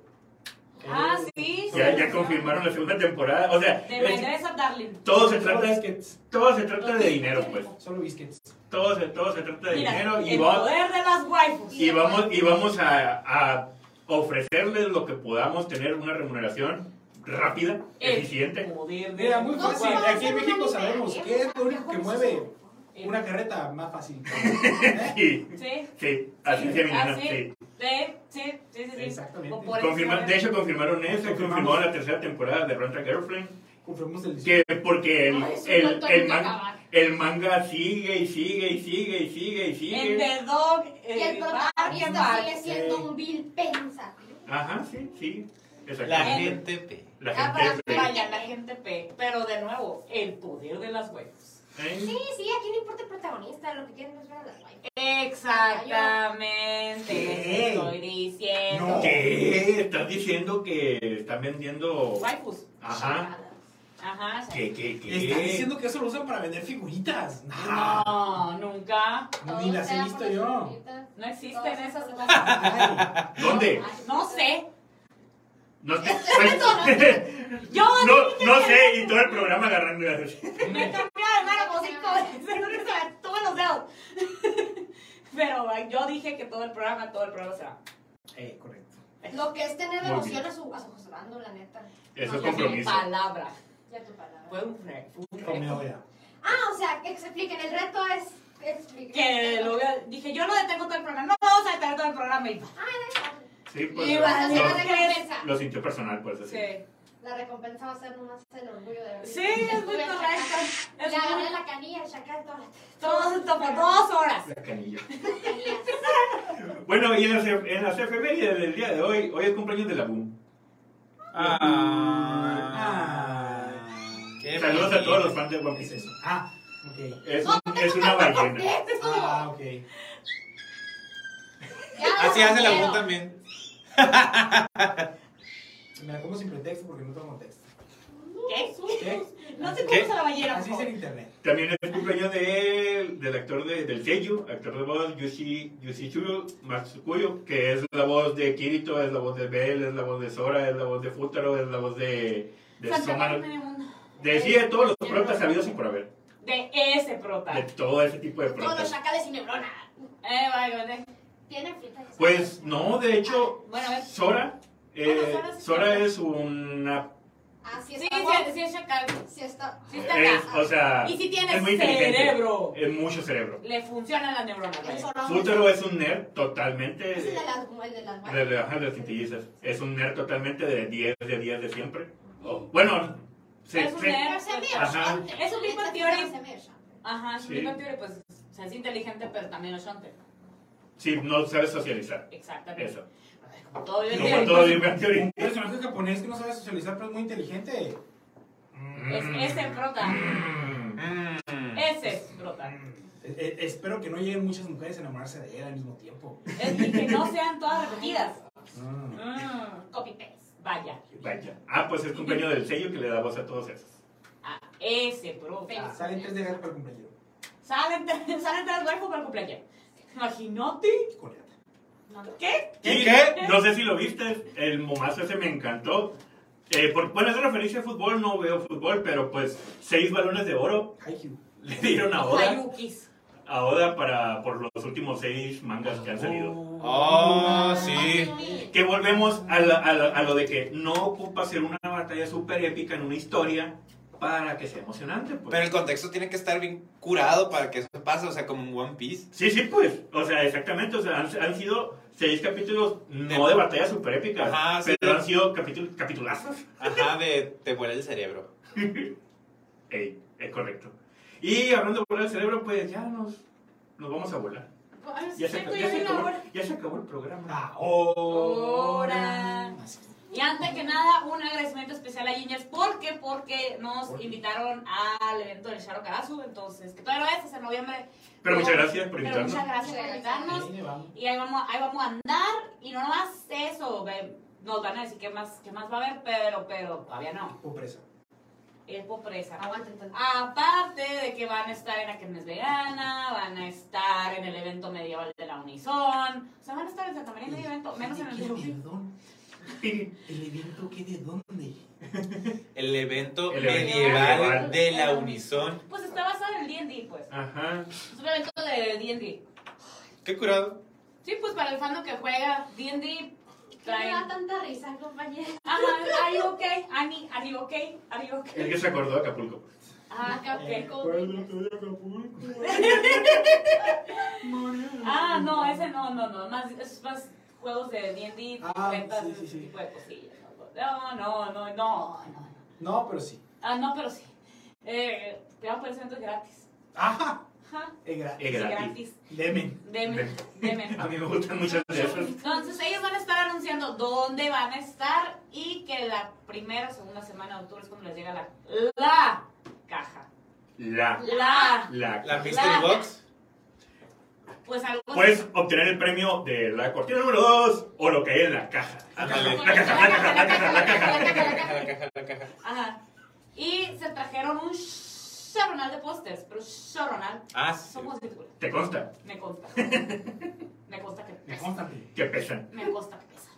S2: Ah, sí.
S1: Ya,
S2: sí,
S1: ya
S2: sí.
S1: confirmaron la segunda temporada. O sea,
S2: Te
S1: es-
S2: regresa, darling.
S1: todo se trata
S3: Solo
S1: de
S3: biscuits.
S1: todo se trata de dinero, pues.
S3: Solo biscuits.
S1: Todo se, todo se trata de
S2: Mira,
S1: dinero y,
S2: el
S1: va-
S2: poder de las waifus.
S1: y vamos, y vamos a, a ofrecerles lo que podamos tener una remuneración rápida,
S2: El
S1: eficiente.
S2: poder de
S3: Mira, muy
S6: No,
S3: fácil.
S6: sí, va a
S3: Aquí
S6: ser
S3: en
S6: un
S3: México
S6: anime,
S3: sabemos
S6: ¿eh?
S3: qué es lo único que mueve
S2: Eh,
S3: una carreta más fácil. ¿Eh?
S1: Sí,
S2: Sí,
S1: sí, así
S2: Sí,
S1: se mina,
S2: así.
S1: sí.
S2: sí, sí, sí, sí. sí.
S3: Exactamente.
S2: O por eso-
S1: Confirma- de hecho, confirmaron eso,
S3: Confirmamos.
S1: confirmaron la tercera temporada de Rent a Girlfriend,
S3: Confirmamos el
S1: que porque el,
S6: No, es un
S1: el,
S6: montón
S1: el
S6: de
S1: man-
S6: acabar.
S1: el manga sigue y sigue y sigue y sigue y
S2: El
S1: sigue.
S2: de Dog.
S6: Y el protagonista sigue siendo un vil pensa.
S1: Ajá, sí, sí.
S4: La
S1: Exactamente.
S4: gente pe.
S1: La
S2: Ah,
S1: gente.
S2: para vaya, la gente P. Pero de nuevo, el poder de las waifus.
S1: ¿eh?
S6: Sí, sí, aquí no importa el protagonista, lo que quieren es ver a las waifus.
S2: Exactamente.
S3: ¿Qué?
S2: Estoy diciendo.
S3: No.
S1: ¿Qué? ¿Estás diciendo que están vendiendo?
S2: Waifus.
S1: Ajá.
S2: Ajá. sí.
S1: ¿Qué, qué, qué?
S3: Están diciendo que eso lo usan para vender figuritas.
S2: No,
S3: No,
S2: nunca.
S3: ni las he visto yo.
S2: No existen esas cosas.
S3: Ay,
S1: ¿Dónde?
S2: No sé.
S1: No,
S2: <laughs>
S1: sé.
S2: Yo
S1: <laughs> no, no sé, y todo el programa
S2: <laughs>
S1: agarrando.
S2: me cambié de mano como cinco veces. <laughs> No se me tuve los dedos. <laughs> Pero ay, yo dije que todo el programa, todo el programa se va.
S3: <laughs> Eh, correcto.
S6: Lo que es tener
S1: Muy
S6: emoción
S1: bien.
S6: a su, a su juzgando, la neta.
S1: Eso es
S2: No, yo soy
S1: compromiso.
S2: Palabra.
S6: Ya tu palabra.
S2: Fue un re- fue un
S3: Con mi
S2: reto.
S3: novia.
S6: Ah, o sea, que se expliquen. El reto es explicar.
S2: Que lo vea- dije, yo no detengo todo el programa. No vamos a detener todo el programa. Y,
S1: Sí, pues.
S2: Y
S1: lo-
S2: vas a
S1: lo,
S2: hacer
S6: la recompensa.
S1: lo sintió personal, pues, por eso sí.
S2: sí.
S6: La recompensa va a ser nomás el orgullo de
S2: Sí, es muy correcto.
S6: Le
S2: Es muy-
S6: agarré la canilla, chacal, toda la
S2: Todo esto por dos horas.
S1: La canilla.
S6: canilla.
S1: <laughs> Bueno, y en las, en las efemérides del día de hoy, hoy es cumpleaños de la Boom.
S4: Ah. Qué
S1: Eh, Saludos a
S4: bonito.
S1: todos los fans de One
S3: ¿Qué es
S1: Piece.
S3: eso? Ah, ok.
S1: Es, un- es una ballena.
S3: Ah, ok.
S4: Así hace la voz
S6: voz
S4: también.
S3: Me la como sin pretexto porque no tengo contexto.
S2: ¿Qué?
S3: ¿Qué?
S2: No te
S4: ¿Qué?
S2: comes a la ballena. por
S3: Así es
S2: favor.
S3: el internet.
S1: También es cumpleaños de- del actor de, del Seiyu, actor de voz Yushi, Yushichiro Matsukuyo, que es la voz de Kirito, es la voz de Bell, es la voz de Sora, es la voz de Futaro, es la voz de, de
S2: Santa
S1: Sumano.
S2: María Mundo.
S1: Decía todos los protas sabidos y por haber.
S2: De ese prota.
S1: De todo ese tipo de
S6: Todos los
S1: protas.
S6: chacales y neurona.
S2: Eh, vale, vale.
S6: Tienen fritas.
S1: Pues no, de hecho,
S2: Bueno, a ver.
S1: Sora, eh,
S2: Bueno, Ah. Sora sí
S1: Sora
S2: está.
S1: es una...
S6: Así
S2: Sí,
S6: Ah, está.
S2: sí,
S6: guapo.
S2: sí, es chacal.
S6: Sí está.
S2: Sí está
S1: es,
S2: acá.
S1: o sea,
S2: Y si tiene
S1: es muy inteligente.
S2: cerebro.
S1: Es mucho cerebro.
S2: Le funcionan las neuronas.
S6: El
S2: vaya.
S6: zorro.
S1: Futaro es un nerd totalmente...
S6: Es el de las, el de las
S1: De rebajas de las cintillizas. Es un nerd totalmente de 10 de 10 de siempre. O- bueno, sí,
S2: Es un E
S1: sí.
S2: nerd.
S6: Pero se me
S1: Ajá.
S2: Es un tipo teoría.
S6: Se me
S2: Ajá, es
S1: Sí.
S2: un tipo teoría, pues, o sea, es inteligente, pero también es chonte.
S1: Sí, no sabe socializar.
S2: Exactamente.
S1: Eso.
S2: Ay, como todo bien.
S1: Como
S2: bien.
S1: todo divertido ahorita.
S3: Un personaje japonés que no sabe socializar, pero es muy inteligente. Eh,
S2: Es ese prota.
S1: Mm.
S4: Mm.
S2: Ese es prota.
S3: Eh, eh, espero que no lleguen muchas mujeres a enamorarse de él al mismo tiempo.
S2: Es- Y que no sean todas repetidas.
S3: Mm.
S2: Mm,
S6: Copy paste.
S2: vaya.
S1: Vaya. Ah, pues es cumpleaños del sello que le da voz a todos esos.
S2: Ah, ese prota.
S6: Feliz.
S3: Salen tres de gato para el cumpleaños.
S2: Salen tres <laughs> salen tres huerfos para el cumpleaños. Imagínate.
S3: Coreata.
S6: No, no.
S2: ¿Qué?
S1: Y
S4: ¿Qué?
S1: no sé si lo viste, el momazo ese me encantó. Eh, por, bueno, es referencia a fútbol, no veo fútbol, pero pues seis balones de oro <laughs>
S3: Haikyuu.
S1: le dieron a Oda,
S2: Hayukis.
S1: a Oda para, por los últimos seis mangas que han salido.
S4: Oh,
S6: Ay,
S4: sí.
S6: no, mira.
S1: Que volvemos a, la- a la- a lo de que no ocupa ser una batalla súper épica en una historia para que sea emocionante. Pues.
S4: Pero el contexto tiene que estar bien curado para que eso pase, o sea, como en One Piece.
S1: sí, sí, pues. O sea, exactamente. O sea, han, han sido seis capítulos no de batallas súper épicas,
S4: Ajá, Ah, sí.
S1: pero han sido capítulos capitulazos.
S4: Ajá, de te vuela el cerebro.
S1: Ey, es correcto. Y hablando de volar el cerebro, pues ya nos, nos vamos a volar.
S2: Ay,
S1: Ya se,
S2: siento,
S1: acabó-
S2: ya
S1: ya se
S2: vino
S1: acabó,
S2: ahora.
S1: ya se acabó el
S4: Ah.
S1: programa.
S2: Ahora. Y antes que nada, un agradecimiento especial a Gingers. ¿Por qué? Porque nos invitaron al evento del Sharo Karasu. Entonces, que todavía lo es, es en noviembre.
S1: Pero muchas gracias por
S2: Pero
S1: invitarnos.
S2: muchas gracias por invitarnos.
S3: Ahí vamos.
S2: Y ahí vamos, ahí vamos a andar. Y no nomás eso, ve- nos van a decir qué más, qué más va a haber, pero, pero todavía no.
S3: Pobreza.
S2: Es pobreza.
S6: Aguanta entonces.
S2: Aparte de que van a estar en la Kermes Vegana, van a estar en el evento medieval de la Unison. O sea, van a estar en Santa María
S3: Pues,
S2: en el evento, menos en
S3: ¿Qué
S2: el.
S3: perdón? ¿El evento qué de dónde?
S4: El evento
S1: El evento
S4: medieval
S1: medieval.
S4: de la Unison.
S2: Pues está basado en el D&D, pues.
S1: Ajá.
S2: Es un evento de D&D.
S4: Qué curado.
S2: Sí, pues para el fandom que juega D&D,
S6: ¿Qué me da
S2: traen...
S6: tanta risa, compañera?
S2: Ajá, are you okay? Ani, are you okay? Are you
S1: El
S2: okay?
S1: que se acordó de Acapulco.
S2: Ah,
S3: Eh,
S2: cupcake.
S3: pueblo de Acapulco.
S2: <laughs> Ah, no, ese no, no, no. Más, es más juegos de D&D,
S3: Ah,
S2: cuentas,
S3: sí, sí,
S2: ese
S3: sí.
S2: tipo de cosillas. No, no, no, no, no, no.
S3: No, pero sí.
S2: Ah, no, pero sí. Eh, te va a poner centros gratis.
S3: Ajá.
S2: Ajá.
S3: Es gratis.
S1: Es
S2: sí,
S1: gratis.
S3: Demen.
S2: Deme, deme.
S1: <laughs> A mí me gustan muchas de esas.
S2: Entonces ellos van a estar anunciando dónde van a estar y que la primera o segunda semana de octubre es cuando les llega la, la caja.
S1: La.
S2: La.
S1: La.
S4: La Mystery Box.
S2: Pues algo
S1: Puedes obtener el premio de la cortina número 2 o lo que hay en la caja.
S4: Ándale.
S2: La caja, la caja, la caja, la caja, la caja, la caja.
S4: La caja, la caja.
S2: Ajá. Y se trajeron un chorronal de pósters, pero chorronal.
S4: Ah, sí.
S2: Somos de Tula.
S1: Te consta
S2: Me <laughs> consta. Me consta que
S3: Me
S2: pesa.
S3: consta que-
S1: que pesan.
S2: Me consta que pesa.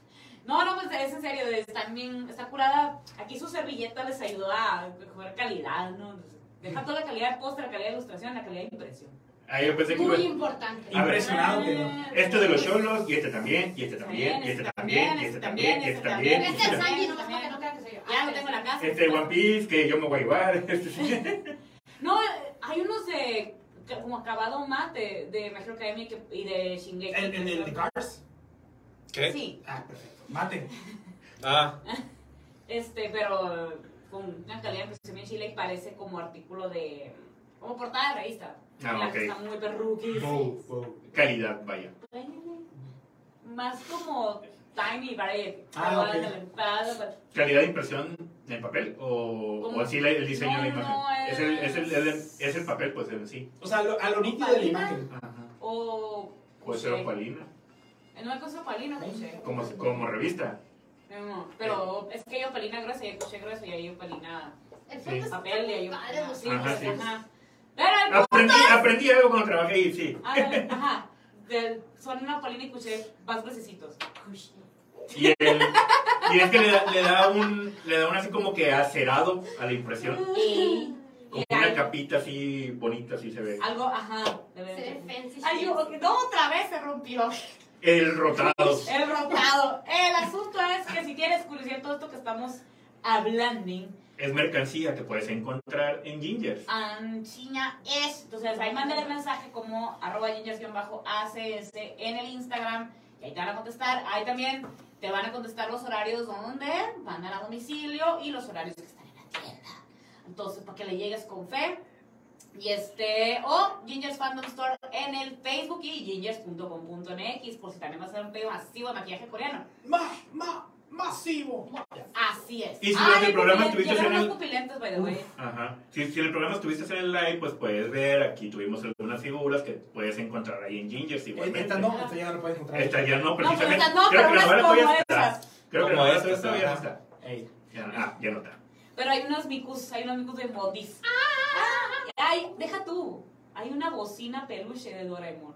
S2: No, no, pues es en serio, es- también está curada. Aquí su servilleta les ayudó a mejorar calidad, ¿no? Entonces, Deja toda la calidad de póster, la calidad de ilustración, la calidad de impresión. Ah,
S1: Ahí yo pensé que
S6: Muy
S1: iba-
S6: importante.
S1: A ver,
S3: Impresionado quedó.
S1: Este de los cholos, y este también, y este también, y este también, y este también, y este también. y
S6: Este
S1: este
S6: es
S1: también.
S6: Sanji, nomás para que no crea que soy yo.
S2: Y Ya lo tengo en la casa.
S1: Este One Piece, que yo me voy a llevar. <laughs> este,
S2: No, eh, hay unos de que- como acabado mate de Metro Academia que- y de Shingeki.
S3: ¿En, en el de Cars?
S4: ¿Qué?
S2: Sí,
S3: Ah, perfecto. Mate.
S4: Ah,
S2: este, pero eh, con una calidad de impresión en Chile y parece como artículo de. como portada de revista.
S1: Ah,
S2: La
S1: ok.
S2: que está muy perruqui.
S3: Wow, wow.
S1: Calidad, vaya.
S2: Más como Tiny Barret.
S3: Ah, ok.
S1: ¿Calidad de impresión en papel? ¿O,
S2: Como-
S1: o así la- el diseño de la
S2: no,
S1: imagen?
S2: no,
S1: es, el, es, el, el-
S2: es-
S1: es el papel, pues en sí.
S3: O sea, lo- a lo nítido de la imagen.
S1: Ajá.
S2: O.
S1: Puede ser
S2: Cuché.
S1: opalina.
S2: No hay cosa opalina, cuché.
S1: Como, como revista.
S2: No, pero es que hay opalina gruesa y hay cuché grueso y hay opalina.
S6: El
S1: Sí.
S6: fondo
S2: Papel y hay
S6: está padre,
S2: opalina.
S6: los
S2: Sí,
S1: Ajá,
S2: pues,
S1: sí.
S2: ajá. Pero el
S1: Aprendí, aprendí algo cuando trabajé y sí.
S2: Ándale, Ah, ajá. Del- son una polina y cuché, más gruesecitos.
S1: Y, el- y es que le da, le da un le da un así como que acerado a la impresión.
S2: Y, y
S1: Como una
S2: hay
S1: capita así bonita, así se ve.
S2: algo, ajá. de
S6: Se ve
S2: verdad.
S6: fancy.
S2: Ay, yo, ok, no, otra vez se rompió.
S1: El rotado.
S2: El rotado. El asunto es que si tienes curiosidad en todo esto que estamos hablando,
S1: Es mercancía que puedes encontrar en Gingers.
S2: Anchina es. Entonces, ahí manden el mensaje como arroba gingers-acs en el Instagram. Y ahí te van a contestar. Ahí también te van a contestar los horarios donde mandan a domicilio y los horarios que están en la tienda. Entonces, para que le llegues con fe. Y este, o Gingers Fandom Store en el Facebook y gingers.com.mx por si también vas a hacer un pedido masivo de maquillaje coreano.
S3: Ma, ma, masivo.
S2: Así es.
S1: Y si durante el programa
S2: pupilentes,
S1: estuviste
S2: llegaron
S1: en
S2: los pupilentes, by the way.
S1: Ajá. Si, si el programa estuviste en el live, pues puedes ver. Aquí tuvimos algunas figuras que puedes encontrar ahí en Gingers
S3: Eh,
S1: igualmente.
S3: Esta no, esta ya no la puedes encontrar.
S1: Esta ya no,
S2: No, pero
S1: precisamente.
S2: estas no,
S1: Creo
S2: pero
S1: que la novela
S2: unas como
S1: todavía
S2: esas.
S1: está. Creo que la
S4: Como
S1: novela
S4: estas,
S1: todavía no
S4: ajá.
S1: está.
S3: Ey.
S1: Ya, ah, ya no está.
S2: Pero hay unos micus, hay unos micus de modis. Ah, Ay, deja tú. Hay una bocina peluche de Doraemon.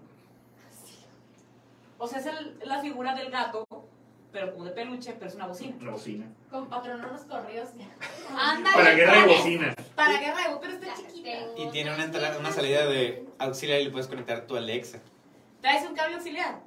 S2: O sea, es el- la figura del gato, pero como de peluche, pero es una bocina.
S1: La bocina.
S6: Con patronos corridos. ya.
S2: Ándale,
S1: Para guerra de
S2: vale.
S1: bocinas.
S2: Para guerra de bo- pero está
S6: Ya
S2: chiquita.
S6: tengo
S4: y tiene una, entrada- una salida de auxiliar y le puedes conectar tu Alexa.
S2: Traes un cable auxiliar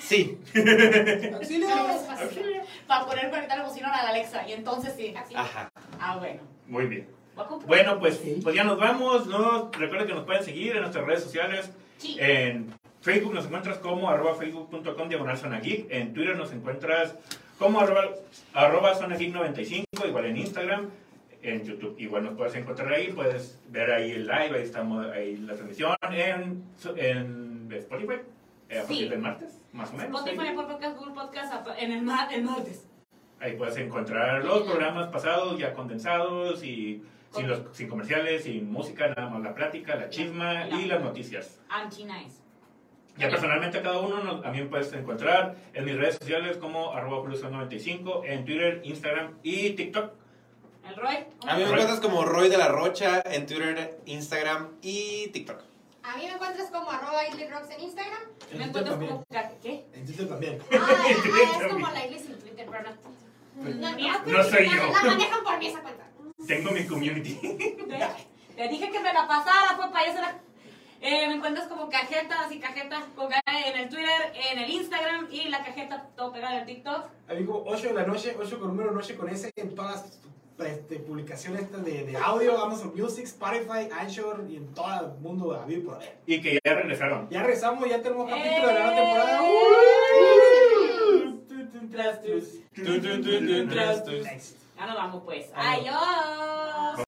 S4: Sí.
S6: Algo más fácil.
S2: para poder conectar la bocina a la Alexa. Y entonces sí.
S4: Ajá.
S2: Ah, bueno.
S1: Muy bien.
S2: Voy a comprar.
S1: Bueno, pues, pues ya nos vamos. No, recuerden que nos pueden seguir en nuestras redes sociales.
S2: Sí.
S1: En Facebook nos encuentras como arroba facebook.com diagonal zona geek. En Twitter nos encuentras como arroba, arroba zona geek 95, igual en Instagram. En YouTube igual nos puedes encontrar ahí, puedes ver ahí el live, ahí estamos, ahí la transmisión, en, en Spotify, eh, a
S2: Sí.
S1: partir del martes, más o menos. ahí.
S2: Spotify, Apple Podcast, Google Podcast, apa- en el, mar, el martes.
S1: Ahí puedes encontrar los programas pasados ya condensados y sin, los, sin comerciales, sin música, nada más la plática, la chisma y las noticias.
S2: Anchi Nice.
S1: Ya personalmente a cada uno, nos- a mí me puedes encontrar en mis redes sociales como arroba 95 en Twitter, Instagram y TikTok.
S2: El Roy.
S4: A mí me encuentras como Roy de la Rocha en Twitter, Instagram y TikTok.
S6: A mí me encuentras como arroba Idly Rocks en Instagram.
S2: Me
S3: En
S2: encuentras
S3: Twitter también.
S2: como... ca- ¿Qué?
S3: En Twitter también.
S6: Ah, ah, es como la Idly sin Twitter, pero no. No, no,
S1: No soy
S6: la-
S1: yo.
S6: La manejan por mí esa cuenta.
S1: Tengo mi community. <laughs>
S2: Te- Te dije que me la pasara, pues, fue payasera. Eh, me encuentras como cajeta, así cajeta, con ca- en el Twitter, en el Instagram y la cajeta todo pegada en el TikTok.
S3: A mí como 8 de la noche, 8 con número noche con ese en todas las este, publicaciones estas de, de audio, Amazon Music, Spotify, Anchor y en todo el mundo a vivir por haber.
S1: Y que ya regresaron.
S3: Ya regresamos, ya tenemos capítulo de la nueva temporada.
S2: Eh. Tras tus-
S3: Next.
S2: Ya nos vamos pues. Adiós.